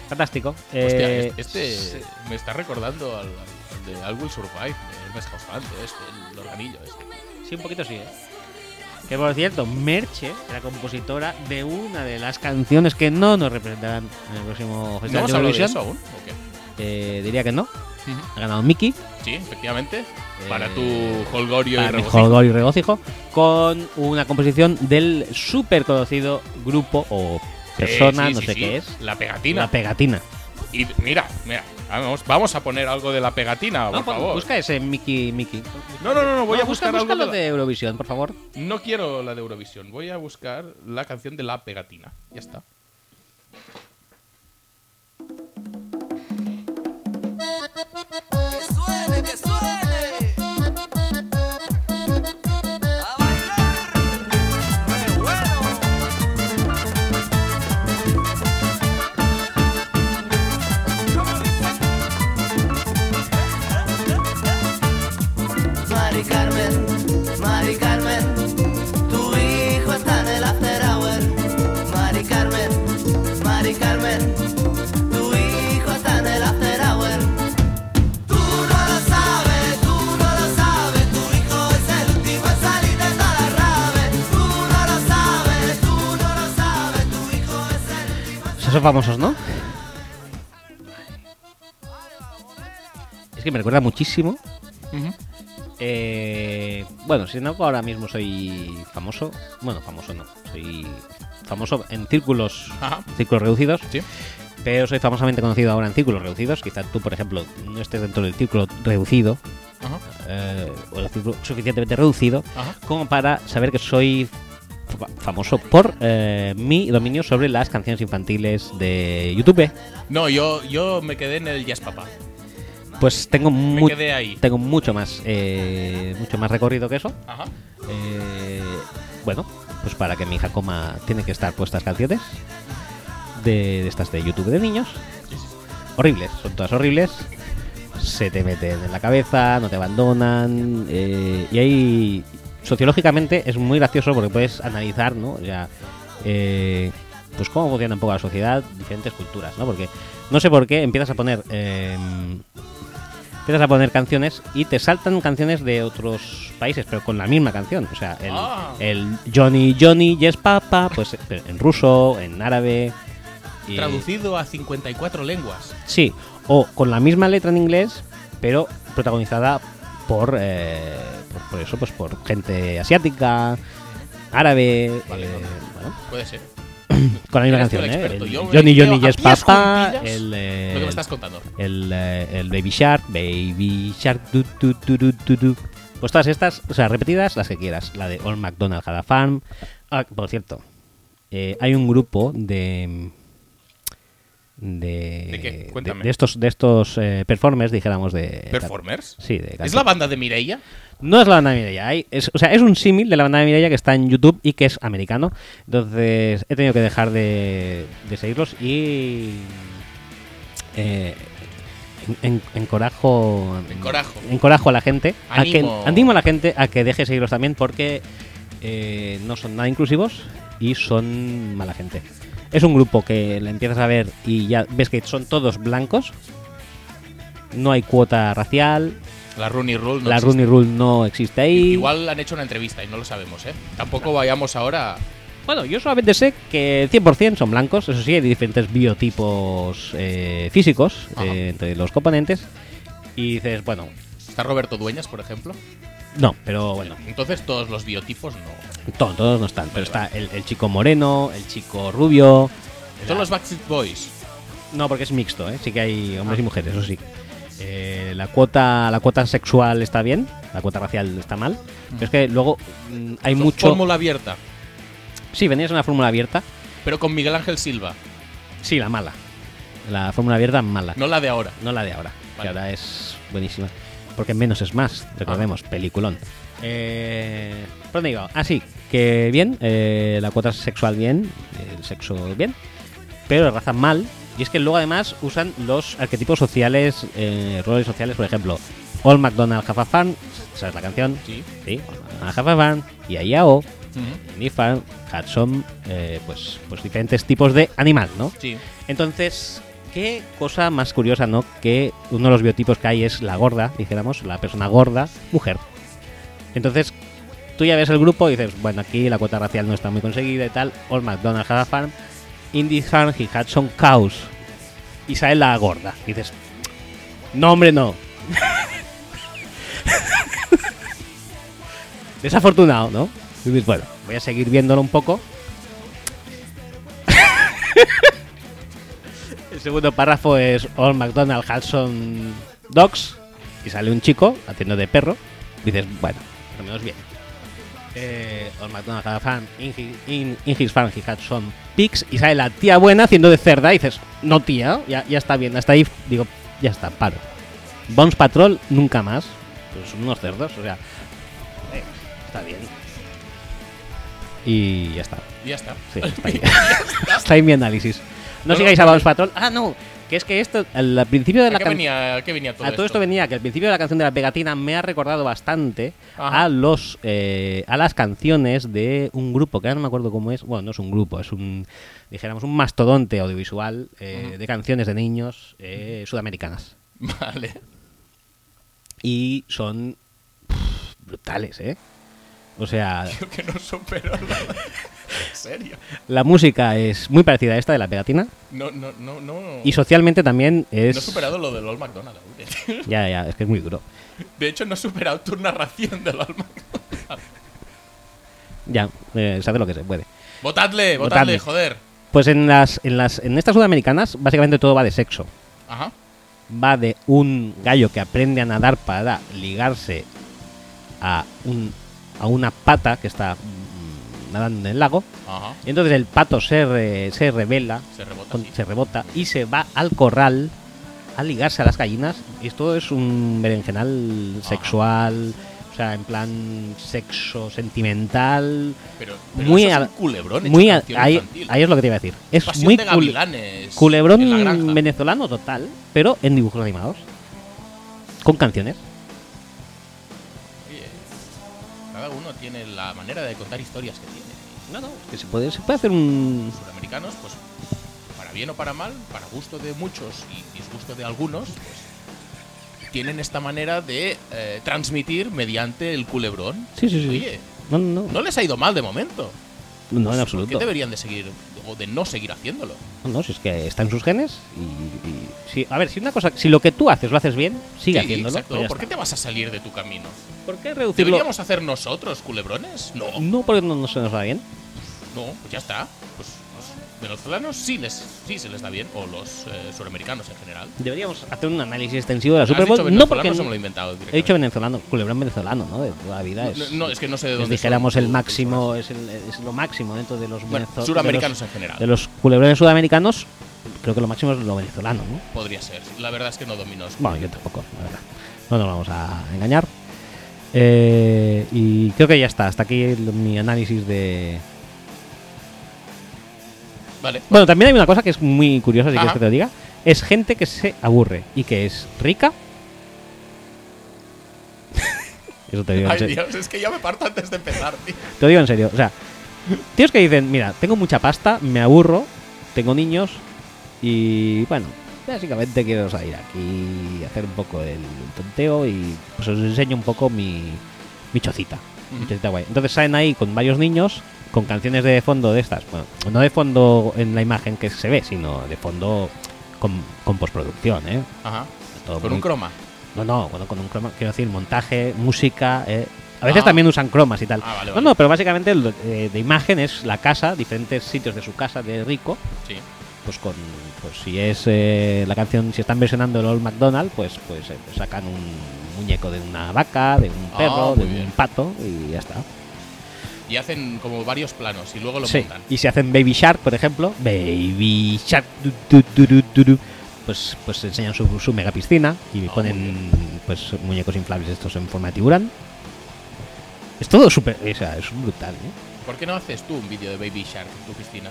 [SPEAKER 1] Fantástico.
[SPEAKER 2] Hostia,
[SPEAKER 1] Eh,
[SPEAKER 2] es- este
[SPEAKER 1] se-
[SPEAKER 2] me está recordando al, al de I Will Survive, de Ernest Hausmann, todo este, el organillo este.
[SPEAKER 1] Sí, un poquito sí, ¿eh? Que por cierto, Merche, la compositora de una de las canciones que no nos representarán en el próximo
[SPEAKER 2] ¿No
[SPEAKER 1] Festival
[SPEAKER 2] hemos
[SPEAKER 1] de
[SPEAKER 2] hablado de
[SPEAKER 1] Eurovisión.
[SPEAKER 2] eso aún? ¿O qué?
[SPEAKER 1] eh, diría que no.
[SPEAKER 2] Ujú.
[SPEAKER 1] Ha ganado Mickey.
[SPEAKER 2] Sí, efectivamente. Para
[SPEAKER 1] Eh,
[SPEAKER 2] tu holgorio y
[SPEAKER 1] para mi
[SPEAKER 2] regocijo.
[SPEAKER 1] jolgorio y regocijo, con una composición del súper conocido grupo o
[SPEAKER 2] Sí,
[SPEAKER 1] persona,
[SPEAKER 2] Eh, sí,
[SPEAKER 1] no
[SPEAKER 2] sí,
[SPEAKER 1] sé
[SPEAKER 2] sí.
[SPEAKER 1] qué es.
[SPEAKER 2] La pegatina.
[SPEAKER 1] La pegatina.
[SPEAKER 2] y mira, mira, vamos, vamos a poner algo de la pegatina, por
[SPEAKER 1] No, pon-
[SPEAKER 2] favor.
[SPEAKER 1] Busca ese Mickey, Mickey.
[SPEAKER 2] No, no, no, no, voy a
[SPEAKER 1] busca-
[SPEAKER 2] buscar
[SPEAKER 1] busca
[SPEAKER 2] algo de,
[SPEAKER 1] lo
[SPEAKER 2] la-
[SPEAKER 1] de Eurovisión, por favor.
[SPEAKER 2] No quiero la de Eurovisión, voy a buscar la canción de la pegatina. Ya está.
[SPEAKER 5] Que suene, que suene. A bailar. ¡Qué bueno! Mari Carmen, Mari Carmen, tu hijo está en el after hour. Mari Carmen, Mari Carmen, tu hijo está en el after hour. Tú no lo sabes, tú no lo sabes, tu hijo es el último en salir de toda la rave. Tú no lo sabes, tú no lo sabes, tu hijo es el último en
[SPEAKER 1] Pues Esos son famosos, ¿no? Es que me recuerda muchísimo. Eh, bueno, sin embargo, ahora mismo soy famoso. Bueno, famoso no. Soy famoso en círculos,
[SPEAKER 2] Ajá.
[SPEAKER 1] círculos reducidos.
[SPEAKER 2] Sí.
[SPEAKER 1] Pero soy famosamente conocido ahora en círculos reducidos. Quizá tú, por ejemplo, no estés dentro del círculo reducido,
[SPEAKER 2] Ajá.
[SPEAKER 1] eh, o el círculo suficientemente reducido,
[SPEAKER 2] Ajá.
[SPEAKER 1] como para saber que soy fa- famoso por eh, mi dominio sobre las canciones infantiles de YouTube.
[SPEAKER 2] No, yo, yo me quedé en el Jazz Papá.
[SPEAKER 1] Pues tengo,
[SPEAKER 2] Me
[SPEAKER 1] mu-
[SPEAKER 2] quedé ahí.
[SPEAKER 1] tengo mucho más eh, mucho más recorrido que eso.
[SPEAKER 2] Ajá.
[SPEAKER 1] Eh, bueno, pues para que mi hija coma tiene que estar puestas canciones de, de estas de YouTube de niños. Horribles, son todas horribles. Se te meten en la cabeza, no te abandonan. eh, y ahí sociológicamente es muy gracioso porque puedes analizar, ¿no? Ya, eh, pues cómo funciona un poco la sociedad, diferentes culturas, ¿no? Porque no sé por qué empiezas a poner em, empiezas a poner canciones y te saltan canciones de otros países, pero con la misma canción. O sea, el,
[SPEAKER 2] Ah.
[SPEAKER 1] el Johnny Johnny Yes Papa, pues eh, pero en ruso, en árabe. y-
[SPEAKER 2] Traducido a 54 lenguas.
[SPEAKER 1] Sí, o con la misma letra en inglés, pero protagonizada por, eh, por, por eso, pues por gente asiática, árabe,
[SPEAKER 2] Vale,
[SPEAKER 1] eh,
[SPEAKER 2] vale.
[SPEAKER 1] bueno,
[SPEAKER 2] Puede ser.
[SPEAKER 1] con la misma
[SPEAKER 2] Eres tú
[SPEAKER 1] canción,
[SPEAKER 2] el
[SPEAKER 1] ¿eh?
[SPEAKER 2] experto.
[SPEAKER 1] El
[SPEAKER 2] Yo me
[SPEAKER 1] Johnny
[SPEAKER 2] creo
[SPEAKER 1] Johnny
[SPEAKER 2] a
[SPEAKER 1] Yes
[SPEAKER 2] pies
[SPEAKER 1] Papa,
[SPEAKER 2] juntillas
[SPEAKER 1] el, eh,
[SPEAKER 2] Lo que me estás contando.
[SPEAKER 1] el, eh, el Baby Shark, Baby Shark, du, du, du, du, du, du. Pues todas estas, o sea, repetidas las que quieras. La de Old McDonald Had a Farm. Ah, por cierto, eh, hay un grupo de. De,
[SPEAKER 2] ¿De qué? Cuéntame.
[SPEAKER 1] de estos, de estos eh, performers, dijéramos de.
[SPEAKER 2] ¿Performers?
[SPEAKER 1] Sí, de
[SPEAKER 2] ¿Es
[SPEAKER 1] canto.
[SPEAKER 2] la banda de Mireia?
[SPEAKER 1] No es la banda de Mireia. hay- es- o sea, es un símil de la banda de Mireia que está en YouTube y que es americano. Entonces he tenido que dejar de, de seguirlos y. eh, en, en- encorajo.
[SPEAKER 2] Encorajo.
[SPEAKER 1] encorajo a la gente. A
[SPEAKER 2] Animo.
[SPEAKER 1] que, animo a la gente a que deje de seguirlos también porque eh, no son nada inclusivos y son mala gente. Es un grupo que le empiezas a ver y ya ves que son todos blancos. No hay cuota racial,
[SPEAKER 2] La Rooney Rule no
[SPEAKER 1] la
[SPEAKER 2] existe.
[SPEAKER 1] Rooney Rule no existe ahí.
[SPEAKER 2] Igual han hecho una entrevista y no lo sabemos, ¿eh? Tampoco vayamos ahora.
[SPEAKER 1] Bueno, yo solamente sé que el 100% son blancos, eso sí, hay diferentes biotipos eh, físicos
[SPEAKER 2] Ajá.
[SPEAKER 1] eh, entre los componentes. Y dices, bueno,
[SPEAKER 2] ¿Está Roberto Dueñas, por ejemplo?
[SPEAKER 1] no, pero bueno,
[SPEAKER 2] Entonces todos los biotipos no.
[SPEAKER 1] to- todos no están. Pero está el, el chico moreno, el chico rubio.
[SPEAKER 2] Son los Backstreet Boys.
[SPEAKER 1] No, porque es mixto, ¿eh? sí que hay hombres
[SPEAKER 2] Ah.
[SPEAKER 1] y mujeres, eso sí. Eh, la cuota la cuota sexual está bien, la cuota racial está mal. Pero es que luego mm, hay
[SPEAKER 2] Son
[SPEAKER 1] mucho.
[SPEAKER 2] Fórmula abierta.
[SPEAKER 1] Sí, venías a una fórmula abierta.
[SPEAKER 2] Pero con Miguel Ángel Silva.
[SPEAKER 1] Sí, la mala. La fórmula abierta mala.
[SPEAKER 2] No la de ahora.
[SPEAKER 1] No la de ahora, que
[SPEAKER 2] Vale.
[SPEAKER 1] ahora es buenísima. Porque menos es más, recordemos, peliculón. Eh, ¿por dónde iba? Ah, sí, que bien, eh, la cuota sexual bien, el sexo bien, pero la raza mal. Y es que luego además usan los arquetipos sociales, eh, roles sociales, por ejemplo, All McDonald Half a Fan, ¿sabes la canción?
[SPEAKER 2] Sí.
[SPEAKER 1] Sí, All McDonald Half a Fan, y Ayao,
[SPEAKER 2] Ujú.
[SPEAKER 1] Nifan, Hudson, eh, pues, pues diferentes tipos de animal, ¿no?
[SPEAKER 2] Sí.
[SPEAKER 1] Entonces, qué cosa más curiosa, ¿no? Que uno de los biotipos que hay es la gorda, dijéramos, la persona gorda, mujer. Entonces, tú ya ves el grupo y dices, bueno, aquí la cuota racial no está muy conseguida y tal. Old McDonald Had a Farm, Indie Farm, He Had Some Cows. Y sale la gorda. Y dices, No, hombre, no. Desafortunado, ¿no? Y dices, Bueno, voy a seguir viéndolo un poco. El segundo párrafo es All McDonald Hudson Dogs. Y sale un chico haciendo de perro. dices, bueno, por lo menos bien. Eh, All McDonald Hudson in, hi- in, in his fan he had some pigs. Y sale la tía buena haciendo de cerda. Y dices, no tía, ya, ya está bien. Hasta ahí digo, ya está, paro. Bones Patrol, nunca más. Pues unos cerdos, o sea, eh, está bien. Y ya está.
[SPEAKER 2] Y ya está.
[SPEAKER 1] Sí, está ahí. Está ahí mi análisis. No,
[SPEAKER 2] No,
[SPEAKER 1] sigáis
[SPEAKER 2] no,
[SPEAKER 1] a
[SPEAKER 2] no.
[SPEAKER 1] Bounce Patrol. Ah, no. Que es que esto, al al principio de
[SPEAKER 2] ¿A
[SPEAKER 1] la
[SPEAKER 2] qué,
[SPEAKER 1] can-
[SPEAKER 2] venía, a qué venía todo
[SPEAKER 1] a todo esto venía que al principio de la canción de la pegatina me ha recordado bastante
[SPEAKER 2] Ajá.
[SPEAKER 1] a los eh, a las canciones de un grupo que ahora no me acuerdo cómo es bueno no es un grupo es un dijéramos un mastodonte audiovisual eh, de canciones de niños eh, sudamericanas
[SPEAKER 2] Vale.
[SPEAKER 1] y son pff, brutales eh o sea
[SPEAKER 2] Yo que no supero nada. En serio.
[SPEAKER 1] la música es muy parecida a esta de la pegatina
[SPEAKER 2] No, no, no, no.
[SPEAKER 1] y socialmente también es
[SPEAKER 2] No he superado lo del Old McDonald aún.
[SPEAKER 1] ya ya es que es muy duro
[SPEAKER 2] De hecho, no he superado tu narración del Old McDonald.
[SPEAKER 1] ya eh, se hace lo que se puede
[SPEAKER 2] Votadle,
[SPEAKER 1] Votadle.
[SPEAKER 2] votadle, joder.
[SPEAKER 1] pues en las en las en estas sudamericanas básicamente todo va de sexo
[SPEAKER 2] Ajá.
[SPEAKER 1] va de un gallo que aprende a nadar para ligarse a, un, a una pata que está mm, nadando en el lago.
[SPEAKER 2] Ajá.
[SPEAKER 1] Y entonces el pato se, re- se revela,
[SPEAKER 2] Se rebota
[SPEAKER 1] con-
[SPEAKER 2] así.
[SPEAKER 1] se rebota y se va al corral a ligarse a las gallinas. Y esto es un berenjenal
[SPEAKER 2] Ajá.
[SPEAKER 1] sexual, o sea, en plan sexo sentimental.
[SPEAKER 2] Pero, pero
[SPEAKER 1] muy
[SPEAKER 2] eso
[SPEAKER 1] a-
[SPEAKER 2] es un culebrón hecho
[SPEAKER 1] Muy a-
[SPEAKER 2] canción
[SPEAKER 1] ahí,
[SPEAKER 2] infantil.
[SPEAKER 1] ahí es lo que te iba a decir. Es
[SPEAKER 2] Pasión
[SPEAKER 1] muy
[SPEAKER 2] de
[SPEAKER 1] cul-
[SPEAKER 2] gavilanes en la granja.
[SPEAKER 1] Culebrón venezolano total, pero en dibujos animados. Con canciones.
[SPEAKER 2] Oye, cada uno tiene la manera de contar historias que tiene.
[SPEAKER 1] No, no, que se puede, se puede hacer un.
[SPEAKER 2] Los sudamericanos, pues, para bien o para mal, para gusto de muchos y disgusto de algunos, pues, tienen esta manera de eh, transmitir mediante el culebrón.
[SPEAKER 1] Sí, sí, sí.
[SPEAKER 2] Oye,
[SPEAKER 1] No, no, no.
[SPEAKER 2] no les ha ido mal de momento.
[SPEAKER 1] No, en
[SPEAKER 2] ¿Por
[SPEAKER 1] absoluto.
[SPEAKER 2] qué deberían de seguir o de no seguir haciéndolo?
[SPEAKER 1] No, No, si es que está en sus genes. Y, y- si- a ver, si una cosa. Si lo que tú haces lo haces bien, sigue
[SPEAKER 2] Sí,
[SPEAKER 1] haciéndolo.
[SPEAKER 2] exacto.
[SPEAKER 1] pues ya
[SPEAKER 2] ¿Por qué
[SPEAKER 1] está.
[SPEAKER 2] te vas a salir de tu camino?
[SPEAKER 1] ¿Por qué reducirlo?
[SPEAKER 2] ¿Deberíamos hacer nosotros culebrones? No,
[SPEAKER 1] No, porque no, no se nos va bien.
[SPEAKER 2] no, pues ya está. Pues los venezolanos sí, les, sí se les da bien, o los eh, suramericanos en general.
[SPEAKER 1] Deberíamos hacer un análisis extensivo de la
[SPEAKER 2] ¿Has
[SPEAKER 1] Super Bowl.
[SPEAKER 2] dicho
[SPEAKER 1] No,
[SPEAKER 2] venezolanos
[SPEAKER 1] porque.
[SPEAKER 2] o me lo he inventado
[SPEAKER 1] He dicho
[SPEAKER 2] directamente?
[SPEAKER 1] venezolano, culebrón venezolano, ¿no? De toda la vida. Es,
[SPEAKER 2] No, no, es que no sé de
[SPEAKER 1] es,
[SPEAKER 2] dónde son
[SPEAKER 1] dijéramos el
[SPEAKER 2] tus-
[SPEAKER 1] máximo, es, el- es lo máximo dentro de los
[SPEAKER 2] Bueno,
[SPEAKER 1] venezo-
[SPEAKER 2] suramericanos
[SPEAKER 1] de los-
[SPEAKER 2] en general.
[SPEAKER 1] De los culebrones sudamericanos, creo que lo máximo es lo venezolano, ¿no?
[SPEAKER 2] Podría ser. La verdad es que no domino. eso.
[SPEAKER 1] Bueno, yo tampoco, la verdad. No nos vamos a engañar. Eh, y creo que ya está. Hasta aquí el- mi análisis de.
[SPEAKER 2] Vale.
[SPEAKER 1] Bueno, también hay una cosa que es muy curiosa, si
[SPEAKER 2] Ajá.
[SPEAKER 1] quieres que te lo diga. Es gente que se aburre y que es rica. Eso te digo en
[SPEAKER 2] Ay,
[SPEAKER 1] serio.
[SPEAKER 2] Dios, es que ya me parto antes de empezar, tío.
[SPEAKER 1] Te lo digo en serio. O sea, tíos que dicen, mira, tengo mucha pasta, me aburro, tengo niños y bueno, básicamente quiero salir aquí y hacer un poco el tonteo y pues os enseño un poco mi, mi chocita. mi
[SPEAKER 2] Ujú.
[SPEAKER 1] chocita guay. Entonces salen ahí con varios niños, con canciones de fondo de estas. Bueno, no de fondo en la imagen que se ve, sino de fondo con, con postproducción, ¿eh?
[SPEAKER 2] Ajá.
[SPEAKER 1] Todo
[SPEAKER 2] Con
[SPEAKER 1] muy-
[SPEAKER 2] un croma.
[SPEAKER 1] no, no, bueno, con un croma, quiero decir, montaje, música. eh. A veces
[SPEAKER 2] Ah.
[SPEAKER 1] también usan cromas y tal.
[SPEAKER 2] Ah, vale,
[SPEAKER 1] no,
[SPEAKER 2] vale.
[SPEAKER 1] no, pero básicamente lo- eh, de imagen es la casa, diferentes sitios de su casa de rico.
[SPEAKER 2] Sí.
[SPEAKER 1] Pues con, pues si es eh, la canción, si están versionando el Old McDonald, pues, pues, eh, pues sacan un muñeco de una vaca, de un
[SPEAKER 2] Ah,
[SPEAKER 1] perro, de
[SPEAKER 2] muy bien.
[SPEAKER 1] un pato y ya está.
[SPEAKER 2] Y hacen como varios planos y luego lo
[SPEAKER 1] Sí.
[SPEAKER 2] montan.
[SPEAKER 1] Y si hacen Baby Shark, por ejemplo, Baby Shark, du, du, du, du, du, du, pues, pues enseñan su, su mega piscina y
[SPEAKER 2] Ah, muy
[SPEAKER 1] ponen pues muñecos inflables estos en forma de tiburón. Es todo súper. O sea, es brutal, ¿eh?
[SPEAKER 2] ¿Por qué no haces tú un vídeo de Baby Shark en tu piscina?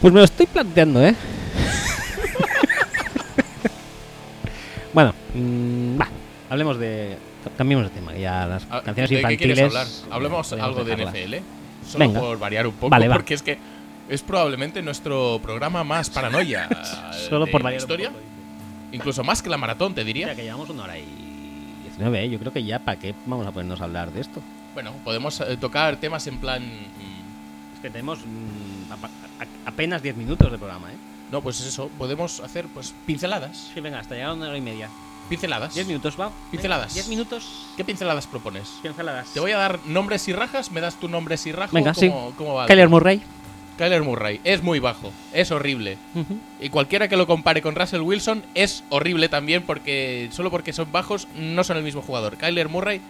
[SPEAKER 1] Pues me lo estoy planteando, ¿eh? bueno, mm, va. Hablemos de. Cambiemos de tema, que ya las
[SPEAKER 2] Ah,
[SPEAKER 1] canciones
[SPEAKER 2] ¿De
[SPEAKER 1] infantiles.
[SPEAKER 2] qué quieres hablar?
[SPEAKER 1] eh,
[SPEAKER 2] Hablemos
[SPEAKER 1] podemos
[SPEAKER 2] algo de
[SPEAKER 1] dejarlas.
[SPEAKER 2] NFL. ¿eh? Solo
[SPEAKER 1] Venga.
[SPEAKER 2] por variar un poco,
[SPEAKER 1] Vale, va.
[SPEAKER 2] porque es que es probablemente nuestro programa más paranoia. eh,
[SPEAKER 1] Solo
[SPEAKER 2] de
[SPEAKER 1] por
[SPEAKER 2] la
[SPEAKER 1] variar un
[SPEAKER 2] historia.
[SPEAKER 1] poco.
[SPEAKER 2] Incluso más que la maratón, te diría.
[SPEAKER 1] Mira, que llevamos una hora y 19, ¿eh? yo creo que ya para qué vamos a ponernos a hablar de esto.
[SPEAKER 2] Bueno, podemos eh, tocar temas en plan.
[SPEAKER 1] mm,
[SPEAKER 2] mm,
[SPEAKER 1] Es que tenemos apenas 10 minutos de programa, ¿eh?
[SPEAKER 2] No, pues eso, podemos hacer pues pinceladas.
[SPEAKER 1] Sí, venga, hasta llegar a una hora y media.
[SPEAKER 2] Pinceladas.
[SPEAKER 1] Diez minutos, va.
[SPEAKER 2] Pinceladas.
[SPEAKER 1] Diez minutos,
[SPEAKER 2] ¿Qué pinceladas propones?
[SPEAKER 1] pinceladas.
[SPEAKER 2] Te voy a dar nombres y rajas, me das tu nombres y rajas.
[SPEAKER 1] Venga, sí.
[SPEAKER 2] ¿cómo, cómo va?
[SPEAKER 1] Kyler Murray.
[SPEAKER 2] Kyler Murray. Es muy bajo, es horrible.
[SPEAKER 1] Ujú.
[SPEAKER 2] Y cualquiera que lo compare con Russell Wilson es horrible también porque solo porque son bajos no son el mismo jugador. Kyler Murray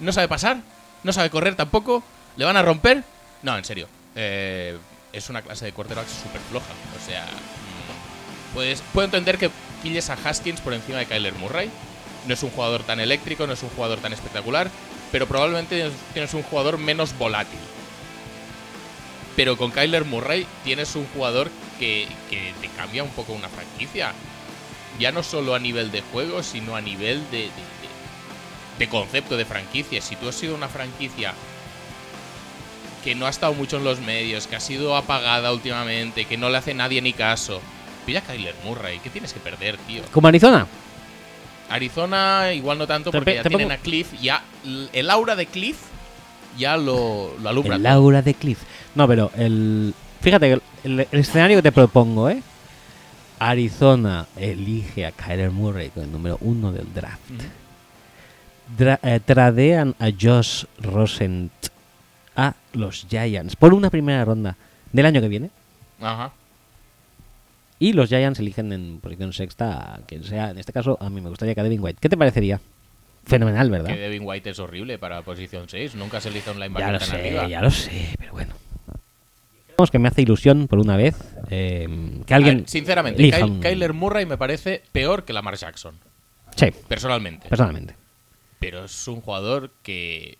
[SPEAKER 2] no sabe pasar, no sabe correr tampoco, le van a romper. No, en serio. eh, es una clase de quarterback súper floja. O sea, mm, pues puedo entender que pilles a Haskins por encima de Kyler Murray. No es un jugador tan eléctrico, no es un jugador tan espectacular, pero probablemente tienes un jugador menos volátil. Pero con Kyler Murray tienes un jugador que, que te cambia un poco una franquicia. Ya no solo a nivel de juego, sino a nivel de, de- de- de concepto de franquicia. Si tú has sido una franquicia que no ha estado mucho en los medios, que ha sido apagada últimamente, que no le hace nadie ni caso, pilla a Kyler Murray. ¿Qué tienes que perder, tío?
[SPEAKER 1] Como Arizona.
[SPEAKER 2] Arizona igual no tanto
[SPEAKER 1] Te
[SPEAKER 2] porque
[SPEAKER 1] pe-
[SPEAKER 2] ya
[SPEAKER 1] te
[SPEAKER 2] tienen
[SPEAKER 1] pongo-
[SPEAKER 2] a Cliff. Ya, el aura de Cliff ya lo, lo alumbra.
[SPEAKER 1] El Laura de Cliff. No, pero el. Fíjate, el, el- el escenario que te propongo, ¿eh? Arizona elige a Kyler Murray con el número uno del draft. Dra- eh, tradean a Josh Rosent a los Giants por una primera ronda del año que viene.
[SPEAKER 2] Ajá.
[SPEAKER 1] Y los Giants eligen en posición sexta a quien sea. En este caso, a mí me gustaría que a Devin White. ¿Qué te parecería? Fenomenal, ¿verdad?
[SPEAKER 2] Que Devin White es horrible para posición 6. Nunca se le hizo un linebacker
[SPEAKER 1] Ya lo
[SPEAKER 2] tan
[SPEAKER 1] sé,
[SPEAKER 2] arriba.
[SPEAKER 1] ya lo sé, pero bueno. Digamos que me hace ilusión por una vez eh, que alguien.
[SPEAKER 2] Ah, Sinceramente,
[SPEAKER 1] elija
[SPEAKER 2] Kyle-
[SPEAKER 1] un-
[SPEAKER 2] Kyler Murray me parece peor que Lamar Jackson.
[SPEAKER 1] Sí,
[SPEAKER 2] Personalmente.
[SPEAKER 1] personalmente.
[SPEAKER 2] Pero es un jugador que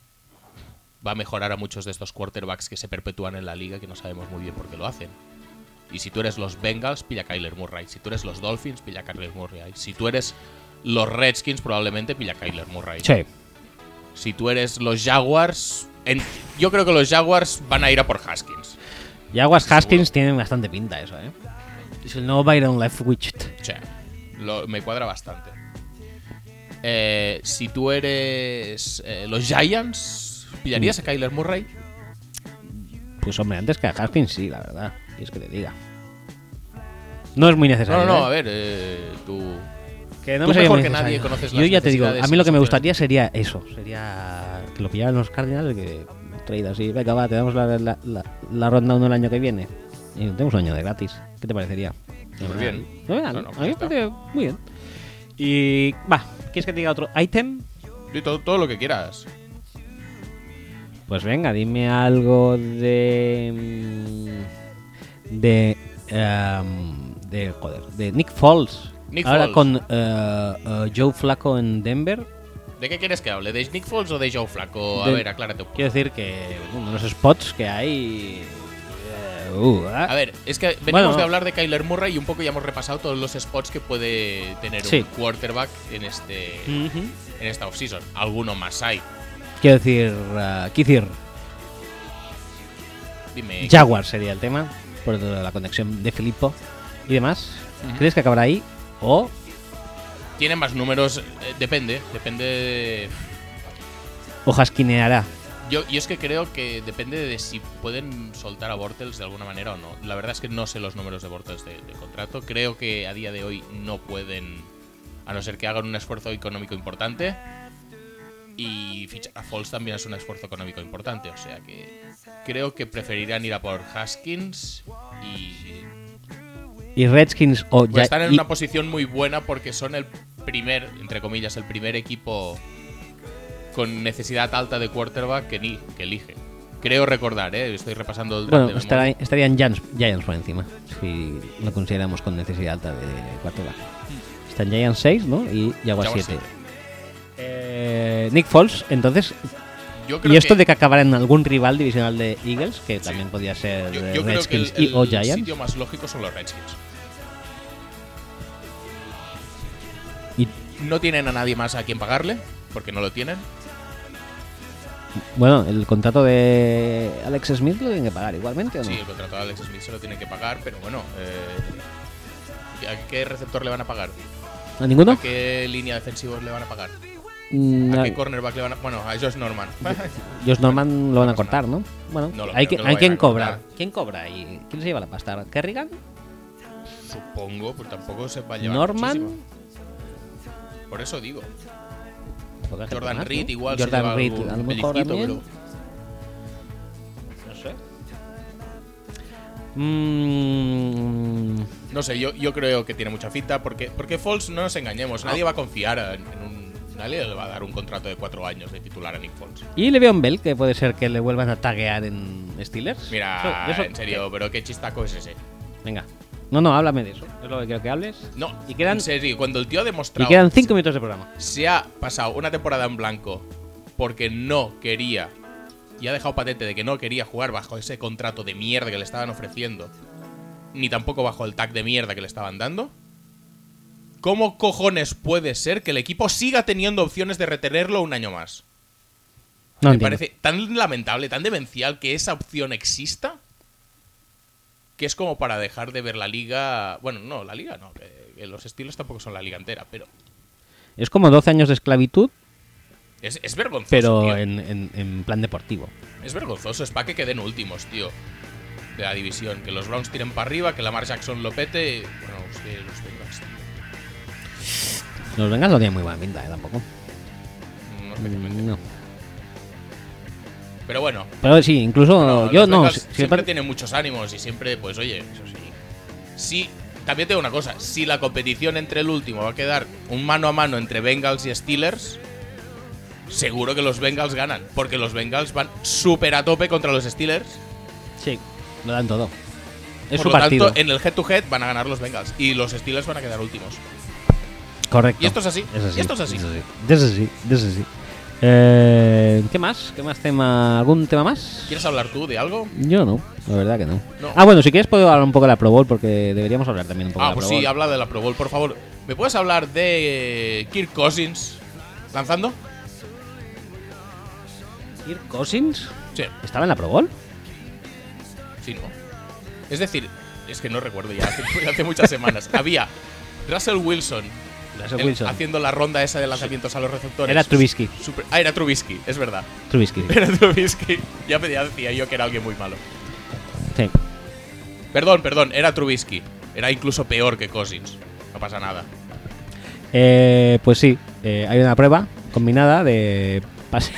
[SPEAKER 2] va a mejorar a muchos de estos quarterbacks que se perpetúan en la liga que no sabemos muy bien por qué lo hacen. Y si tú eres los Bengals, pilla a Kyler Murray. Si tú eres los Dolphins, pilla a Kyler Murray. Si tú eres los Redskins, probablemente pilla a Kyler Murray.
[SPEAKER 1] Sí.
[SPEAKER 2] Si tú eres los Jaguars, en- yo creo que los Jaguars van a ir a por Haskins.
[SPEAKER 1] Y Aguas Haskins tienen bastante pinta eso, ¿eh? Es el nuevo Byron Leftwich.
[SPEAKER 2] O sea, lo- me cuadra bastante. Eh, si tú eres eh, los Giants, ¿pillarías a Kyler Murray?
[SPEAKER 1] Pues hombre, antes que a Haskins sí, la verdad. Y es que te diga. No es muy
[SPEAKER 2] No, no,
[SPEAKER 1] necesario.
[SPEAKER 2] no,
[SPEAKER 1] ¿eh?
[SPEAKER 2] a ver, eh, tú.
[SPEAKER 1] Que
[SPEAKER 2] Tú
[SPEAKER 1] me sería
[SPEAKER 2] mejor
[SPEAKER 1] muy
[SPEAKER 2] que nadie
[SPEAKER 1] necesario.
[SPEAKER 2] conoces
[SPEAKER 1] Yo
[SPEAKER 2] las
[SPEAKER 1] ya te digo, a
[SPEAKER 2] necesidades
[SPEAKER 1] mí lo que me
[SPEAKER 2] emocionales.
[SPEAKER 1] gustaría sería eso. Sería que lo pillaran los Cardinals y que trade así. Venga, va, te damos la, la- la- la ronda 1 el año que viene. Y tenemos un año de gratis. ¿Qué te parecería?
[SPEAKER 2] Muy bien.
[SPEAKER 1] Fenomenal.
[SPEAKER 2] No, no, pues
[SPEAKER 1] a mí me
[SPEAKER 2] ya está.
[SPEAKER 1] parece muy bien. Y va, ¿quieres que te diga otro ítem?
[SPEAKER 2] di todo, todo lo que quieras.
[SPEAKER 1] Pues venga, dime algo de. mm, de. em, de. joder, de Nick Foles.
[SPEAKER 2] Nick
[SPEAKER 1] Ahora
[SPEAKER 2] Foles.
[SPEAKER 1] con eh, eh, Joe Flacco en Denver.
[SPEAKER 2] ¿De qué quieres que hable? ¿De Nick Foles o de Joe Flacco? A
[SPEAKER 1] De-
[SPEAKER 2] ver, aclárate un poco.
[SPEAKER 1] Quiero decir que uno de los spots que hay. eh, uh, ah,
[SPEAKER 2] A ver, es que venimos
[SPEAKER 1] Bueno.
[SPEAKER 2] de hablar de Kyler Murray y un poco ya hemos repasado todos los spots que puede tener
[SPEAKER 1] Sí. Mm.
[SPEAKER 2] un quarterback en este
[SPEAKER 1] ujú.
[SPEAKER 2] en esta offseason. Alguno más hay.
[SPEAKER 1] Quiero decir. ah, quiero decir.
[SPEAKER 2] Dime.
[SPEAKER 1] Jaguar sería el tema. Por toda la conexión de Filippo y demás. ¿Crees que acabará ahí? O.
[SPEAKER 2] Tiene más números, eh, depende, depende. de-
[SPEAKER 1] O hasquineará.
[SPEAKER 2] Yo, yo es que creo que depende de si pueden soltar a Bortles de alguna manera o no. La verdad es que no sé los números de Bortles de, de contrato. Creo que a día de hoy no pueden, a no ser que hagan un esfuerzo económico importante. Y fichar a Foles también es un esfuerzo económico importante. O sea que creo que preferirán ir a por Haskins y
[SPEAKER 1] Y Redskins o
[SPEAKER 2] pues
[SPEAKER 1] ya-
[SPEAKER 2] están en
[SPEAKER 1] y-
[SPEAKER 2] una posición muy buena porque son el primer, entre comillas, el primer equipo con necesidad alta de quarterback que, ni, que elige. Creo recordar, ¿eh? estoy repasando el draft
[SPEAKER 1] Bueno, pues
[SPEAKER 2] de
[SPEAKER 1] estará-
[SPEAKER 2] memoria.
[SPEAKER 1] estarían Giants, Giants por encima. Si lo consideramos con necesidad alta de quarterback. Están Giants 6, ¿no? Y Jaguar
[SPEAKER 2] Hmm. Jaguars
[SPEAKER 1] 7.
[SPEAKER 2] siete.
[SPEAKER 1] Eh, Nick Foles, entonces,
[SPEAKER 2] Yo creo
[SPEAKER 1] Y esto
[SPEAKER 2] que,
[SPEAKER 1] de que acabara en algún rival divisional de Eagles, que también podía ser
[SPEAKER 2] yo,
[SPEAKER 1] eh,
[SPEAKER 2] yo creo que el,
[SPEAKER 1] Redskins y o
[SPEAKER 2] el
[SPEAKER 1] Giants.
[SPEAKER 2] sitio más lógico son los Redskins.
[SPEAKER 1] Y,
[SPEAKER 2] No tienen a nadie más a quien pagarle, porque no lo tienen.
[SPEAKER 1] bueno, el contrato de Alex Smith lo tienen que pagar igualmente, ¿o no?
[SPEAKER 2] Sí, el contrato de Alex Smith se lo tienen que pagar, pero bueno. eh, ¿A qué receptor le van a pagar?
[SPEAKER 1] ¿A ninguno?
[SPEAKER 2] ¿A qué línea defensiva le van a pagar?
[SPEAKER 1] Mm,
[SPEAKER 2] ¿A
[SPEAKER 1] a-
[SPEAKER 2] qué cornerback le van a...? Bueno, a Josh Norman.
[SPEAKER 1] Josh Norman lo van a
[SPEAKER 2] pasa
[SPEAKER 1] cortar, ¿no? Bueno,
[SPEAKER 2] No lo
[SPEAKER 1] hay,
[SPEAKER 2] creo
[SPEAKER 1] que-
[SPEAKER 2] que lo
[SPEAKER 1] hay
[SPEAKER 2] vayan
[SPEAKER 1] quien
[SPEAKER 2] a cortar.
[SPEAKER 1] cobra. ¿Quién cobra? ¿Y quién se lleva la pasta? ¿Kerrigan?
[SPEAKER 2] Supongo, pues tampoco se va a llevar.
[SPEAKER 1] Norman.
[SPEAKER 2] muchísimo. Por eso digo.
[SPEAKER 1] Poca gente más,
[SPEAKER 2] Jordan
[SPEAKER 1] ¿no?
[SPEAKER 2] Reed igual. se lleva
[SPEAKER 1] Jordan Reed,
[SPEAKER 2] algún
[SPEAKER 1] a lo mejor
[SPEAKER 2] pellizquito,
[SPEAKER 1] también.
[SPEAKER 2] pero-
[SPEAKER 1] No sé. Mm,
[SPEAKER 2] No sé, yo, yo creo que tiene mucha finta porque, porque Falls, no nos engañemos,
[SPEAKER 1] Ah.
[SPEAKER 2] nadie va a confiar en, en un. Nadie le va a dar un contrato de cuatro años de titular a Nick Falls.
[SPEAKER 1] y Le'Veon Bell, que puede ser que le vuelvan a taguear en Steelers.
[SPEAKER 2] Mira,
[SPEAKER 1] Eso- eso-
[SPEAKER 2] en serio, pero qué chistaco es ese.
[SPEAKER 1] Venga. No, no, háblame de eso. Es lo que quiero que hables.
[SPEAKER 2] No,
[SPEAKER 1] Y quedan-
[SPEAKER 2] en serio, cuando el tío ha
[SPEAKER 1] Y
[SPEAKER 2] demostrado
[SPEAKER 1] quedan 5 minutos de programa.
[SPEAKER 2] se ha pasado una temporada en blanco porque no quería y ha dejado patente de que no quería jugar bajo ese contrato de mierda que le estaban ofreciendo, ni tampoco bajo el tag de mierda que le estaban dando. ¿Cómo cojones puede ser que el equipo siga teniendo opciones de retenerlo un año más?
[SPEAKER 1] No
[SPEAKER 2] Me
[SPEAKER 1] entiendo.
[SPEAKER 2] parece tan lamentable, tan demencial que esa opción exista que es como para dejar de ver la liga. Bueno, no, la liga no, que- que los estilos tampoco son la liga entera, pero
[SPEAKER 1] Es como 12 años de esclavitud,
[SPEAKER 2] es, es vergonzoso.
[SPEAKER 1] pero
[SPEAKER 2] tío.
[SPEAKER 1] en, en- en plan deportivo.
[SPEAKER 2] Es vergonzoso, es para que queden últimos, tío. De la división, que los Browns tiren para arriba, que Lamar Jackson lo pete. y, Bueno, usted, los Bengals, tío.
[SPEAKER 1] Los Vengas no tienen muy buena pinta, eh, tampoco.
[SPEAKER 2] No especialmente.
[SPEAKER 1] Mm, No.
[SPEAKER 2] Pero bueno,
[SPEAKER 1] Pero sí, incluso
[SPEAKER 2] no,
[SPEAKER 1] yo
[SPEAKER 2] los
[SPEAKER 1] no.
[SPEAKER 2] Bengals
[SPEAKER 1] si- si me
[SPEAKER 2] siempre
[SPEAKER 1] par-
[SPEAKER 2] tienen muchos ánimos y siempre, pues oye, eso sí. Sí, también tengo una cosa: si la competición entre el último va a quedar un mano a mano entre Bengals y Steelers, seguro que los Bengals ganan, porque los Bengals van súper a tope contra los Steelers.
[SPEAKER 1] Sí, lo dan todo. Es
[SPEAKER 2] Por
[SPEAKER 1] su
[SPEAKER 2] lo
[SPEAKER 1] partido.
[SPEAKER 2] tanto, eh, en el head to head van a ganar los Bengals y los Steelers van a quedar últimos.
[SPEAKER 1] Correcto.
[SPEAKER 2] y esto es así, y esto es así.
[SPEAKER 1] Eso sí, eso sí, eso sí. Eh, ¿Qué más? ¿Qué más tema? ¿Algún tema más?
[SPEAKER 2] ¿Quieres hablar tú de algo?
[SPEAKER 1] Yo no, la verdad que no.
[SPEAKER 2] No.
[SPEAKER 1] Ah, bueno, si quieres puedo hablar un poco de la Pro Bowl porque deberíamos hablar también un poco
[SPEAKER 2] Ah,
[SPEAKER 1] de la
[SPEAKER 2] pues
[SPEAKER 1] Pro Bowl.
[SPEAKER 2] sí, habla de la Pro Bowl, por favor. ¿Me puedes hablar de Kirk Cousins lanzando?
[SPEAKER 1] Kirk Cousins
[SPEAKER 2] Sí,
[SPEAKER 1] estaba en la Pro Bowl.
[SPEAKER 2] sí, no. Es decir, es que no recuerdo ya, hace, hace muchas semanas. Había Russell Wilson,
[SPEAKER 1] Russell
[SPEAKER 2] el-
[SPEAKER 1] Wilson.
[SPEAKER 2] haciendo la ronda esa de lanzamientos a los receptores.
[SPEAKER 1] Era Trubisky.
[SPEAKER 2] Super- ah, era Trubisky, es verdad.
[SPEAKER 1] Trubisky. sí.
[SPEAKER 2] Era Trubisky. Ya pedía, decía yo que era alguien muy malo.
[SPEAKER 1] Sí.
[SPEAKER 2] Perdón, perdón, era Trubisky. Era incluso peor que Cousins. No pasa nada.
[SPEAKER 1] Eh, pues sí, eh, hay una prueba combinada de pase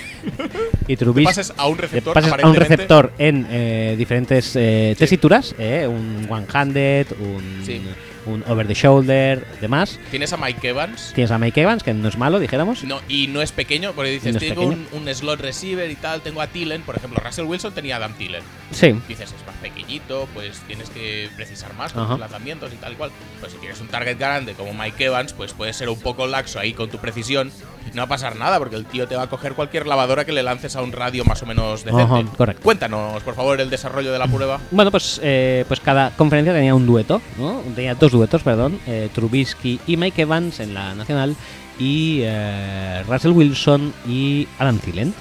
[SPEAKER 1] y
[SPEAKER 2] Te
[SPEAKER 1] Trubisky.
[SPEAKER 2] pases a un
[SPEAKER 1] Le
[SPEAKER 2] receptor,
[SPEAKER 1] pasas a un
[SPEAKER 2] aparentemente-
[SPEAKER 1] receptor en eh, diferentes eh, tesituras, eh, un one-handed, un,
[SPEAKER 2] Sí.
[SPEAKER 1] un over-the-shoulder, demás.
[SPEAKER 2] Tienes a Mike Evans.
[SPEAKER 1] Tienes a Mike Evans, que no es malo, dijéramos.
[SPEAKER 2] No, y no es pequeño, porque dices,
[SPEAKER 1] No es
[SPEAKER 2] tengo un, un slot receiver y tal, tengo a Tillen, por ejemplo, Russell Wilson tenía a Dan Tillen.
[SPEAKER 1] Sí,
[SPEAKER 2] Dices, es más pequeñito, pues tienes que precisar más con
[SPEAKER 1] Ajá.
[SPEAKER 2] tus lanzamientos y tal y cual. Pues si tienes un target grande como Mike Evans, pues puedes ser un poco laxo ahí con tu precisión. y No va a pasar nada, porque el tío te va a coger cualquier lavadora que le lances a un radio más o menos decente.
[SPEAKER 1] Ajá, correcto.
[SPEAKER 2] Cuéntanos, por favor, el desarrollo de la prueba.
[SPEAKER 1] Bueno, pues, eh, pues cada conferencia tenía un dueto, ¿no? Tenía dos duetos, perdón. eh, Trubisky y Mike Evans en la nacional y eh, Russell Wilson y Adam Thielen.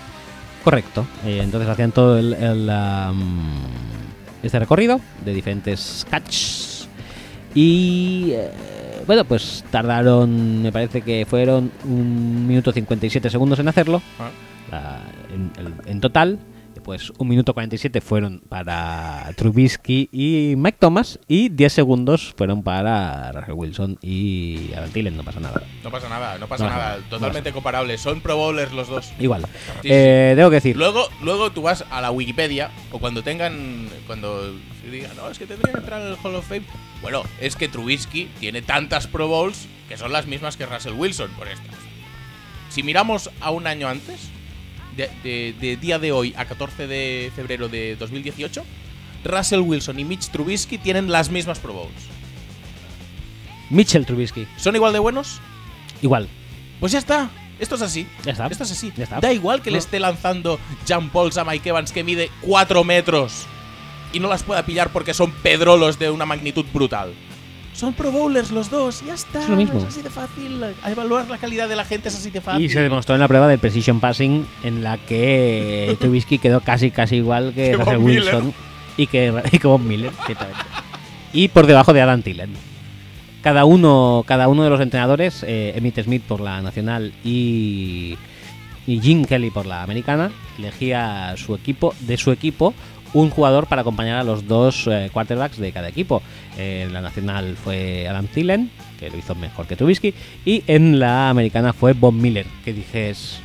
[SPEAKER 1] Correcto. Eh, entonces hacían todo el, el, am, este recorrido de diferentes catchs. Y eh, bueno, pues tardaron, me parece que fueron un minuto 57 segundos en hacerlo
[SPEAKER 2] Ah,
[SPEAKER 1] la- en, el- en total. Pues un minuto 47 fueron para Trubisky y Mike Thomas y 10 segundos fueron para Russell Wilson y Adam Thielen, no pasa nada.
[SPEAKER 2] No pasa nada, no pasa
[SPEAKER 1] No pasa
[SPEAKER 2] nada.
[SPEAKER 1] nada, no
[SPEAKER 2] Totalmente comparables. Son pro bowlers los dos.
[SPEAKER 1] Igual.
[SPEAKER 2] sí.
[SPEAKER 1] Eh, tengo que decir,
[SPEAKER 2] Luego, luego tú vas a la Wikipedia o cuando tengan, cuando se diga, no, es que tendría que entrar en el Hall of Fame. Bueno, es que Trubisky tiene tantas Pro Bowls que son las mismas que Russell Wilson por estas. Si miramos a un año antes, de, de- de día de hoy a 14 de febrero de 2018, Russell Wilson y Mitch Trubisky tienen las mismas Pro Bowls.
[SPEAKER 1] Mitchell Trubisky,
[SPEAKER 2] ¿Son igual de buenos?
[SPEAKER 1] igual.
[SPEAKER 2] Pues ya está. Esto es así.
[SPEAKER 1] Ya está.
[SPEAKER 2] Esto es así.
[SPEAKER 1] Ya está.
[SPEAKER 2] Da igual que le
[SPEAKER 1] No.
[SPEAKER 2] esté lanzando jump balls a Mike Evans que mide 4 metros y no las pueda pillar porque son pedrolos de una magnitud brutal. Son pro bowlers los dos, ya está.
[SPEAKER 1] Es lo mismo.
[SPEAKER 2] Es así de fácil. A evaluar la calidad de la gente es así de fácil.
[SPEAKER 1] Y se demostró en la prueba del Precision Passing en la que Trubisky quedó casi casi igual que
[SPEAKER 2] Que
[SPEAKER 1] Russell
[SPEAKER 2] Von Miller.
[SPEAKER 1] Wilson y que, y que Von Miller, ciertamente. Y por debajo de Adam Thielen. Cada uno, cada uno de los entrenadores, eh, Emmitt Smith por la nacional y, y Jim Kelly por la americana, elegía su equipo, de su equipo, un jugador para acompañar a los dos eh, quarterbacks de cada equipo. Eh, En la nacional fue Adam Thielen, que lo hizo mejor que Trubisky, y en la americana fue Bob Miller, que dices,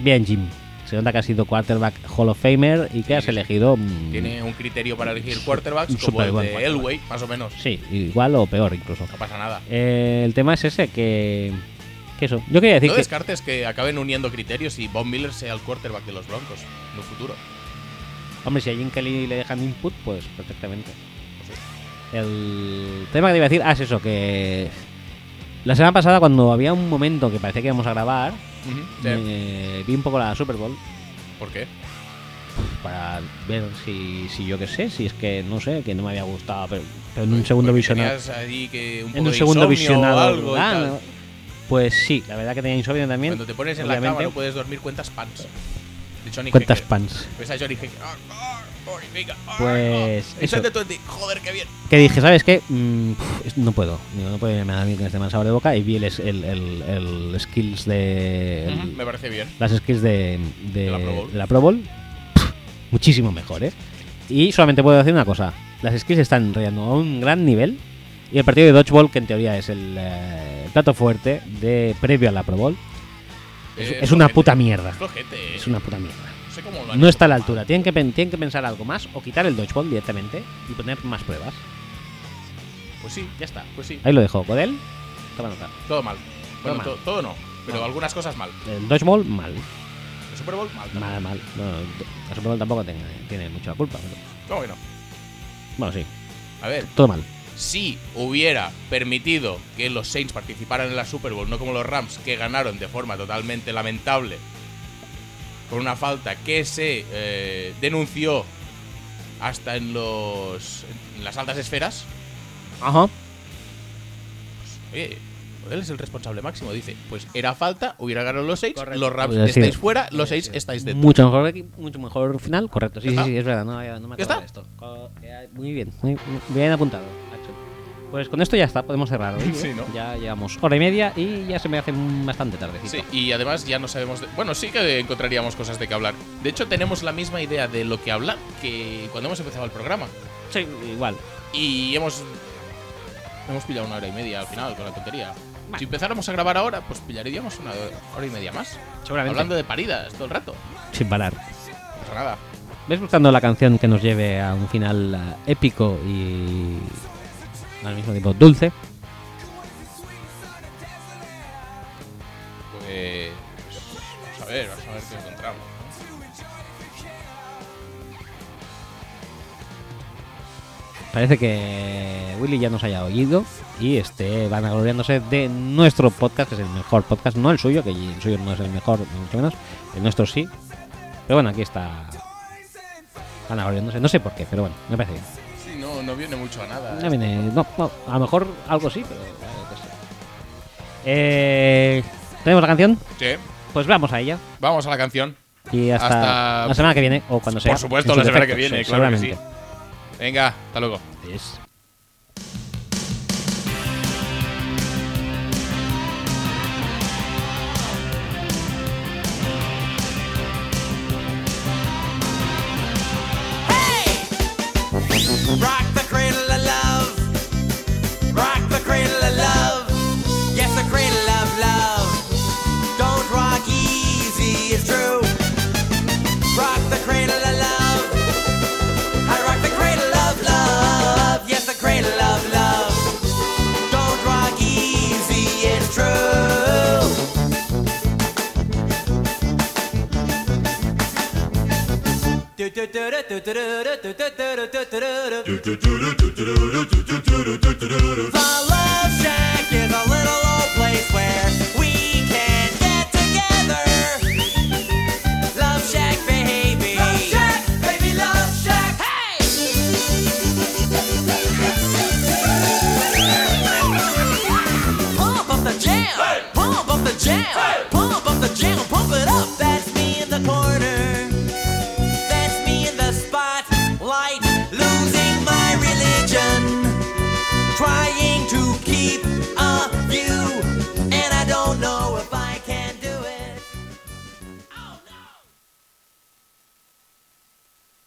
[SPEAKER 1] bien Jim, se nota que has sido quarterback Hall of Famer y que has elegido... mm,
[SPEAKER 2] Tiene un criterio para elegir
[SPEAKER 1] Su-
[SPEAKER 2] quarterbacks
[SPEAKER 1] un
[SPEAKER 2] como el
[SPEAKER 1] superbuen
[SPEAKER 2] de
[SPEAKER 1] quarterback.
[SPEAKER 2] Elway, más o menos.
[SPEAKER 1] Sí, igual o peor incluso.
[SPEAKER 2] No pasa nada.
[SPEAKER 1] Eh, el tema es ese, que... que eso. Yo quería decir
[SPEAKER 2] No
[SPEAKER 1] que...
[SPEAKER 2] descartes que acaben uniendo criterios y Bob Miller sea el quarterback de los Broncos en un futuro.
[SPEAKER 1] Hombre, si a Jim Kelly le dejan input, pues perfectamente.
[SPEAKER 2] Pues sí.
[SPEAKER 1] El tema que te iba a decir, ah, es eso, que la semana pasada cuando había un momento que parecía que íbamos a grabar,
[SPEAKER 2] Ujú, sí.
[SPEAKER 1] eh, vi un poco la Super Bowl pues,
[SPEAKER 2] ¿Por qué?
[SPEAKER 1] para ver si, si yo qué sé, si es que no sé, que no me había gustado, pero, pero en un segundo
[SPEAKER 2] Porque
[SPEAKER 1] visionado.
[SPEAKER 2] tenías ahí que un poco
[SPEAKER 1] En un
[SPEAKER 2] de
[SPEAKER 1] segundo
[SPEAKER 2] insomnio o
[SPEAKER 1] visionado.
[SPEAKER 2] algo y
[SPEAKER 1] ah,
[SPEAKER 2] tal.
[SPEAKER 1] no. Pues sí, la verdad que tenía insomnio también.
[SPEAKER 2] Cuando te pones en la pues,
[SPEAKER 1] obviamente.
[SPEAKER 2] cama no puedes dormir cuentas pants. De Johnny
[SPEAKER 1] Cuentas
[SPEAKER 2] Hecker.
[SPEAKER 1] pants.
[SPEAKER 2] Ves a Johnny "Ah, Hecker. "Ar, ar, ar, venga, ar,
[SPEAKER 1] Pues,
[SPEAKER 2] ar".
[SPEAKER 1] eso.
[SPEAKER 2] Inside the 20. ah". Joder, qué bien.
[SPEAKER 1] Que dije, ¿sabes qué? Mm, pf, es- no puedo. Digo, no puedo irme a mí con este mal sabor de boca. Y vi el, es- el, el- el skills de. el-
[SPEAKER 2] Ujú, Me parece bien.
[SPEAKER 1] las skills de, de-
[SPEAKER 2] De la Pro Bowl.
[SPEAKER 1] de la Pro Bowl, pff, muchísimo mejor, ¿eh? Y solamente puedo decir una cosa: las skills están reando a un gran nivel. Y el partido de Dodgeball, que en teoría es el eh, plato fuerte de previo a la Pro Bowl, es,
[SPEAKER 2] Eh,
[SPEAKER 1] es una
[SPEAKER 2] flojete.
[SPEAKER 1] puta mierda.
[SPEAKER 2] Flojete, eh.
[SPEAKER 1] Es una puta mierda.
[SPEAKER 2] No sé cómo lo han
[SPEAKER 1] No
[SPEAKER 2] hecho
[SPEAKER 1] está a la
[SPEAKER 2] tan mal.
[SPEAKER 1] altura. Tienen que, pen- tienen que pensar algo más o quitar el Dodgeball directamente y poner más pruebas.
[SPEAKER 2] Pues sí,
[SPEAKER 1] Ya está.
[SPEAKER 2] pues sí.
[SPEAKER 1] Ahí lo dejo. Godel, toma nota.
[SPEAKER 2] Todo mal. Bueno,
[SPEAKER 1] mal.
[SPEAKER 2] to- todo no. Pero
[SPEAKER 1] No.
[SPEAKER 2] algunas cosas mal.
[SPEAKER 1] El Dodgeball, mal.
[SPEAKER 2] El Super Bowl, mal.
[SPEAKER 1] Mal, mal. No, no, la Super Bowl tampoco tiene, tiene mucha culpa. pero-
[SPEAKER 2] ¿Cómo que no?
[SPEAKER 1] bueno, sí.
[SPEAKER 2] A ver,
[SPEAKER 1] Todo mal.
[SPEAKER 2] si hubiera permitido que los Saints participaran en la Super Bowl, no como los Rams, que ganaron de forma totalmente lamentable, con una falta que se eh, denunció hasta en, los, en las altas esferas,
[SPEAKER 1] Ajá.
[SPEAKER 2] oye, él es el responsable máximo, dice, pues era falta, hubiera ganado los Saints, los Rams
[SPEAKER 1] Hubiera sido.
[SPEAKER 2] estáis fuera, los Saints estáis dentro.
[SPEAKER 1] Mucho mejor, equi- mucho mejor final, correcto. Sí,
[SPEAKER 2] ¿Ya
[SPEAKER 1] sí,
[SPEAKER 2] está?
[SPEAKER 1] sí, es verdad, no, había- no me
[SPEAKER 2] ¿Ya
[SPEAKER 1] acordaba de esto. Co- eh, Muy bien, muy, muy bien apuntado. Nacho. Pues con esto ya está, podemos cerrar hoy. ¿eh?
[SPEAKER 2] Sí, ¿no?
[SPEAKER 1] Ya llevamos hora y media y ya se me hace un- bastante tardecito.
[SPEAKER 2] Sí, y además ya no sabemos. de- Bueno, sí que encontraríamos cosas de que hablar. De hecho, tenemos la misma idea de lo que hablar que cuando hemos empezado el programa.
[SPEAKER 1] Sí, igual.
[SPEAKER 2] Y hemos. Hemos pillado una hora y media al final con la tontería. Si empezáramos a grabar ahora, pues pillaríamos una hora y media más.
[SPEAKER 1] Seguramente.
[SPEAKER 2] Hablando de paridas todo el rato.
[SPEAKER 1] Sin parar.
[SPEAKER 2] No pasa nada.
[SPEAKER 1] ¿Ves buscando la canción que nos lleve a un final eh, épico y al mismo tiempo dulce?
[SPEAKER 2] Pues. Vamos a ver, vamos a ver qué encontramos.
[SPEAKER 1] Parece que Willy ya nos haya oído y este van agloriándose de nuestro podcast, que es el mejor podcast, no el suyo, que el suyo no es el mejor, ni mucho menos, el nuestro sí. Pero bueno, aquí está. Van agloriándose, no sé por qué, pero bueno, me parece bien.
[SPEAKER 2] Sí, no, no viene mucho a nada. ¿eh?
[SPEAKER 1] No viene- no, no, a lo mejor algo sí, pero. eh, qué sé. Eh, ¿Tenemos la canción?
[SPEAKER 2] Sí,
[SPEAKER 1] Pues vamos a ella.
[SPEAKER 2] vamos a la canción.
[SPEAKER 1] Y hasta,
[SPEAKER 2] Hasta-
[SPEAKER 1] la semana que viene, o cuando sea.
[SPEAKER 2] Por supuesto,
[SPEAKER 1] en su
[SPEAKER 2] la semana que
[SPEAKER 1] defecto,
[SPEAKER 2] viene,
[SPEAKER 1] sí,
[SPEAKER 2] claro que sí.
[SPEAKER 1] seguramente.
[SPEAKER 2] Venga, hasta luego.
[SPEAKER 1] Es-
[SPEAKER 6] Rock the cradle of love. Rock the cradle of love. Yes, the cradle of love. Don't rock easy, it's true. Rock the cradle of love. I rock the cradle of love. Yes, the cradle of love. Don't rock easy, it's true. Do do do do do do do do do do do do do do. Love Shack is a little old place where